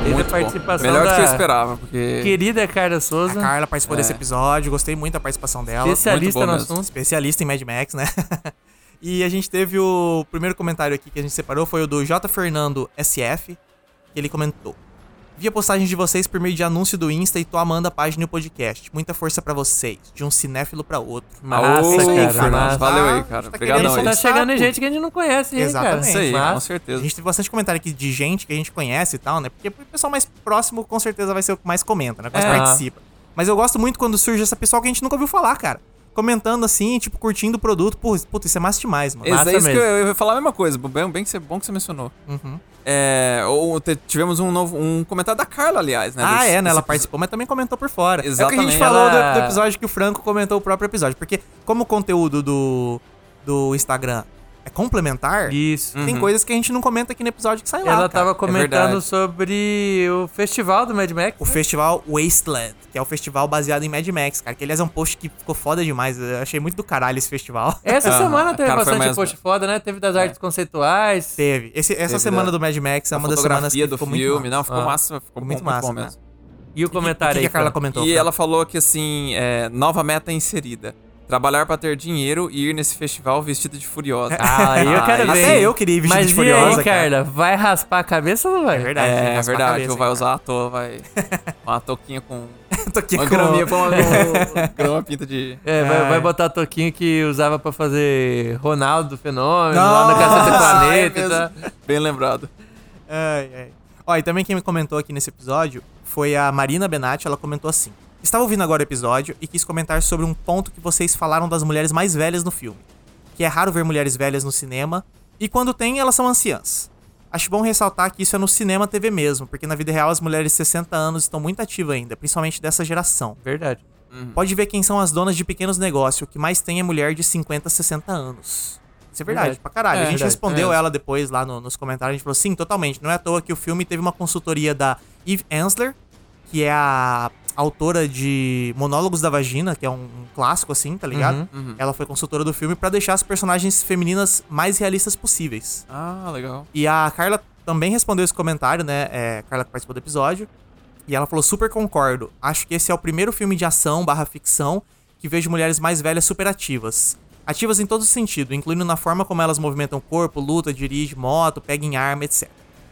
S4: Teve
S5: Muito
S4: a
S5: bom.
S4: participação
S5: Melhor do que eu
S4: da
S5: esperava, porque.
S4: querida Carla
S3: A
S4: Souza,
S3: É. Carla participou desse episódio, gostei muito da participação dela.
S5: muito
S4: especialista no
S5: bom mesmo.
S4: assunto.
S3: Especialista em Mad Max, né? e a gente teve o primeiro comentário aqui que a gente separou foi o do J. Fernando SF, que ele comentou. Vi a postagem de vocês por meio de anúncio do Insta e tô amando a página e o podcast. Muita força pra vocês, de um cinéfilo pra outro.
S4: Massa,
S5: Ô,
S4: cara,
S5: Fernando,
S4: massa.
S5: né? Valeu aí, cara.
S3: Tá
S5: Obrigadão
S3: querendo
S5: aí.
S4: tá
S3: Sapo.
S4: chegando em gente que a gente não conhece, hein, cara?
S3: Exatamente.
S5: Isso aí,
S4: Mas-
S5: com
S3: A
S5: certeza.
S3: gente teve bastante comentário aqui de gente que a gente conhece e tal, né? Porque o pessoal mais próximo com certeza vai ser o que mais comenta, né? Que mais
S4: É.
S3: participa. Mas eu gosto muito quando surge essa pessoa que a gente nunca ouviu falar, cara. Comentando assim, tipo, curtindo o produto. Pô, puta, isso é massa demais, mano.
S5: Esse-
S4: Massa
S5: é isso que
S4: mesmo.
S5: eu, eu ia falar a mesma coisa, bem, bem que você, bom que você mencionou.
S3: Uhum.
S5: É, ou te- tivemos um novo um comentário da Carla, aliás, né?
S3: Ah,
S5: desse-
S3: é, né? Ela
S5: desse-
S3: participou, mas também comentou por fora. É o que a
S5: Exatamente.
S3: gente falou
S4: Ela-
S3: do, do episódio que o Franco comentou o próprio episódio. Porque como o conteúdo do, do Instagram é complementar,
S4: Isso.
S3: tem
S5: Uhum.
S3: coisas que a gente não comenta aqui no episódio que sai lá,
S4: Ela
S3: Hum. Ah, cara. é
S4: tava comentando
S5: verdade.
S4: sobre o festival do Mad Max.
S3: o festival Wasteland, que é o festival baseado em Mad Max, cara. Que aliás é um post que ficou foda demais. Eu achei muito do caralho esse festival.
S4: Essa
S5: Aham.
S4: semana teve
S5: Cara, foi
S4: bastante
S5: mais-
S4: post foda, né? Teve das
S3: É.
S4: artes conceituais.
S3: Teve. Esse- essa
S5: Teve
S3: semana
S5: da-
S3: do Mad Max é
S5: a
S3: uma das semanas que
S5: fotografia do
S3: ficou
S5: filme,
S3: muito
S5: não, ficou
S4: Ah.
S5: massa, ficou
S3: muito
S5: muito,
S3: massa,
S5: bom
S3: né?
S5: mesmo.
S4: E o
S3: O
S4: comentário
S3: que, que
S4: aí.
S3: a Carla
S4: Fran?
S3: comentou?
S5: E
S3: Fran?
S5: ela falou que assim, é, nova meta inserida. Trabalhar pra ter dinheiro e ir nesse festival vestida de furiosa.
S4: Ah, aí eu quero
S5: isso
S4: ver.
S3: Até
S5: sim.
S3: eu queria ir vestido
S4: Mas
S3: de
S4: e aí,
S3: furiosa, cara.
S4: Carla? Vai raspar a cabeça ou não vai?
S3: É verdade. tem que
S5: É,
S3: raspar a
S5: verdade,
S3: cabeça,
S5: ou
S3: hein,
S5: vai
S3: cara.
S5: usar à toa, vai. uma touquinha com.
S3: Tô aqui
S5: Uma
S3: com-
S5: graminha pra uma, uma grama pinta de.
S4: É,
S3: Ai.
S4: vai, vai botar a toquinha que usava pra fazer Ronaldo do Fenômeno, lá
S3: Nossa,
S4: na Casa do Planeta.
S5: é
S4: e tal.
S5: Bem lembrado.
S3: Ai, ai. Ó, e também quem me comentou aqui nesse episódio foi a Marina Benatti, ela comentou assim. Estava ouvindo agora o episódio e quis comentar sobre um ponto que vocês falaram das mulheres mais velhas no filme. Que é raro ver mulheres velhas no cinema, e quando tem, elas são anciãs. Acho bom ressaltar que isso é no cinema TV mesmo, porque na vida real as mulheres de 60 anos estão muito ativas ainda, principalmente dessa geração.
S4: Verdade.
S5: Uhum.
S3: Pode ver quem são as donas de pequenos negócios, o que mais tem é mulher de 50, 60 anos. Isso é verdade,
S4: Verdade.
S3: pra caralho.
S5: É,
S3: a gente
S5: verdade,
S3: respondeu
S5: é.
S3: ela depois lá no- nos comentários, a gente falou, sim, totalmente. Não é à toa que o filme teve uma consultoria da Eve Ansler, que é a autora de Monólogos da Vagina, que é um clássico, assim, tá ligado?
S5: Uhum,
S3: Ela foi consultora do filme pra deixar as personagens femininas mais realistas possíveis.
S5: Ah, legal.
S3: E a Carla também respondeu esse comentário, né? É, Carla que participou do episódio. E ela falou: super concordo. Acho que esse é o primeiro filme de ação barra ficção que vejo mulheres mais velhas super ativas. Ativas em todo sentido, incluindo na forma como elas movimentam o corpo, luta, dirige, moto, pega em arma, etc.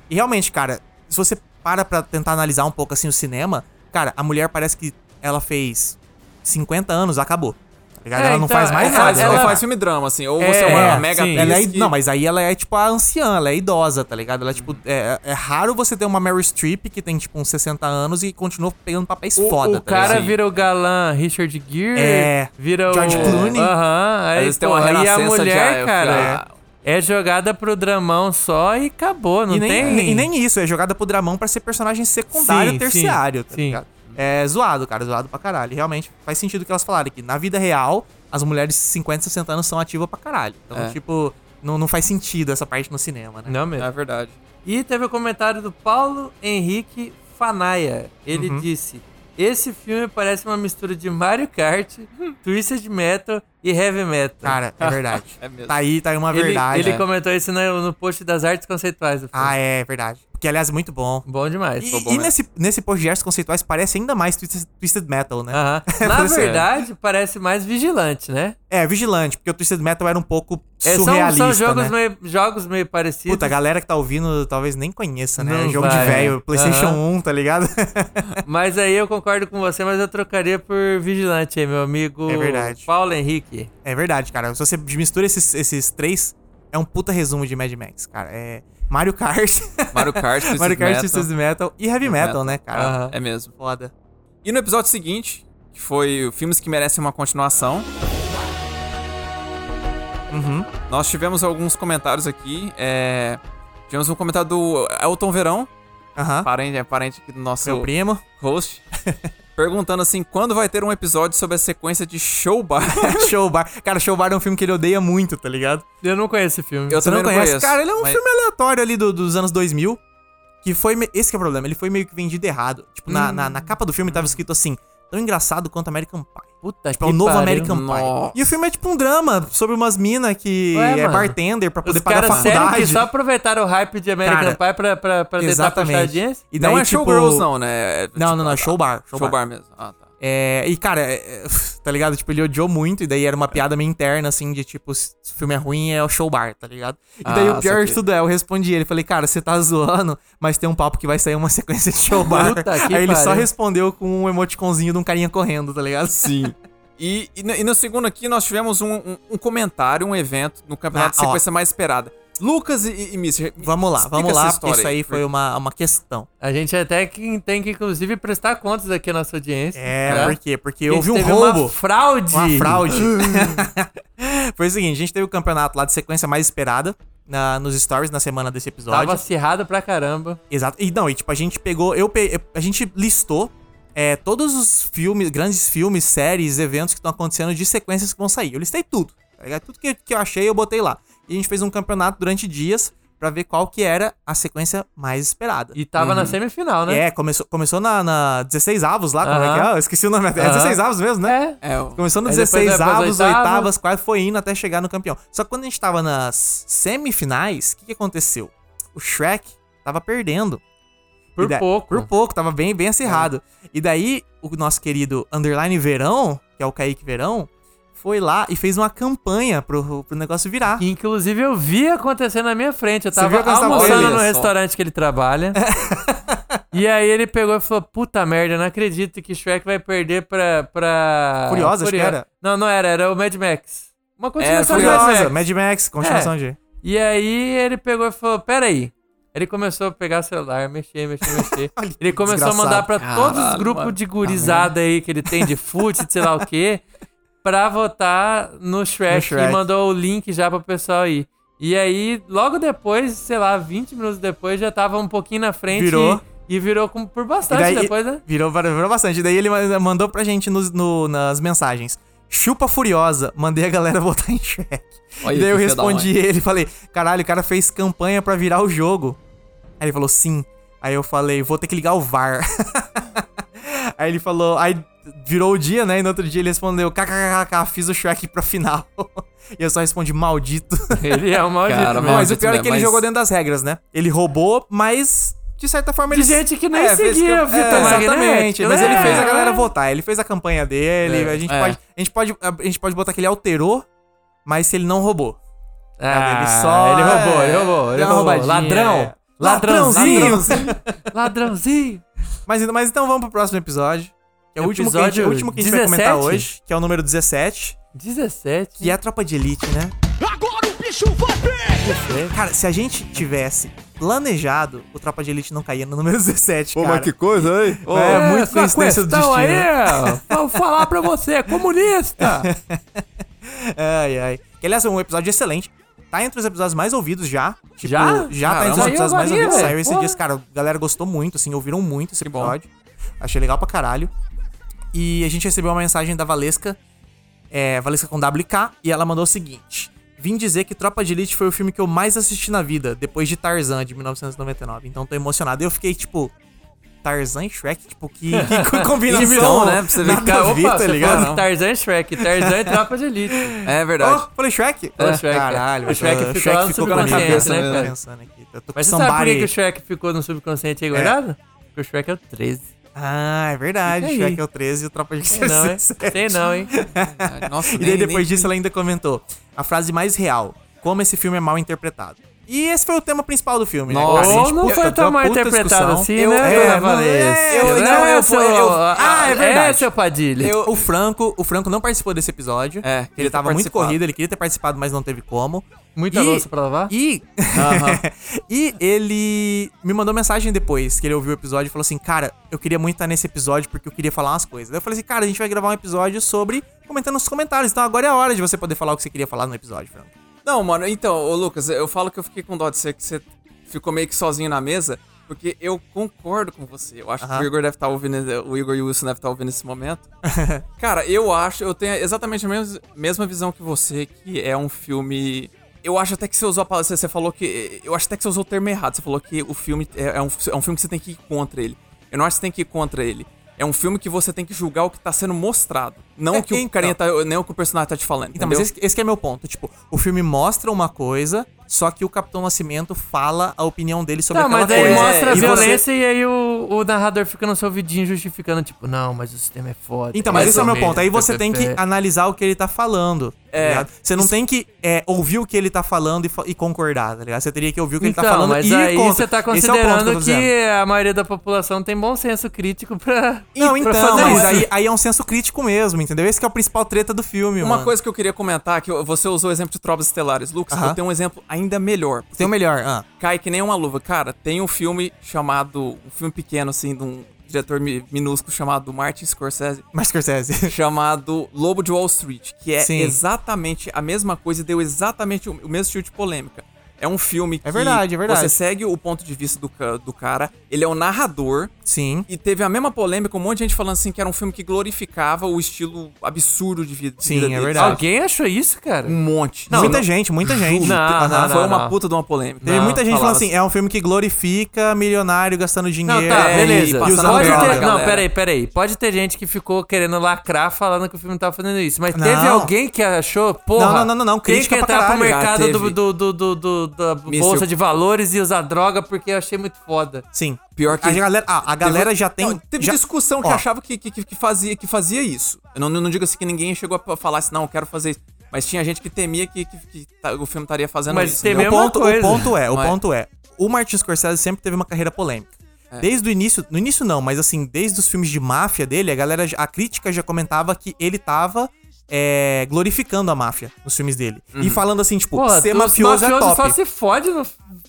S3: E realmente, cara, se você para pra tentar analisar um pouco assim o cinema, cara, a mulher parece que ela fez 50 anos, acabou. Tá ligado?
S4: É,
S3: ela não
S4: então,
S3: faz mais
S5: Ou
S4: ela-
S3: nada.
S5: faz,
S3: né?
S5: ou
S4: ela-
S5: faz filme drama, assim, ou
S4: É,
S5: você é uma
S4: é,
S5: mega
S4: sim.
S5: atriz
S3: Ela é,
S5: que-
S3: Não, mas aí ela é tipo a anciã, ela é idosa, tá ligado? Ela é tipo. É, é raro você ter uma Mary Streep que tem tipo uns 60 anos e continua pegando papéis
S4: O,
S3: foda,
S4: o
S3: tá ligado?
S4: cara vira o galã Richard Gere,
S3: É.
S4: vira
S3: George
S4: o...
S3: Clooney.
S4: Aham, aí,
S5: vezes tem
S4: pô,
S5: uma
S4: aí a
S5: renascença
S4: mulher,
S5: já, eu-
S4: cara, é jogada pro dramão só e acabou, não
S3: e, nem,
S4: tem...
S3: e nem isso, é jogada pro dramão pra ser personagem secundário,
S4: Sim,
S3: terciário,
S4: sim,
S3: tá
S4: sim.
S3: ligado? É zoado, cara, zoado pra caralho. E Realmente faz sentido o que elas falaram, que na vida real, as mulheres de 50, 60 anos são ativas pra caralho. Então,
S5: É.
S3: tipo, não, não faz sentido essa parte no cinema, né?
S4: Não mesmo.
S5: É verdade.
S4: E teve o comentário do Paulo Henrique Fanaia. Ele
S3: Uhum.
S4: disse: Esse filme parece uma mistura de Mario Kart, Twisted Metal e Heavy Metal.
S3: Cara, é verdade.
S5: É mesmo.
S3: Tá aí, tá aí uma
S4: ele,
S3: verdade.
S4: ele
S3: É.
S4: comentou isso no, no post das artes conceituais do filme.
S3: Ah, é verdade. Porque, aliás, é muito bom.
S4: Bom demais.
S3: E,
S4: Ficou bom
S3: e
S4: É mesmo.
S3: nesse, nesse post de artes conceituais parece ainda mais Twisted, Twisted Metal, né?
S4: Aham. Na verdade, parece mais vigilante, né?
S3: É, vigilante, porque o Twisted Metal era um pouco
S4: É, são-
S3: surrealista,
S4: são
S3: né?
S4: jogos, meio, jogos meio parecidos.
S3: Puta, a galera que tá ouvindo talvez nem conheça, né?
S4: Não
S3: Jogo de
S4: vai.
S3: velho, PlayStation
S4: Aham.
S3: 1, tá ligado?
S4: Mas aí eu concordo com você, mas eu trocaria por vigilante aí, meu amigo
S3: É verdade.
S4: Paulo Henrique.
S3: é verdade, cara. Se você mistura esses, esses três, é um puta resumo de Mad Max, cara. É Mario Kart,
S5: Mario Kart, Twisted
S3: Mario Kart,
S5: Metal.
S3: Twisted Metal e Heavy Metal,
S5: Metal.
S3: né, cara?
S4: Aham.
S5: É mesmo.
S3: Foda.
S5: E no episódio seguinte, que foi o Filmes que Merecem uma Continuação.
S3: Uhum.
S5: Nós tivemos alguns comentários aqui. é, Tivemos um comentário do Elton Verão,
S3: Aham.
S5: parente, é parente aqui do nosso
S3: Meu primo.
S5: host, perguntando assim: quando vai ter um episódio sobre a sequência de Show Bar?
S3: Show Bar. Cara, Show Bar é um filme que ele odeia muito, tá ligado?
S4: Eu não conheço esse filme.
S5: Eu
S3: Você não
S5: também não
S3: conhece?
S5: conheço,
S3: cara, ele é um
S5: mas-
S3: filme aleatório ali do- dos anos 2000. Que foi. me- Esse que é o problema. Ele foi meio que vendido errado. Tipo,
S4: Hum.
S3: na, na, na capa do filme tava escrito assim: tão engraçado quanto American Pie.
S4: Puta
S3: Tipo, é o novo
S4: pariu.
S3: American Pie.
S5: Nossa.
S3: E o filme é tipo um drama sobre umas minas que
S4: Ué,
S3: é
S4: mano.
S3: bartender pra poder
S4: Os
S3: pagar a
S4: caras sério que
S3: faculdade.
S4: só aproveitaram o hype de American Pie pra, pra, pra tentar puxar
S3: Exatamente.
S4: audiência?
S3: E
S5: Não
S3: daí,
S5: é
S3: tipo-
S5: Showgirls, não, né? É,
S3: Não, não, não.
S5: tipo,
S3: Show Bar. Show
S5: Show
S3: Bar.
S5: Bar mesmo. Ah, tá.
S3: É, e, cara, é, é, tá ligado? Tipo, ele odiou muito, e daí era uma piada meio interna, assim, de tipo, se o filme é ruim, é o show bar, tá ligado? E daí
S5: Ah,
S3: o pior
S5: saquei.
S3: de tudo é, eu respondi ele, falei, cara, você tá zoando, mas tem um papo que vai sair uma sequência de show bar.
S4: Puta
S3: Aí
S4: que
S3: ele só
S4: pariu.
S3: respondeu com um emoticonzinho de um carinha correndo, tá ligado?
S5: Sim. E, e, no- e no segundo aqui, nós tivemos um, um, um comentário, um evento no campeonato de
S3: Ah, ó.
S5: sequência mais esperada. Lucas e, e Mister.
S3: Vamos lá,
S5: explica
S3: vamos
S5: essa
S3: lá, porque
S5: história
S3: isso aí foi uma, uma questão.
S4: A gente até que tem que, inclusive, prestar contas aqui à nossa audiência.
S3: É,
S4: né?
S3: por quê? Porque
S4: Que
S3: houve um
S4: teve
S3: roubo.
S4: Uma fraude.
S3: Uma fraude. Foi o seguinte, a gente teve o campeonato lá de sequência mais esperada na, nos stories na semana desse episódio.
S4: Tava acirrado pra caramba.
S3: Exato. E não, e tipo, a gente pegou. Eu, pe- eu- a gente listou é, todos os filmes, grandes filmes, séries, eventos que estão acontecendo de sequências que vão sair. Eu listei tudo. Tá ligado? Tudo que, que eu achei, eu botei lá. E a gente fez um campeonato durante dias pra ver qual que era a sequência mais esperada.
S4: E tava na semifinal, né?
S3: É, começou, começou na, na 16 avos lá, como é
S4: Aham.
S3: que é? Eu esqueci o nome até. É
S4: Aham.
S3: 16 avos mesmo, né?
S4: É.
S5: É, o-
S3: Começou no
S4: Aí depois
S3: 16
S4: vai pras
S3: avos,
S4: oitavas.
S3: oitavas, quarto, foi indo até chegar no campeão. Só que quando a gente tava nas semifinais, o que, que aconteceu? O Shrek tava perdendo.
S4: Por
S3: E da-
S4: pouco. É.
S3: Por pouco, tava bem, bem acirrado. E daí, o nosso querido Underline Verão, que é o Kaique Verão, foi lá e fez uma campanha pro, pro negócio virar.
S4: Que, inclusive, eu vi acontecer na minha frente. Eu
S3: Você
S4: tava
S3: viu acontecer na
S4: almoçando
S5: frente?
S4: no
S5: Olha só.
S4: restaurante que ele trabalha. e aí ele pegou e falou: Puta merda, eu não acredito que Shrek vai perder pra. pra...
S3: Furiosa, acho que
S4: Furio-
S3: era. É,
S4: Não, não era, era o Mad Max. Uma continuação de Mad
S3: Furiosa,
S4: Max. É.
S3: Mad Max, continuação de.
S4: E aí ele pegou e falou: Peraí. Ele começou a pegar celular, mexer, mexer, mexer. Ele começou a mandar pra todos os
S5: Caralho,
S4: grupos
S5: mano.
S4: de gurizada aí que ele tem de fute, de sei lá o quê, pra votar no Shrek,
S3: No Shrek.
S4: e mandou o link já pro pessoal ir. E aí, logo depois, sei lá, 20 minutos depois, já tava um pouquinho na frente
S3: Virou.
S4: e, e virou com- por bastante
S3: E daí-
S4: depois, né?
S3: Virou, virou bastante. E daí ele ma- mandou pra gente nos- no- nas mensagens. Chupa Furiosa, mandei a galera votar em Shrek.
S5: Olha
S3: e daí eu
S5: que filha da mãe.
S3: respondi ele, falei, caralho, o cara fez campanha pra virar o jogo. Aí ele falou, sim. Aí eu falei, vou ter que ligar o VAR. aí ele falou, aí virou o dia, né? E no outro dia ele respondeu, kkkk, fiz o Shrek pra final. e eu só respondi, maldito.
S4: Ele é o maldito.
S5: Cara,
S4: mesmo.
S3: mas
S5: maldito
S3: o pior é que
S5: mesmo,
S3: ele
S5: mas-
S3: jogou dentro das regras, né? Ele roubou, mas de certa forma
S4: De
S3: ele. é,
S4: gente que nem
S3: fez
S4: seguia
S3: cam-
S4: a fita
S3: Exatamente,
S4: magnética,
S3: mas
S4: né?
S3: ele fez a galera
S4: É.
S3: votar. Ele fez a campanha dele.
S5: É,
S3: A, gente
S5: é.
S3: pode, a, gente pode, a gente pode botar que ele alterou, mas se ele não roubou.
S4: Ah,
S3: Ele só-
S4: Ele roubou, ele
S3: é,
S4: roubou, ele
S3: deu uma
S4: roubou.
S3: roubadinha,
S4: Ladrão.
S3: é.
S4: Ladrãozinho.
S3: Ladrãozinho.
S4: Ladrãozinho.
S3: mas, então- mas então vamos pro próximo episódio. Que é o último que, a gente,
S4: Episódio
S3: o último que a gente vai comentar
S4: 17?
S3: hoje, que é o número 17,
S4: 17.
S3: que é a tropa de elite, né? Cara, se a gente tivesse planejado, o Tropa de Elite não caía no número 17, cara.
S5: coisa, hein?
S3: É, muito coincidência do destino. né?
S4: aí, vou falar pra você, é comunista.
S3: Ai, ai. Que, aliás, é um episódio excelente. Tá entre os episódios mais ouvidos já. Tipo,
S4: Já?
S3: Já tá entre os
S4: Caramba.
S3: episódios
S4: Saiu
S3: mais
S4: agora,
S3: ouvidos.
S4: velho.
S3: Saiu esse
S4: Porra.
S3: dia. Cara, a galera gostou muito, assim, ouviram muito esse episódio. Achei legal pra caralho. E a gente recebeu uma mensagem da Valesca, é, Valesca com WK, e ela mandou o seguinte. Vim dizer que Tropa de Elite foi o filme que eu mais assisti na vida, depois de Tarzan, de 1999. Então tô emocionado. E eu fiquei, tipo... Tarzan e Shrek, tipo, que, que combinação,
S5: Então, né, pra você ver que,
S3: nada a
S5: opa,
S3: ver,
S5: você
S3: tá
S5: fala,
S3: ligado?
S5: não.
S4: Tarzan e Shrek, Tarzan e Tropa de Elite.
S5: É verdade.
S3: Oh, falei Shrek?
S4: Falou Shrek,
S3: Caralho,
S4: é. O Shrek
S3: eu-
S4: ficou lá no subconsciente, né,
S3: eu tô
S4: cara?
S3: pensando aqui. Eu tô com
S4: Mas você sabe por que,
S3: somebody. É.
S4: que o Shrek ficou no subconsciente aí guardado? Porque o Shrek é o 13.
S3: Ah, é verdade.
S4: Fica aí.
S3: Shrek é o 13 e o Tropa de
S4: Sei não, hein?
S3: 17.
S4: Sei não, hein?
S5: é, Nossa,
S3: E daí depois disso ela ainda comentou a frase mais real, como esse filme é mal interpretado. E esse foi o tema principal do filme, né?
S5: Nossa,
S3: cara? A
S4: Ou
S3: gente,
S4: não
S3: puta,
S4: foi
S3: deu
S4: tão
S3: uma
S4: mal
S3: puta
S4: interpretado
S3: discussão.
S4: assim,
S3: Eu-
S4: né,
S3: é,
S4: dona
S3: não,
S4: Valesca?
S3: eu-
S5: não,
S4: é
S5: eu
S4: o
S5: fui-
S4: seu-
S5: eu-
S4: ah,
S5: ah, é
S4: é verdade. É,
S5: verdade.
S4: seu Padilha.
S5: Eu-
S3: O Franco, o Franco não participou desse episódio.
S5: É,
S3: porque ele
S5: queria ter
S3: tava muito
S5: participado.
S3: corrido, ele queria ter participado, mas não teve como.
S4: Muita
S3: E-
S4: louça pra lavar?
S3: E, e ele me mandou mensagem depois que ele ouviu o episódio e falou assim: Cara, eu queria muito estar nesse episódio porque eu queria falar umas coisas. Daí eu falei assim: Cara, a gente vai gravar um episódio sobre comentando nos comentários. Então agora é a hora de você poder falar o que você queria falar no episódio, Franco.
S5: Não, mano, então, ô Lucas, eu falo que eu fiquei com dó de você, que você ficou meio que sozinho na mesa, porque eu concordo com você. Eu acho que
S3: Aham.
S5: o Igor deve estar ouvindo, o Igor e o Wilson devem estar ouvindo nesse momento. Cara, eu acho, eu tenho exatamente a mes- mesma visão que você, que é um filme. Eu acho até que você usou a palavra, você- você falou que. Eu acho até que você usou o termo errado. Você falou que o filme é, é um, é um filme que você tem que ir contra ele. Eu não acho que você tem que ir contra ele. É um filme que você tem que julgar o que tá sendo mostrado. Não
S3: É,
S5: o que o
S3: então.
S5: carinha tá. Nem o que o personagem tá te falando.
S3: Então,
S5: entendeu?
S3: mas esse, esse que é meu ponto. Tipo, o filme mostra uma coisa, só que o Capitão Nascimento fala a opinião dele sobre
S4: Não,
S3: aquela
S4: mas aí
S3: coisa.
S4: mostra a
S3: E você-
S4: violência e aí o, o narrador fica no seu vidinho justificando, tipo, não, mas o sistema é foda.
S3: Então, mas
S4: Mais
S3: esse é o
S4: ou
S3: meu
S4: menos,
S3: ponto. Aí você
S4: pé,
S3: tem
S4: pé,
S3: que
S4: pé.
S3: analisar o que ele tá falando.
S5: É.
S3: É. Você não tem que é, ouvir o que ele tá falando e, fa- e concordar, tá ligado? Você teria que ouvir o que ele tá falando
S4: Então, mas
S3: e ir
S4: aí
S3: contra.
S4: você tá
S3: Esse é o ponto
S4: considerando
S3: eu tô
S4: que,
S3: dizendo.
S4: a maioria da população tem bom senso crítico pra.
S3: Não,
S4: pra
S3: então,
S4: fazer
S3: mas
S4: isso.
S3: aí, aí é um senso crítico mesmo, entendeu? Esse que é o principal treta do filme,
S5: Uma
S3: mano.
S5: coisa que eu queria comentar, é que eu- você usou o exemplo de Tropas Estelares. Lucas,
S3: Aham.
S5: eu tenho um exemplo ainda melhor. Porque
S3: Tem o melhor, ah.
S5: cai que nem uma luva. Cara, tem um filme chamado... Um filme pequeno, assim, de um diretor mi- minúsculo chamado Martin Scorsese.
S3: Mas Scorsese.
S5: chamado Lobo de Wall Street, que é
S3: Sim.
S5: exatamente a mesma coisa e deu exatamente o o mesmo tipo de polêmica. É um filme que
S3: verdade, é verdade.
S5: você segue o ponto de vista do, ca- do cara, ele é um narrador
S3: Sim.
S5: e teve a mesma polêmica, um monte de gente falando assim que era um filme que glorificava o estilo absurdo de vida. de
S3: Sim,
S5: vida
S3: é
S5: dele,
S3: verdade.
S5: sabe?
S4: Alguém achou isso, cara?
S3: Hum,
S5: Um monte.
S3: muita gente, muita gente.
S4: Não,
S3: Aham.
S4: não,
S5: Foi
S4: não,
S5: uma
S4: não.
S5: puta de uma polêmica.
S3: Teve
S5: Não,
S3: muita gente falando
S5: falava
S3: assim, é um filme que glorifica milionário gastando dinheiro.
S4: Não, tá,
S5: É,
S4: beleza.
S5: e
S4: Pode
S5: passando
S3: droga,
S4: ter... Não,
S5: galera.
S4: peraí, peraí. Pode ter gente que ficou querendo lacrar falando que o filme tava fazendo isso. Mas teve
S3: Não.
S4: alguém que achou, porra.
S3: Não, não, não, não, não,
S4: Tem que
S3: crítica pra
S4: entrar pro
S3: caralho.
S4: mercado
S5: Já
S4: do,
S5: teve.
S4: do, do, do- do- da
S5: Míssil.
S4: Bolsa de Valores e usar droga porque eu achei muito foda.
S3: Sim.
S5: Pior que-
S3: A galera, ah, a galera já tem.
S5: Não, teve
S3: já-
S5: discussão que
S3: Ó.
S5: achava que, que, que fazia, que fazia isso. Eu não, não digo assim que ninguém chegou a falar assim, não, eu quero fazer isso. Mas tinha gente que temia que, que- que tá- o filme estaria fazendo
S4: Mas
S5: isso.
S4: tem
S5: entendeu?
S3: o
S4: mesma
S3: ponto,
S4: coisa.
S3: o ponto é, o
S5: Mas-
S3: ponto é, o Martin Scorsese sempre teve uma carreira polêmica.
S5: É.
S3: Desde o início, no início não, mas assim, desde os filmes de máfia dele, a galera, já- a crítica já comentava que ele tava é, glorificando a máfia nos filmes dele.
S5: Uhum.
S3: E falando assim, tipo,
S4: Porra,
S3: ser
S4: tu- os
S3: mafioso é
S4: mafiosos
S3: top.
S4: só se fode no.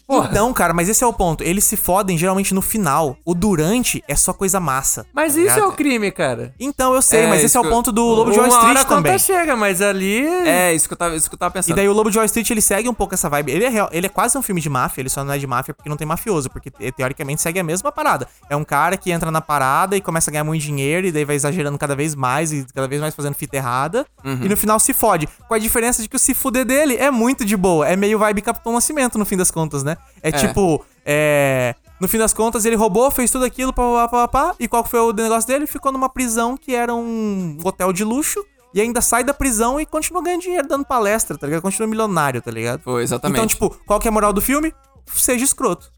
S4: Porra.
S3: Então, cara, mas esse é o ponto. Eles se fodem geralmente no final. O durante é só coisa massa.
S4: Mas
S3: tá
S4: isso é
S3: ligado?
S4: o crime, cara.
S3: Então, eu sei,
S5: É,
S3: mas esse
S5: isso
S3: é o
S5: que eu-
S3: ponto do Lobo de
S4: Uma
S3: Wall
S4: hora a
S3: Street
S4: conta
S3: também.
S4: chega, mas ali.
S5: É, isso que eu tava, isso que eu tava pensando.
S3: E daí o Lobo de Wall Street, ele segue um pouco essa vibe. Ele é, real- ele é quase um filme de máfia, ele só não é de máfia porque não tem mafioso, porque te- teoricamente segue a mesma parada. É um cara que entra na parada e começa a ganhar muito dinheiro, e daí vai exagerando cada vez mais, e cada vez mais fazendo fita errada, e no final se fode. Com a diferença de que o se fuder dele é muito de boa, é meio vibe Capitão Nascimento no fim das contas, né? É, tipo, é... No fim das contas, ele roubou, fez tudo aquilo, pá, pá, pá, pá, pá, e qual que foi o negócio dele? Ficou numa prisão que era um hotel de luxo, e ainda sai da prisão e continua ganhando dinheiro dando palestra, tá ligado? Continua milionário, tá ligado?
S5: Foi, exatamente.
S3: Então, tipo, qual que é a moral do filme? Seja escroto.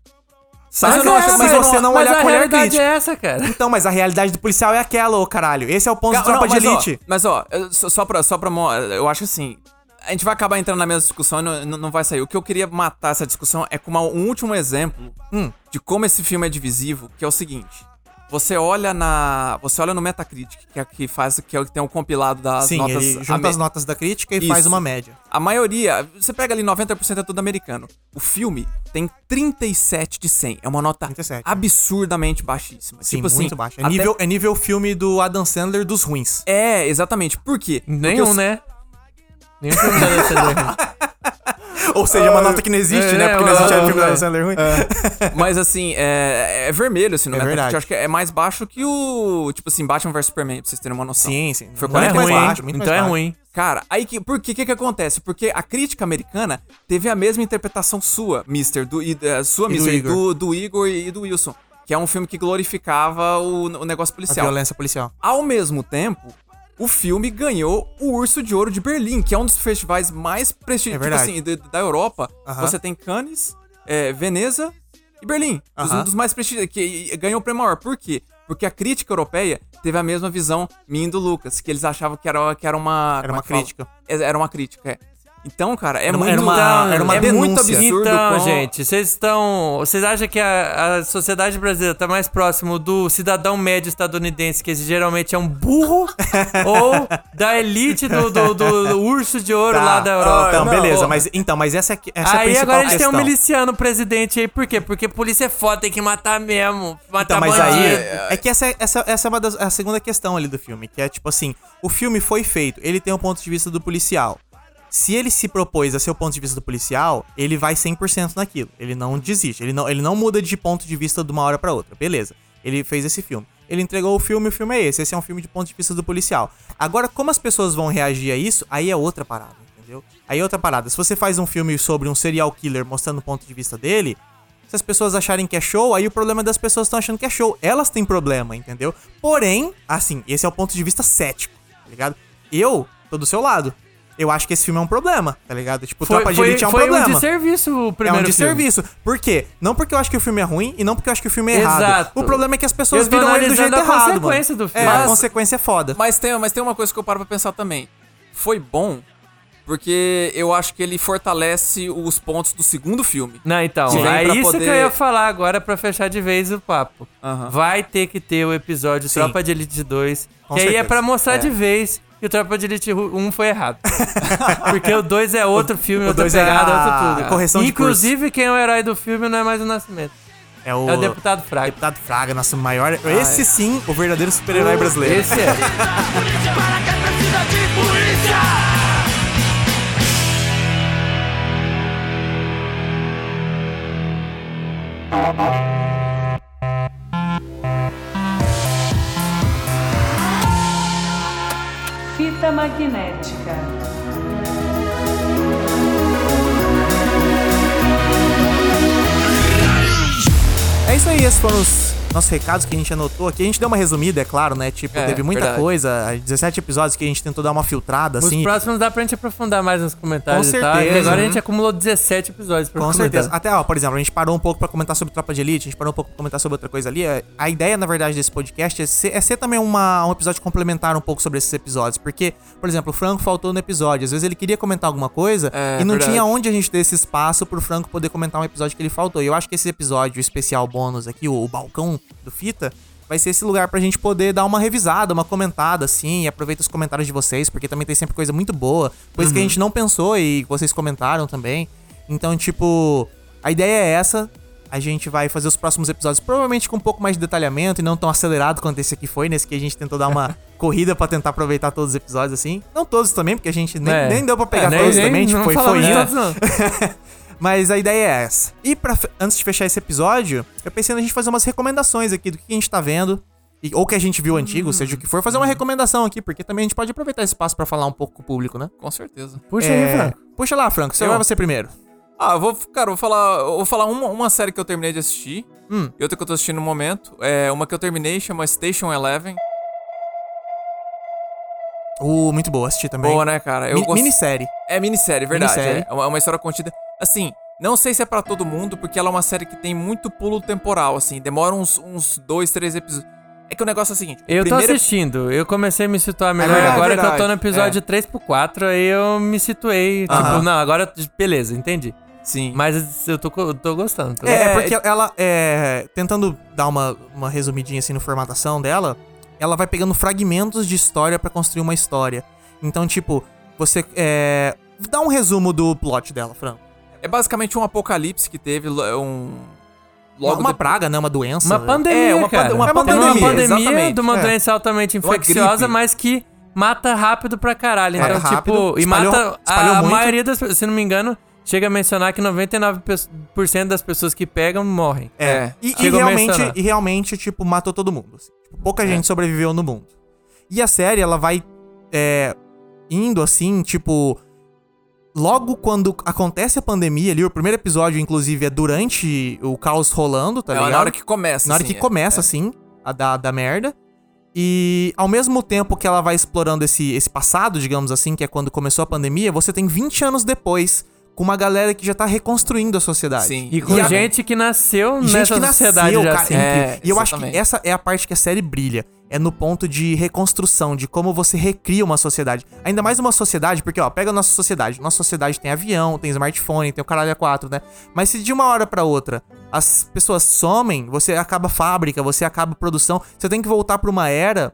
S3: Mas,
S4: Mas
S3: eu não
S4: é,
S3: acho, mas,
S4: mas-
S3: você não
S4: mas
S3: olhar
S4: a
S3: com olhar
S4: realidade
S3: crítico.
S4: é essa, cara.
S3: Então, mas a realidade do policial é aquela, ô caralho. Esse é o ponto
S5: Ca-
S3: do Tropa
S5: não, mas,
S3: de
S5: ó,
S3: Elite.
S5: mas ó, eu- só, só pra. Só pra mo- eu acho assim. A gente vai acabar entrando na mesma discussão e não, não- não vai sair. O que eu queria matar essa discussão é com uma- um último exemplo hum, de como esse filme é divisivo, que é o seguinte. Você olha na. Você olha no Metacritic, que é o que faz, que é o que tem um compilado das
S3: Sim,
S5: notas.
S3: ele junta
S5: ame-
S3: as notas da crítica e
S5: Isso.
S3: faz uma média.
S5: A maioria, você pega ali 90% é tudo americano. O filme tem 37 de 100. É uma nota
S3: 37, né?
S5: absurdamente baixíssima.
S3: Sim,
S5: tipo assim,
S3: muito baixo. É,
S5: até-
S3: nível, é nível filme do Adam Sandler dos ruins.
S5: É, exatamente. Por quê?
S3: Uhum.
S5: Porque
S4: Nenhum,
S5: os-
S4: né? Nenhum filme da Alessandra.
S3: Ou seja, uma nota que não existe,
S4: é,
S3: né? Porque não
S4: é,
S3: existe
S4: é,
S3: filme do
S4: é.
S3: Adam Sandler ruim.
S5: Mas assim, é, é vermelho, assim, no
S3: É
S5: Metacritic.
S3: verdade.
S5: Eu acho que é mais baixo que o, tipo assim, Batman vs Superman, pra vocês terem uma noção.
S3: Sim, sim.
S5: Foi
S3: Não é
S5: 44.
S3: ruim, baixo, muito
S4: então
S3: mais
S4: é
S3: baixo.
S4: ruim.
S5: Cara, aí que, por que que que acontece? Porque a crítica americana teve a mesma interpretação sua, Mister, do, e, eh, sua,
S3: do
S5: Mister, e
S3: Igor.
S5: do, do Igor e do Wilson, que é um filme que glorificava o, o negócio
S3: A
S5: policial.
S3: violência policial.
S5: Ao mesmo tempo, o filme ganhou o Urso de Ouro de Berlim, que é um dos festivais mais
S3: É
S5: prestigiosos
S3: verdade.
S5: da Europa.
S3: Aham.
S5: Você tem Cannes, é, Veneza e Berlim. Dos-
S3: Aham.
S5: Um dos mais prestigiosos, que e- e ganhou o prêmio maior. Por quê? Porque a crítica europeia teve a mesma visão minha e do Lucas, que eles achavam que era, que era uma...
S3: Era
S5: como
S3: uma
S5: é que fala?
S3: crítica.
S5: É, Era uma crítica, é. Então, cara, é
S3: Era uma-
S5: muito...
S3: era uma- era uma
S5: é muito
S3: denúncia.
S5: absurdo
S4: Então,
S5: quão-
S4: gente, vocês estão. Vocês acham que a, a sociedade brasileira tá mais próximo do cidadão médio estadunidense, que geralmente é um burro, ou da elite do, do, do- do urso de ouro
S3: Tá.
S4: lá da Europa?
S3: Então,
S4: Não,
S3: beleza.
S4: ô,
S3: Mas, então, mas essa é, essa é a
S4: Aí
S3: principal
S4: agora a gente tem um
S3: questão.
S4: miliciano presidente aí, por quê? Porque polícia é foda, tem que matar mesmo. Matar
S3: Então, mas
S4: bandido.
S3: aí. É que essa, essa, essa é uma das, a segunda questão ali do filme, que é tipo assim: o filme foi feito, ele tem um ponto de vista do policial. Se ele se propôs a ser o ponto de vista do policial, ele vai 100% naquilo. Ele não desiste, ele não, ele não muda de ponto de vista de uma hora pra outra. Beleza, ele fez esse filme. Ele entregou o filme, o filme é esse. Esse é um filme de ponto de vista do policial. Agora, como as pessoas vão reagir a isso, aí é outra parada, entendeu? Aí é outra parada. Se você faz um filme sobre um serial killer mostrando o ponto de vista dele, se as pessoas acharem que é show, aí o problema é das pessoas que estão achando que é show. Elas têm problema, entendeu? Porém, assim, esse é o ponto de vista cético. tá ligado? Eu tô do seu lado. Eu acho que esse filme é um problema, tá ligado? Tipo,
S4: Foi,
S3: Tropa de
S4: foi,
S3: Elite é um
S4: foi
S3: problema.
S4: um desserviço o
S3: é um
S4: primeiro filme.
S3: desserviço. Por quê? Não porque eu acho que o filme é ruim e não porque eu acho que o filme é errado.
S4: Exato.
S3: O problema é que as pessoas
S4: Eu tô
S3: viram ele do jeito
S4: analisando a
S3: errado. mano.
S4: consequência do filme.
S3: É, a
S4: Mas-
S3: consequência é foda.
S5: Mas tem, mas tem uma coisa que eu paro pra pensar também. Foi bom, porque eu acho que ele fortalece os pontos do segundo filme.
S4: Não, então,
S5: Sim.
S4: é
S5: Pra
S4: isso
S5: poder-
S4: que eu ia falar agora pra fechar de vez o papo.
S5: Aham.
S4: Vai ter que ter o episódio
S3: Sim.
S4: Tropa de Elite 2.
S3: Com
S4: que aí é
S3: certeza.
S4: pra mostrar de vez que o Tropa de Elite 1 foi errado. Porque o 2 é outro filme,
S3: o
S4: outra
S3: dois é
S4: pegada,
S3: a
S4: outro tudo.
S3: correção de
S4: Inclusive, quem é o herói do filme não é mais o Nascimento.
S3: É o,
S4: É o deputado Fraga.
S3: Deputado Fraga, Ah, é. nosso maior. esse sim, o verdadeiro super-herói brasileiro.
S4: Esse é.
S6: Fita magnética.
S3: É isso aí, esses foram os nossos recados que a gente anotou aqui. A gente deu uma resumida, é claro, né? Tipo,
S5: É,
S3: teve muita
S5: verdade.
S3: coisa, 17 episódios que a gente tentou dar uma filtrada,
S4: Nos
S3: assim.
S4: próximos dá pra gente aprofundar mais nos comentários
S3: Com
S4: e tal. E
S3: certeza,
S4: agora a
S3: uhum.
S4: gente acumulou 17 episódios pra
S3: Com
S4: comentar.
S3: certeza. Até, ó, por exemplo, a gente parou um pouco pra comentar sobre Tropa de Elite, a gente parou um pouco pra comentar sobre outra coisa ali. É, A ideia, na verdade, desse podcast é ser, é ser também uma, um episódio complementar um pouco sobre esses episódios. Porque, por exemplo, o Franco faltou no episódio. Às vezes ele queria comentar alguma coisa
S5: É,
S3: e não
S5: verdade.
S3: tinha onde a gente ter esse espaço pro Franco poder comentar um episódio que ele faltou. E eu acho que esse episódio especial bônus aqui, o, o balcão do Fita. Vai ser esse lugar pra gente poder dar uma revisada, uma comentada, assim, e aproveita os comentários de vocês, porque também tem sempre coisa muito boa, coisa que a gente não pensou e vocês comentaram também. Então, tipo, a ideia é essa. A gente vai fazer os próximos episódios provavelmente com um pouco mais de detalhamento e não tão acelerado quanto esse aqui foi. Nesse que a gente tentou dar uma corrida pra tentar aproveitar todos os episódios, assim. Não todos também, porque a gente nem,
S4: É.
S3: nem deu pra pegar
S4: É, nem-
S3: todos
S4: nem-
S3: também. Tipo,
S4: não
S3: foi,
S4: falamos
S3: foi
S4: de
S3: indo.
S4: todos, não.
S3: Mas a ideia é essa. E pra, fe- antes de fechar esse episódio, eu pensei na gente fazer umas recomendações aqui do que a gente tá vendo. e- ou que a gente viu antigo, seja o que for,
S4: Uhum.
S3: fazer uma recomendação aqui, porque também a gente pode aproveitar esse espaço pra falar um pouco com o público, né?
S5: Com certeza.
S4: Puxa
S3: É,
S4: aí, Franco.
S3: Puxa lá, Franco. Você
S5: Eu?
S3: vai você primeiro.
S5: Ah, eu vou, cara, eu vou falar, eu vou falar uma, uma série que eu terminei de assistir.
S3: Hum.
S5: E outra que eu tô assistindo no momento. É uma que eu terminei, chama Station Eleven.
S3: Uh, muito boa, assisti também.
S5: Boa, né, cara? Eu
S3: Mi-
S5: gosto-
S3: Minissérie.
S5: É minissérie, verdade.
S3: Minissérie.
S5: É uma, é uma história contida. Assim, não sei se é pra todo mundo, porque ela é uma série que tem muito pulo temporal, assim. Demora uns, uns dois, três episódios. É que o negócio é o seguinte. o
S4: Eu tô
S5: primeiro-
S4: assistindo, eu comecei a me situar melhor
S3: É
S5: verdade,
S4: agora que eu tô
S5: verdade.
S4: no episódio 3 pro 4, aí eu me situei, tipo, não, agora, beleza, entendi.
S5: Sim.
S4: Mas eu tô, co- eu tô gostando. tá Tô
S3: É,
S5: É,
S3: porque ela é. Tentando dar uma, uma resumidinha assim no formatação dela, ela vai pegando fragmentos de história pra construir uma história. Então, tipo, você. É, dá um resumo do plot dela, Franco.
S5: É basicamente um apocalipse que teve lo- um.
S3: Logo
S5: Logo
S3: uma
S5: de-
S3: praga, né? Uma doença.
S4: Uma pandemia,
S5: É, uma
S4: cara.
S5: pande- uma
S4: Tem
S5: pandemia,
S4: uma pandemia
S5: exatamente.
S4: de uma
S3: É.
S4: doença altamente infecciosa,
S5: gripe.
S4: mas que mata rápido pra caralho.
S3: Mata
S4: Então,
S3: É, rápido,
S4: tipo, e
S3: espalhou-
S4: mata a-
S3: espalhou
S4: a,
S3: muito.
S4: maioria das pessoas, se não me engano, chega a mencionar que 99% das pessoas que pegam morrem.
S3: É. E, e
S4: Chegou a
S3: realmente,
S4: mencionar.
S3: e realmente, tipo, matou todo mundo. assim. Tipo,
S5: É.
S3: pouca gente sobreviveu no mundo. E a série, ela vai é, indo assim, tipo. Logo quando acontece a pandemia ali, o primeiro episódio, inclusive, é durante o caos rolando, tá
S5: É,
S3: ligado?
S5: na hora que começa.
S3: Na hora
S5: assim,
S3: que
S5: é.
S3: começa, assim, a da, da merda. E ao mesmo tempo que ela vai explorando esse, esse passado, digamos assim, que é quando começou a pandemia, você tem 20 anos depois, com uma galera que já tá reconstruindo a sociedade.
S5: Sim.
S4: E com
S3: a-
S4: gente que nasceu
S3: e
S4: nessa sociedade já,
S3: cara,
S4: assim.
S3: é incrível.
S5: É,
S3: e eu acho que
S5: exatamente.
S3: essa é a parte que a série brilha. É no ponto de reconstrução, de como você recria uma sociedade. Ainda mais uma sociedade, porque, ó, pega a nossa sociedade. Nossa sociedade tem avião, tem smartphone, tem o caralho A4, né? Mas se de uma hora pra outra as pessoas somem, você acaba fábrica, você acaba produção. Você tem que voltar pra uma era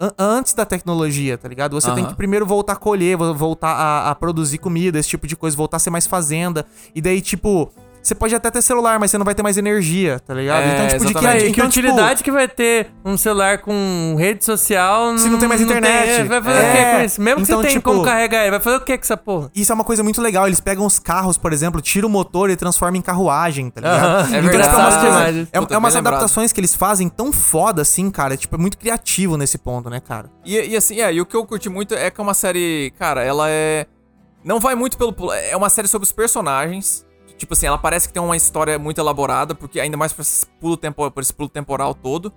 S3: an- antes da tecnologia, tá ligado? Você tem
S5: Aham.
S3: que primeiro voltar a colher, vo- voltar a, a produzir comida, esse tipo de coisa, voltar a ser mais fazenda. E daí, tipo, você pode até ter celular, mas você não vai ter mais energia, tá ligado?
S5: É,
S3: que,
S5: exatamente.
S4: E
S3: então,
S4: que
S3: tipo,
S4: utilidade que vai ter um celular com rede social?
S3: Se não tem mais internet.
S4: é, vai fazer o
S3: É.
S4: que com isso? Mesmo
S3: Então,
S4: que você tenha
S3: tipo-
S4: como carregar ele, vai fazer o que com essa porra?
S3: Isso é uma coisa muito legal. Eles pegam os carros, por exemplo, tiram o motor e transformam em carruagem, tá ligado?
S4: Aham, é
S3: tipo,
S4: verdade.
S3: umas coisas-
S4: Demais.
S3: é-
S5: Puta,
S3: é umas
S5: bem lembrado.
S3: adaptações que eles fazem tão foda assim, cara. Tipo, é muito criativo nesse ponto, né, cara?
S5: E, e assim, é, e o que eu curti muito é que é uma série, cara, ela é. Não vai muito pelo pulo. É uma série sobre os personagens. Tipo assim, ela parece que tem uma história muito elaborada, porque ainda mais por esse pulo, tempo, por esse pulo temporal todo.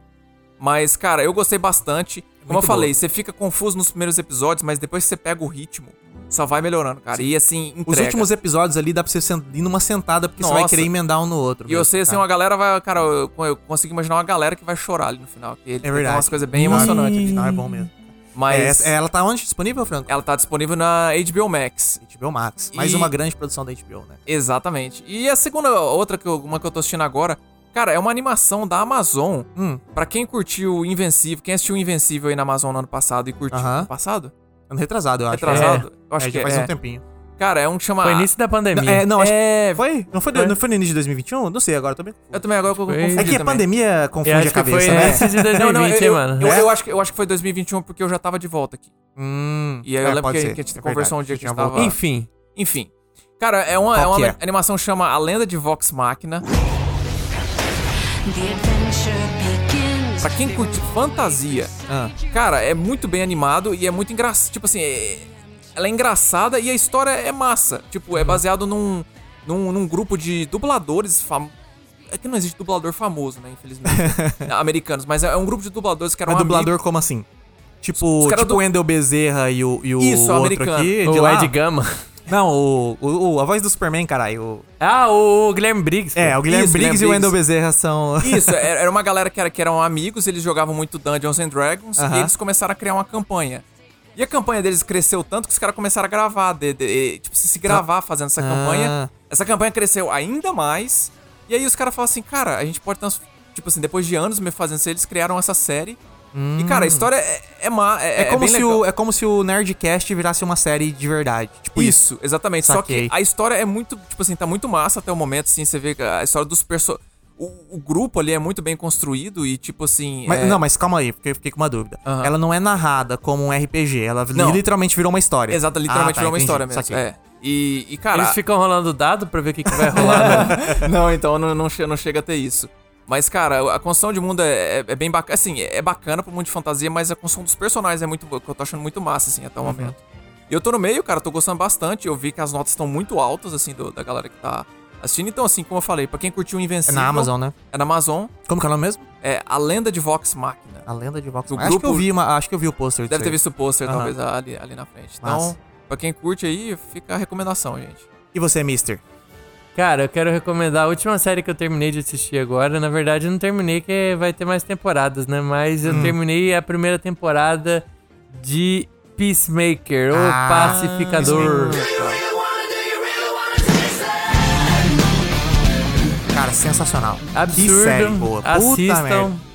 S5: Mas, cara, eu gostei bastante. Como eu
S3: É boa.
S5: falei, você fica confuso nos primeiros episódios, mas depois que você pega o ritmo, só vai melhorando, cara. E assim, entrega.
S3: Os últimos episódios ali dá pra você sen- ir numa sentada, porque você vai
S5: Nossa.
S3: querer emendar um no outro.
S5: E eu sei, assim,
S3: uma
S5: uma galera vai. Cara, eu, eu consigo imaginar uma galera que vai chorar ali no final. Que ele
S3: É
S5: tem
S3: verdade.
S5: Então, umas coisas bem emocionantes. ali.
S3: Não, é bom mesmo.
S5: Mas
S3: É, ela tá onde disponível, Franco?
S5: ela tá disponível na HBO Max.
S3: HBO Max. Mais
S5: E-
S3: uma grande produção da HBO, né?
S5: Exatamente. E a segunda, outra que eu, uma que eu tô assistindo agora, cara, é uma animação da Amazon.
S3: Hum.
S5: Pra quem curtiu o Invencível, quem assistiu o Invencível aí na Amazon no ano passado e curtiu.
S3: Aham.
S5: Ano passado?
S3: Ano retrasado, eu acho.
S5: Retrasado? Eu
S3: É,
S5: acho
S3: é,
S5: que
S3: já
S5: é.
S3: faz um tempinho.
S5: Cara, é um que chama.
S4: Foi início da pandemia.
S3: É, não, acho
S5: É,
S3: que foi? Não foi, de-
S4: Foi.
S3: não foi no início de 2021? Não sei, agora também.
S5: Eu também agora eu
S4: Foi.
S5: confundi
S3: É que a
S5: também. É,
S3: pandemia
S4: Eu
S3: confunde
S4: acho
S3: a
S4: que foi
S3: cabeça, né?
S4: início de 2020,
S5: Não, não, eu,
S4: hein,
S5: eu-
S4: mano.
S5: eu-
S3: É?
S5: eu acho que, eu acho que foi 2021 porque eu já tava de volta aqui.
S3: Hum,
S5: E aí eu
S3: é,
S5: lembro
S3: pode
S5: que,
S3: ser,
S5: que a gente
S3: é
S5: conversou um
S3: verdade.
S5: dia que a gente
S3: Tinha
S5: tava...
S3: voltado.
S5: Enfim. Enfim. Cara, é uma, é
S3: Qual que
S5: uma
S3: é?
S5: animação que chama A Lenda de Vox Machina. Pra quem curte fantasia,
S3: Ah.
S5: cara, é muito bem animado e é muito engraçado. Tipo assim, é- ela é engraçada e a história é massa. Tipo, é
S3: Uhum.
S5: baseado num, num,
S4: um
S5: num grupo de dubladores fam... É que não existe dublador famoso, né? Infelizmente. Americanos. Mas é um grupo de dubladores que era
S3: Mas
S5: um amigo-
S3: dublador como assim? Tipo,
S5: Os caras
S3: tipo
S5: do-
S3: o Endel Bezerra e o, e o
S5: Isso,
S3: outro
S5: americano.
S3: aqui. de
S4: O
S3: lá.
S4: Ed Gama.
S3: Não, o, o- o- a voz do Superman, caralho. o-
S4: Ah, o, o Guilherme Briggs.
S3: É,
S4: pô.
S3: o Guilherme
S5: Isso,
S3: Briggs
S5: Guilherme
S3: e o Endel Bezerra são.
S5: Isso, é, era era uma galera que, era, que eram amigos, eles jogavam muito Dungeons and Dragons
S3: Aham.
S5: e eles começaram a criar uma campanha. E a campanha deles cresceu tanto que os caras começaram a gravar, de- de- tipo, se, se
S3: Tá.
S5: gravar fazendo essa
S3: Ah.
S5: campanha. Essa campanha cresceu ainda mais. E aí os caras falam assim, cara, a gente pode trans... Tipo assim, depois de anos me fazendo isso, eles criaram essa série. E, cara, a história é, é má. É,
S3: Hum. É, como
S5: bem
S3: se
S5: legal.
S3: o, é como se o Nerdcast virasse uma série de verdade. Tipo isso.
S5: Isso, exatamente.
S3: Saquei.
S5: Só que a história é muito, tipo assim, tá muito massa até o momento, assim, você vê que a história dos perso... O, o grupo ali é muito bem construído e, tipo assim...
S3: Mas-
S5: é-
S3: Não, mas calma aí, porque eu fiquei com uma dúvida.
S5: Aham.
S3: Ela não é narrada como um RPG, ela
S5: Não.
S3: literalmente virou uma história.
S5: Exato, literalmente
S3: Ah, tá,
S5: virou uma
S3: entendi.
S5: história mesmo.
S3: Saquei.
S5: É. E, e, cara...
S4: Eles ficam rolando dado pra ver o que, que vai rolar. né?
S5: não, então não, não, che- não chega a ter isso. Mas, cara, a construção de mundo é, é- é bem bacana. Assim, é bacana pro mundo de fantasia, mas a construção dos personagens é muito boa, que eu tô achando muito massa, assim,
S3: Uhum.
S5: até o momento. E eu tô no meio, cara, tô gostando bastante. Eu vi que as notas estão muito altas, assim, do- da galera que tá assistindo. Então, assim, como eu falei, pra quem curtiu o
S3: É
S5: Invencível...
S3: na Amazon, né?
S5: É na Amazon.
S3: Como que é o nome mesmo?
S5: É A Lenda de Vox Machina.
S3: A Lenda de Vox
S5: O
S3: Acho que eu
S5: grupo-
S3: vi, uma, acho que eu vi o pôster.
S5: Deve ter
S3: disso
S5: visto o pôster,
S3: Aham.
S5: talvez, ali, ali na frente. Então,
S3: Massa.
S5: pra quem curte aí, fica a recomendação, gente.
S3: aí. E você, Mister?
S4: Cara, eu quero recomendar a última série que eu terminei de assistir agora. Na verdade, eu não terminei, que vai ter mais temporadas, né? Mas
S3: Hum.
S4: eu terminei a primeira temporada de Peacemaker, ou
S3: Ah,
S4: Pacificador.
S3: Cara, sensacional.
S4: Absurdo.
S3: Que série boa. Puta
S4: Assistam.
S3: merda.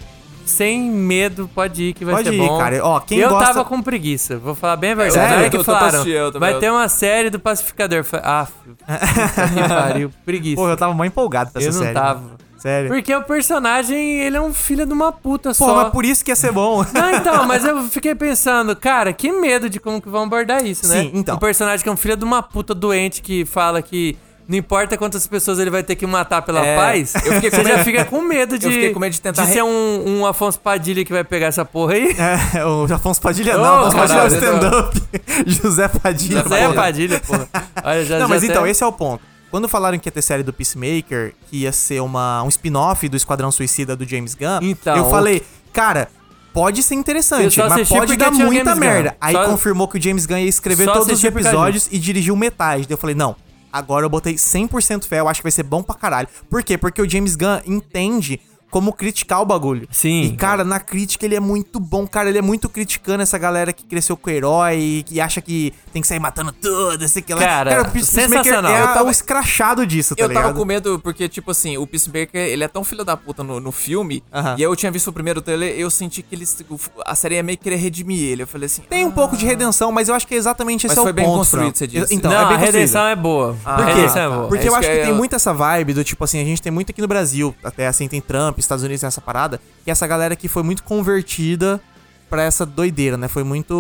S4: sem medo, pode ir que vai
S3: Pode
S4: ser
S3: ir,
S4: bom.
S3: cara. Ó, quem
S4: eu
S3: gosta-
S4: tava com preguiça, vou falar bem a verdade.
S3: Sério?
S4: Na hora que
S5: Eu tô- tô pra
S4: falaram,
S5: assistir, eu também-
S4: vai ter uma série do Pacificador. Eu falei, Ah, filho, puta que pariu, preguiça.
S3: Pô, eu tava mó empolgado pra
S4: Eu
S3: essa
S4: não
S3: série.
S4: tava.
S3: mano. Sério.
S4: Porque o personagem, ele é um filho de uma puta
S3: Pô,
S4: só.
S3: mas por isso que ia ser bom.
S4: Não, então, mas eu fiquei pensando, cara, que medo de como que vão abordar isso, né?
S3: Sim, então.
S4: Um personagem que é um filho de uma puta doente que fala que não importa quantas pessoas ele vai ter que matar pela
S5: É,
S4: paz,
S5: eu fiquei com
S4: você já
S5: medo-
S4: fica com medo de...
S5: fiquei com medo de tentar re-
S4: ser um, um Afonso Padilha que vai pegar essa porra aí.
S3: É, o Afonso Padilha
S4: Ô,
S3: não, Afonso Padilha é o
S5: caralho,
S3: stand-up. José Padilha.
S5: José
S4: Zé é Padilha, porra. Olha, já,
S3: Não, mas
S4: já
S3: então,
S4: até-
S3: esse é o ponto. Quando falaram que ia ter série do Peacemaker, que ia ser uma, um spin-off do Esquadrão Suicida do James Gunn,
S4: Então,
S3: eu
S4: o-
S3: falei, cara, pode ser
S4: Eu
S3: interessante,
S4: só
S3: mas
S4: assisti
S3: pode
S4: porque
S3: dar
S4: tinha o
S3: muita
S4: James Gunn.
S3: merda. Aí
S4: Só-
S3: confirmou que o James Gunn ia escrever
S4: Só
S3: todos os
S4: assisti por causa
S3: episódios e dirigiu metade. Daí eu falei, não, agora eu botei 100% fé, eu acho que vai ser bom pra caralho. Por quê? Porque o James Gunn entende como criticar o bagulho.
S4: Sim.
S3: E, cara, na crítica ele é muito bom, cara. Ele é muito criticando essa galera que cresceu com o herói, e que acha que tem que sair matando tudo, sei que lá.
S4: Cara,
S3: o Peacemaker
S4: sensacional.
S3: É
S4: Eu
S3: a-
S5: tava-
S3: o escrachado disso, tá
S5: eu
S3: ligado?
S5: tava com medo porque, tipo assim, o Peacemaker, ele é tão filho da puta no, no filme.
S3: Aham.
S5: E aí eu tinha visto o primeiro trailer, eu senti que eles, o f- a série ia meio que querer redimir ele. Eu falei assim...
S3: Tem um pouco de redenção, mas eu acho que é exatamente esse
S5: Mas
S3: é o
S5: foi bem
S3: ponto,
S5: construído,
S3: Fran.
S5: você disse.
S3: Então,
S4: não,
S3: é bem
S4: a
S3: construído.
S4: redenção é boa.
S5: Por
S4: a
S3: Por
S5: quê?
S4: redenção é
S5: tá.
S4: boa.
S3: Porque
S5: É
S3: eu
S5: isso
S3: acho que,
S5: que eu-
S3: tem muito essa vibe do tipo assim, a gente tem muito aqui no Brasil, até assim, tem Trump, Estados Unidos, essa parada, que essa galera que foi muito convertida pra essa doideira, né? Foi muito.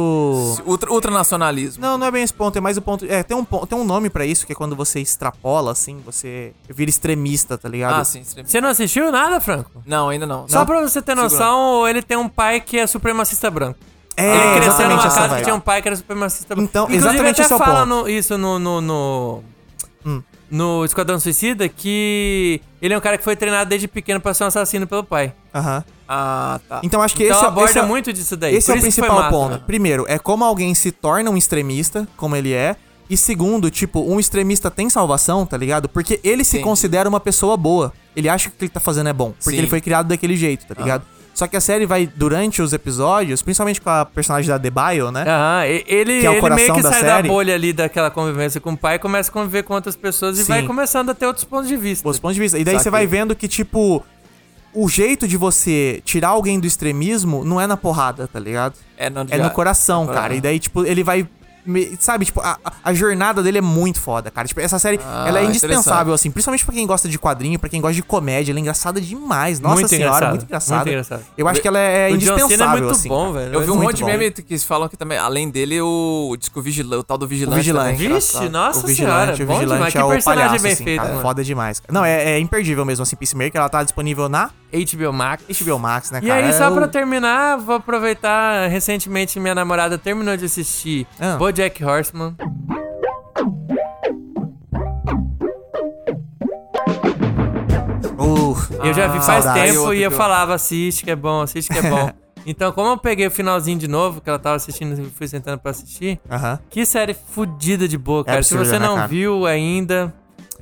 S5: "Ah, ultra- ultranacionalismo.
S3: Não, não é bem esse ponto, é mais o ponto. É, tem um, pon- tem um nome pra isso, que é quando você extrapola, assim, você vira extremista, tá ligado?
S5: Ah, sim. extremo.
S4: Você não assistiu nada, Franco?
S5: Não, ainda não.
S4: Só
S5: Não.
S4: pra você ter noção, ele tem um pai que é supremacista branco.
S3: É,
S4: ele cresceu
S3: exatamente
S4: numa
S3: essa
S4: casa
S3: vibe.
S4: que tinha um pai que era supremacista branco.
S3: Então,
S4: Inclusive,
S3: exatamente
S4: ele até
S3: esse é o
S4: fala
S3: ponto.
S4: no- isso no, no, no-
S3: Hum.
S4: no Esquadrão Suicida que ele é um cara que foi treinado desde pequeno pra ser um assassino pelo pai.
S3: Aham.
S5: Ah, tá.
S3: Então acho que
S4: um então
S3: esse, é-
S4: aborda
S3: esse é,
S4: muito disso daí.
S3: esse
S4: Por
S3: é o
S4: isso que foi
S3: principal
S4: massa,
S3: ponto.
S4: né?
S3: Primeiro, é como alguém se torna um extremista, como ele é. E segundo, tipo, um extremista tem salvação, tá ligado? Porque ele se
S5: Entendi.
S3: considera uma pessoa boa. Ele acha que o que ele tá fazendo é bom. Porque
S5: Sim.
S3: ele foi criado daquele jeito,
S4: Ah.
S3: tá ligado? Só que a série vai, durante os episódios, principalmente com a personagem da The Bio, né?
S4: Aham, e- ele,
S3: Que é o
S4: ele meio
S3: coração
S4: que
S3: da
S4: sai
S3: série.
S4: da bolha ali daquela convivência com o pai, começa a conviver com outras pessoas e
S3: Sim.
S4: vai começando a ter outros pontos de vista.
S3: Os pontos de vista. E daí você
S5: Saquei.
S3: vai vendo que, tipo, o jeito de você tirar alguém do extremismo não é na porrada, tá ligado?
S5: É no,
S3: É no coração, cara. E daí, tipo, ele vai. me- Sabe, tipo, a, a- a jornada dele é muito foda, cara. Tipo, essa série,
S5: Ah,
S3: ela é
S5: interessante.
S3: indispensável, assim. Principalmente pra quem gosta de quadrinho, pra quem gosta de comédia. Ela é engraçada demais. Nossa
S4: Muito
S3: senhora,
S4: engraçada,
S3: muito engraçada.
S4: muito engraçada.
S3: Eu acho que ela é
S4: O John
S3: indispensável,
S4: Cena é muito
S3: assim,
S4: bom,
S3: cara.
S4: velho.
S5: Eu vi um
S3: Muito
S5: monte de
S3: bom.
S5: meme que eles falam que também, além dele, o, diz que o, vigila- o tal do vigilante.
S3: vigilante.
S5: também é
S4: Vixe,
S5: engraçado.
S4: nossa
S3: o vigilante,
S4: senhora,
S3: o
S4: bom
S3: vigilante
S4: demais.
S3: é
S4: que
S3: o
S4: personagem
S3: palhaço,
S4: bem
S3: assim,
S4: feito,
S3: cara.
S4: mano.
S3: Foda demais. cara. Não, é, é imperdível mesmo, assim, Peacemaker. Ela tá disponível na
S4: HBO Max.
S3: HBO Max, né,
S4: E
S3: cara?
S4: aí, só
S3: É o-
S4: pra terminar, vou aproveitar. Recentemente, minha namorada terminou de assistir
S3: Ah.
S4: Bojack Horseman.
S3: Uh,
S4: Eu já vi
S3: ah,
S4: faz
S3: saudades.
S4: tempo
S5: outro
S4: e eu
S5: que eu-
S4: falava, assiste que é bom, assiste que é bom. então, como eu peguei o finalzinho de novo, que ela tava assistindo e fui sentando pra assistir,
S3: Aham.
S4: que série fodida de boa, cara.
S3: Ah. absurda,
S4: Se você
S3: né,
S4: não
S3: cara?
S4: viu ainda,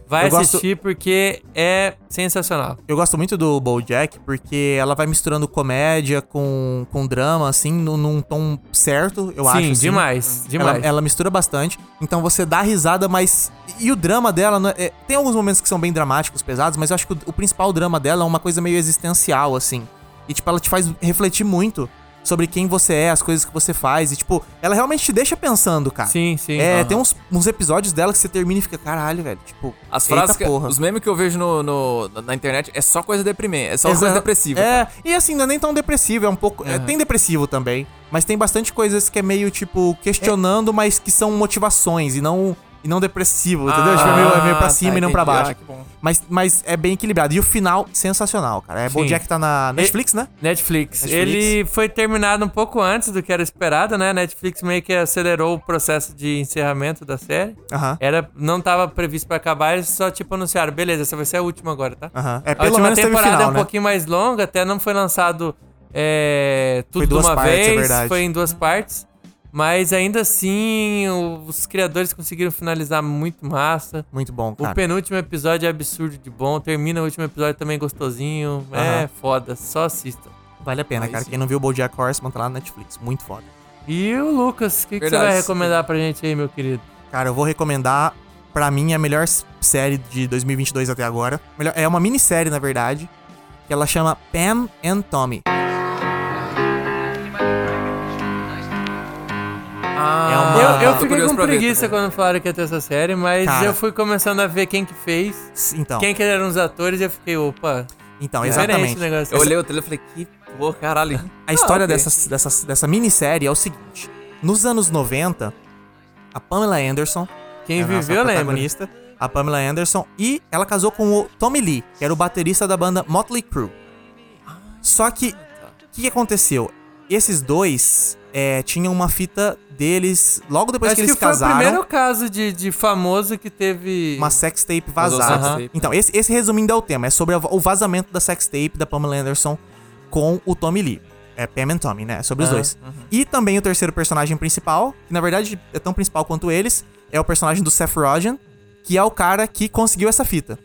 S4: vai
S3: Eu gosto-
S4: assistir porque é sensacional.
S3: Eu gosto muito do BoJack porque ela vai misturando comédia com, com drama, assim, num, num tom certo, eu acho.
S4: Sim,
S3: assim.
S4: demais,
S3: Ela,
S4: demais.
S3: ela mistura bastante, então você dá risada, mas. E o drama dela. não é- é- tem alguns momentos que são bem dramáticos, pesados, mas eu acho que o, o principal drama dela é uma coisa meio existencial, assim. E, tipo, ela te faz refletir muito sobre quem você é, as coisas que você faz. E, tipo, ela realmente te deixa pensando, cara.
S4: Sim, sim.
S3: É,
S4: Aham.
S3: tem uns, uns episódios dela que você termina e fica, caralho, velho. Tipo,
S5: As
S3: eita
S5: frases, que,
S3: porra.
S5: os memes que eu vejo no, no- na internet é só coisa deprimente, é só coisa
S3: Exato.
S5: depressiva.
S3: É, e assim, não é nem tão depressivo, é um pouco. é, tem depressivo também, mas tem bastante coisas que é meio, tipo, questionando, mas que são motivações e não, e não depressivo, entendeu? Tipo, é meio, é meio pra
S5: Ah,
S3: cima
S5: tá,
S3: e não pra
S5: entendi.
S3: baixo.
S5: Ah, que bom.
S3: Mas, mas é bem equilibrado. E o final, sensacional, cara. É
S4: Sim.
S3: Bojack tá na Netflix, né?
S4: Netflix.
S3: Netflix.
S4: Ele foi terminado um pouco antes do que era esperado, né? Netflix meio que acelerou o processo de encerramento da série.
S3: Aham.
S4: Era, não tava previsto pra acabar, eles só tipo anunciaram, beleza, essa vai ser a última agora, tá?
S3: Aham. É,
S4: A
S3: pelo
S4: última
S3: menos teve
S4: temporada
S3: final,
S4: é um
S3: né?
S4: pouquinho mais longa, até não foi lançado é, tudo
S3: Foi duas
S4: de uma
S3: partes, é
S4: vez,
S3: verdade.
S4: foi em duas partes. Mas ainda assim, o- os criadores conseguiram finalizar muito massa.
S3: Muito bom,
S4: O
S3: cara.
S4: penúltimo episódio é absurdo de bom, termina o último episódio também gostosinho. É
S3: Aham.
S4: foda, só assista.
S3: Vale a pena,
S5: Aí
S3: cara.
S5: sim.
S3: Quem não viu o Bojack Horseman tá lá na Netflix. Muito foda.
S4: E o Lucas, o que, que você
S5: Verdade.
S4: vai recomendar pra gente aí, meu querido?
S3: Cara, eu vou recomendar, pra mim, a melhor s- série de 2022 até agora. Melhor- É uma minissérie, na verdade, que ela chama Pam and Tommy.
S5: Ah,
S3: É uma-
S4: Eu, eu
S5: tô
S4: fiquei
S5: curioso
S4: com
S5: pra ver
S4: preguiça
S5: também.
S4: quando falaram que ia ter essa série, mas
S3: Cara.
S4: eu fui começando a ver quem que fez,
S3: S- Então,
S4: quem que eram os atores, e eu fiquei, opa,
S3: então
S4: diferente
S3: exatamente.
S4: o negócio.
S5: Eu olhei o trailer e falei, que pô, caralho.
S3: A história
S5: Ah, ok.
S3: dessa, dessa, dessa minissérie é o seguinte. Nos anos 90, a Pamela Anderson,
S4: Quem
S3: é a nossa
S4: viveu lembra.
S3: protagonista, a Pamela Anderson, e ela casou com o Tommy Lee, que era o baterista da banda Motley Crue. Só que, o que que aconteceu? Esses dois é, tinham uma fita deles, logo depois
S4: Acho
S3: que eles
S4: que foi
S3: casaram...
S4: o primeiro caso de, de famoso que teve...
S3: Uma sex tape
S5: Vazou
S3: vazada.
S5: sex tape.
S3: Então, esse, esse resumindo é o tema. É sobre a- o vazamento da sex tape da Pamela Anderson com o Tommy Lee. É Pam and Tommy, né? É sobre os dois. E também o terceiro personagem principal, que na verdade é tão principal quanto eles, é o personagem do Seth Rogen, que é o cara que conseguiu essa fita.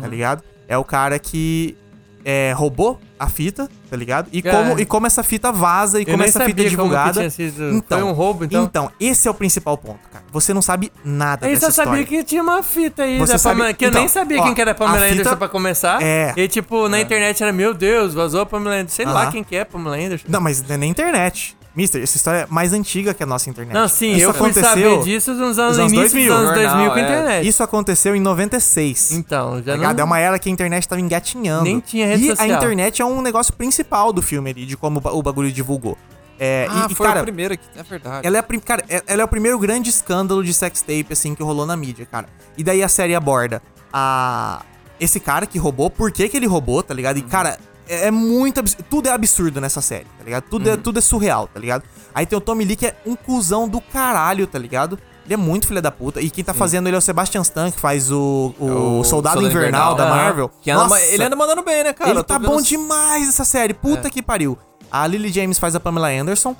S3: Tá ligado? É o cara que é, roubou a fita, tá ligado? E,
S4: Cara,
S3: como, e como essa fita vaza e
S4: É. eu
S3: como
S4: nem
S3: essa fita é
S4: sabia como que
S3: divulgada.
S4: tinha sido- foi um roubo, então?
S3: esse é o principal ponto, cara. Você não sabe nada
S4: Aí
S3: dessa
S4: só sabia
S3: é história.
S4: que tinha uma fita aí
S3: Você
S4: da
S3: sabe-
S4: Pamela, que eu
S3: então,
S4: nem sabia
S3: ó,
S4: quem que era a Pamela
S3: a fita-
S4: Anderson pra começar.
S3: É.
S4: E tipo, na internet era, meu Deus, vazou a Pamela Anderson. Sei lá
S3: Aham.
S4: quem que é a Pamela Anderson.
S3: Não, mas não é nem internet. Mister, essa história é mais antiga que a nossa internet.
S4: Não, sim,
S3: isso
S4: eu fui
S3: aconteceu,
S4: saber disso nos
S3: nos
S4: anos,
S3: anos
S4: início
S3: 2000.
S4: dos anos 2000 com a
S5: Jornal, é.
S4: internet.
S3: Isso aconteceu em 96.
S4: Então, já
S3: tá ligado?
S4: não...
S3: É uma era que a internet tava engatinhando.
S4: Nem tinha rede
S3: e
S4: social.
S3: a internet é um negócio principal do filme ali, de como o ba- o bagulho divulgou. É,
S5: Ah,
S3: e, e,
S5: foi
S3: cara,
S5: o primeiro aqui, é verdade.
S3: ela é, a prim- cara, é- ela é o primeiro grande escândalo de sextape, assim, que rolou na mídia, cara. E daí a série aborda a... esse cara que roubou, por que que ele roubou, tá
S5: Uhum.
S3: ligado? E, cara, é, é muito absurdo. Tudo é absurdo nessa série,
S5: Uhum.
S3: tá ligado? Tudo, é, tudo é surreal, tá ligado? Aí tem o Tommy Lee, que é um cuzão do caralho, tá ligado? Ele é muito filha da puta. E quem tá fazendo ele é o Sebastian Stan, que faz o, o
S5: É O
S3: Soldado,
S5: Soldado
S3: Invernal,
S5: Invernal,
S3: da
S5: aham.
S3: Marvel.
S5: Que anda-
S3: Nossa,
S5: ele anda mandando bem, né, cara?
S3: ele
S5: Eu tô
S3: tá
S5: vendo
S3: bom
S5: as- É.
S3: demais essa série. Puta que pariu. A Lily James faz a Pamela Anderson.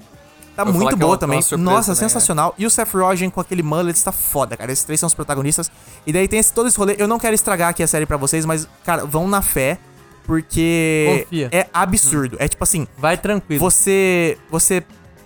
S3: Tá
S5: Eu ia falar
S3: muito
S5: que é
S3: boa
S5: uma-
S3: também.
S5: uma surpresa
S3: Nossa,
S5: também,
S3: sensacional. E o Seth Rogen com aquele mullet tá foda, cara. Esses três são os protagonistas. E daí tem esse, todo esse rolê. Eu não quero estragar aqui a série pra vocês, mas, cara, vão na fé. Porque
S4: Confia.
S3: é absurdo. É tipo assim,
S4: Vai tranquilo.
S3: você. Você.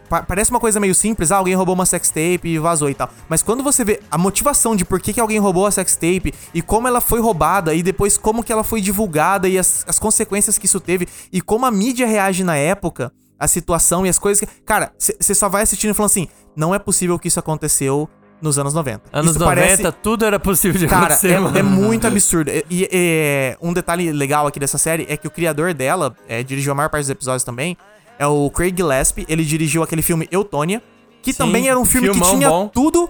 S3: pa- Parece uma coisa meio simples, ah, alguém roubou uma sextape e vazou e tal. Mas quando você vê a motivação de por que, que alguém roubou a sextape e como ela foi roubada e depois como que ela foi divulgada e as, as consequências que isso teve e como a mídia reage na época, a situação e as coisas que. Cara, você só vai assistindo e falando assim: não é possível que isso aconteceu nos anos 90.
S4: Anos
S3: isso
S4: 90,
S3: parece-
S4: tudo era possível de
S3: Cara,
S4: acontecer, mano.
S3: é, é muito absurdo. E, e- é, um detalhe legal aqui dessa série é que o criador dela é, dirigiu a maior parte dos episódios também. É o Craig Gillespie. Ele dirigiu aquele filme Eutônia, que também era um filme que
S4: filmão
S3: tinha
S4: bom.
S3: tudo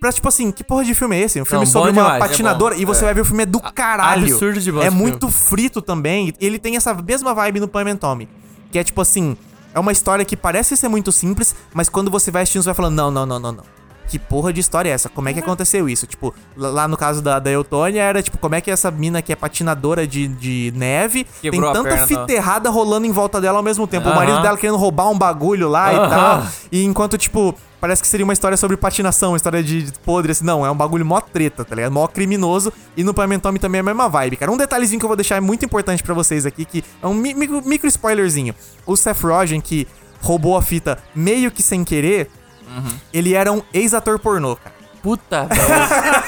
S3: pra, tipo assim, que porra de filme é esse? Um filme
S4: Não,
S3: sobre
S4: bom
S3: uma
S4: demais, é
S3: patinadora.
S5: bom.
S3: e você
S5: É.
S3: vai ver o filme é do caralho.
S4: absurdo de bom
S3: É
S4: esse
S3: muito frito também. Ele tem essa mesma vibe no Pam and Tommy. Que é tipo assim, é uma história que parece ser muito simples, mas quando você vai assistindo, você vai falando, não, não, não, não, não. Que porra de história é essa? Como é que aconteceu isso? Tipo, lá- lá no caso da, da Eutônia, era tipo, como é que essa mina que é patinadora de, de neve
S5: Quebrou a
S3: tem tanta
S5: perna.
S3: fita errada rolando em volta dela ao mesmo tempo? O
S4: Aham.
S3: marido dela querendo roubar um bagulho lá e
S4: Aham.
S3: tal. E enquanto, tipo, parece que seria uma história sobre patinação, uma história de de podre, assim, não, é um bagulho mó treta, tá ligado? Mó criminoso. E no Pimentome também é a mesma vibe, cara. Um detalhezinho que eu vou deixar é muito importante pra vocês aqui, que é um mi- micro, micro spoilerzinho. O Seth Rogen, que roubou a fita meio que sem querer,
S4: Uhum.
S3: ele era um ex-ator pornô, cara.
S4: Puta, velho.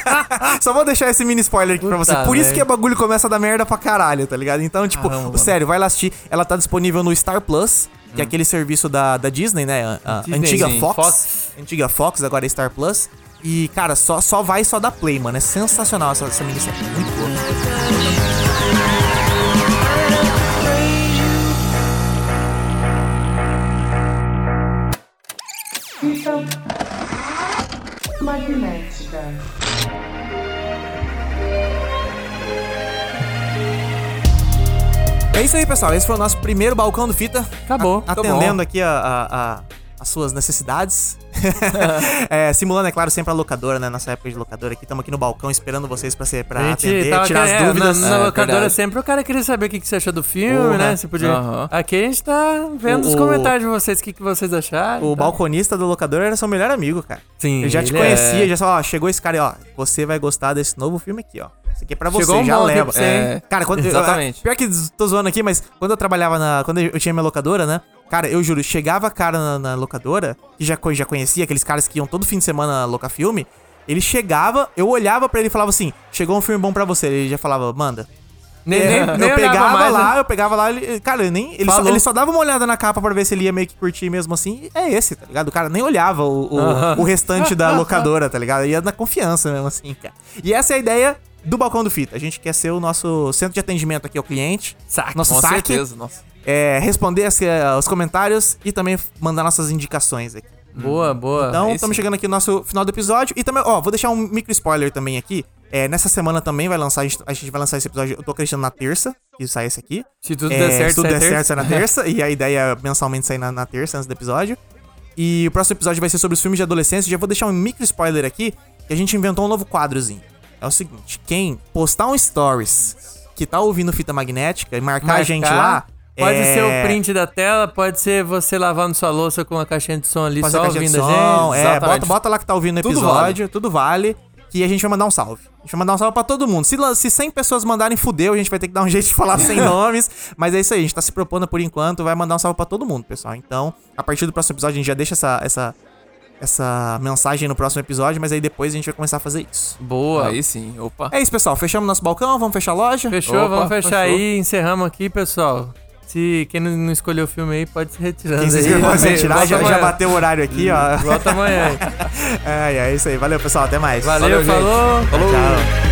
S3: Só vou deixar esse mini spoiler aqui pra
S4: Puta
S3: você. Por isso
S4: merda.
S3: que o bagulho começa a dar merda pra caralho, tá ligado? Então, tipo,
S4: Caramba, mano. Hum.
S3: sério, vai lá assistir. Ela tá disponível no Star Plus, que é aquele serviço da, da Disney, né? A- a
S4: Disney,
S3: antiga
S4: sim.
S3: Fox,
S4: Fox.
S3: Antiga Fox, agora é Star Plus. E, cara, só, só vai e só dá play, mano. É sensacional essa, essa minissérie. Muito boa.
S6: Fita magnética.
S3: É isso aí, pessoal. Esse foi o nosso primeiro balcão do Fita.
S4: Acabou.
S3: A-
S4: Acabou.
S3: atendendo aqui a, a- a- as suas necessidades. É, simulando, é claro, sempre a locadora, né? Nossa época de locadora aqui. Estamos aqui no balcão esperando vocês pra, ser, pra
S4: A gente
S3: atender,
S4: tava
S3: tirar as
S4: querendo- né?
S3: dúvidas.
S4: Na, na
S5: É,
S4: locadora
S5: verdade.
S4: sempre o cara queria saber o que, que você achou do filme,
S3: Porra.
S4: né? Se podia.
S5: Aham.
S4: Aqui a gente tá vendo os
S3: O-
S4: comentários de vocês, o que, que vocês acharam.
S3: O
S4: tá?
S3: balconista do locador era seu melhor amigo, cara.
S4: Sim,
S3: Ele já te
S4: ele
S3: conhecia,
S4: é.
S3: já só, ó, chegou esse cara e, ó, você vai gostar desse novo filme aqui, ó. Isso aqui é pra você,
S4: Chegou um
S3: já
S4: bom aqui
S3: leva.
S4: pra você, hein?
S5: É.
S3: Cara, quando eu-
S5: Exatamente.
S3: pior que tô zoando aqui, mas quando eu trabalhava na. Quando eu tinha minha locadora, né? Cara, eu juro, chegava cara na, na locadora, que já, co- já conhecia aqueles caras que iam todo fim de semana locar filme. Ele chegava, eu olhava pra ele e falava assim: chegou um filme bom pra você. Ele já falava, manda.
S4: Nem, nem,
S3: É, eu
S4: nem olhava
S3: pegava
S4: mais, né?
S3: lá, eu pegava lá, ele, cara, ele nem, ele, só,
S4: Falou.
S3: ele só dava uma olhada na capa pra ver se ele ia meio que curtir mesmo assim. E é esse, tá ligado? O cara nem olhava o, o, o restante da locadora, tá ligado? Ia na confiança mesmo assim, cara. E essa é a ideia do Balcão do Fita. A gente quer ser o nosso centro de atendimento aqui ao cliente.
S4: Saque.
S3: Nosso
S5: Com
S3: saque.
S5: certeza, nossa.
S3: É, responder as- eh, os comentários e também mandar nossas indicações aqui.
S4: Boa, boa.
S3: Então,
S5: Aí
S3: estamos
S5: sim.
S3: chegando aqui no nosso final do episódio. E também, ó, vou deixar um micro spoiler também aqui. É, nessa semana também vai lançar, a gente, a gente vai lançar esse episódio, eu tô acreditando na terça, que sai esse aqui.
S4: se tudo
S3: É,
S4: der certo,
S3: se tudo
S4: sai
S3: der
S4: terça.
S3: certo, sai na terça. e a ideia é mensalmente sair na, na terça, antes do episódio. E o próximo episódio vai ser sobre os filmes de adolescência. Já vou deixar um micro spoiler aqui, que a gente inventou um novo quadrozinho. É o seguinte, quem postar um stories que tá ouvindo fita magnética e marcar, a gente lá...
S4: Pode
S3: é,
S4: ser o print da tela, pode ser você lavando sua louça com a caixinha de som ali,
S3: fazer
S4: só
S3: caixinha de
S4: ouvindo a
S3: som,
S4: gente.
S3: É,
S5: exatamente.
S3: bota, bota lá que tá ouvindo o
S5: Tudo
S3: episódio, tudo vale. Que a gente vai mandar um salve. A gente vai mandar um salve pra todo mundo. Se, lan- se 100 pessoas mandarem, fudeu, a gente vai ter que dar um jeito de falar 100 nomes. Mas é isso aí, a gente tá se propondo por enquanto, vai mandar um salve pra todo mundo, pessoal. Então, a partir do próximo episódio, a gente já deixa essa, essa, essa mensagem no próximo episódio, mas aí depois a gente vai começar a fazer isso.
S4: Boa.
S5: Aí sim, opa.
S3: É isso, pessoal. Fechamos nosso balcão, vamos fechar a loja.
S4: Fechou,
S5: Opa,
S4: vamos fechar
S5: fechou.
S4: aí, encerramos aqui, pessoal. Se quem não não escolheu o filme aí, pode se retirando.
S3: Quem se inscreveu,
S4: aí.
S3: pode se retirar, já,
S4: Volta
S3: já
S4: amanhã.
S3: bateu o horário aqui, ó.
S4: Volta amanhã. aí.
S3: É, é isso aí. Valeu, pessoal. Até mais.
S4: Valeu,
S5: gente.
S4: falou.
S5: Falou.
S3: Tchau.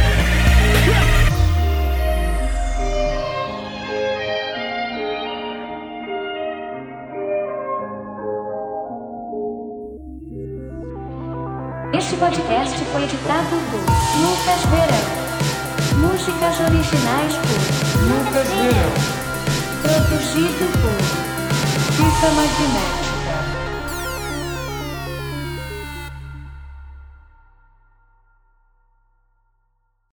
S8: Este podcast foi editado por Lucas Verão. Músicas originais por Lucas Verão. Produzido por
S6: Fita magnética.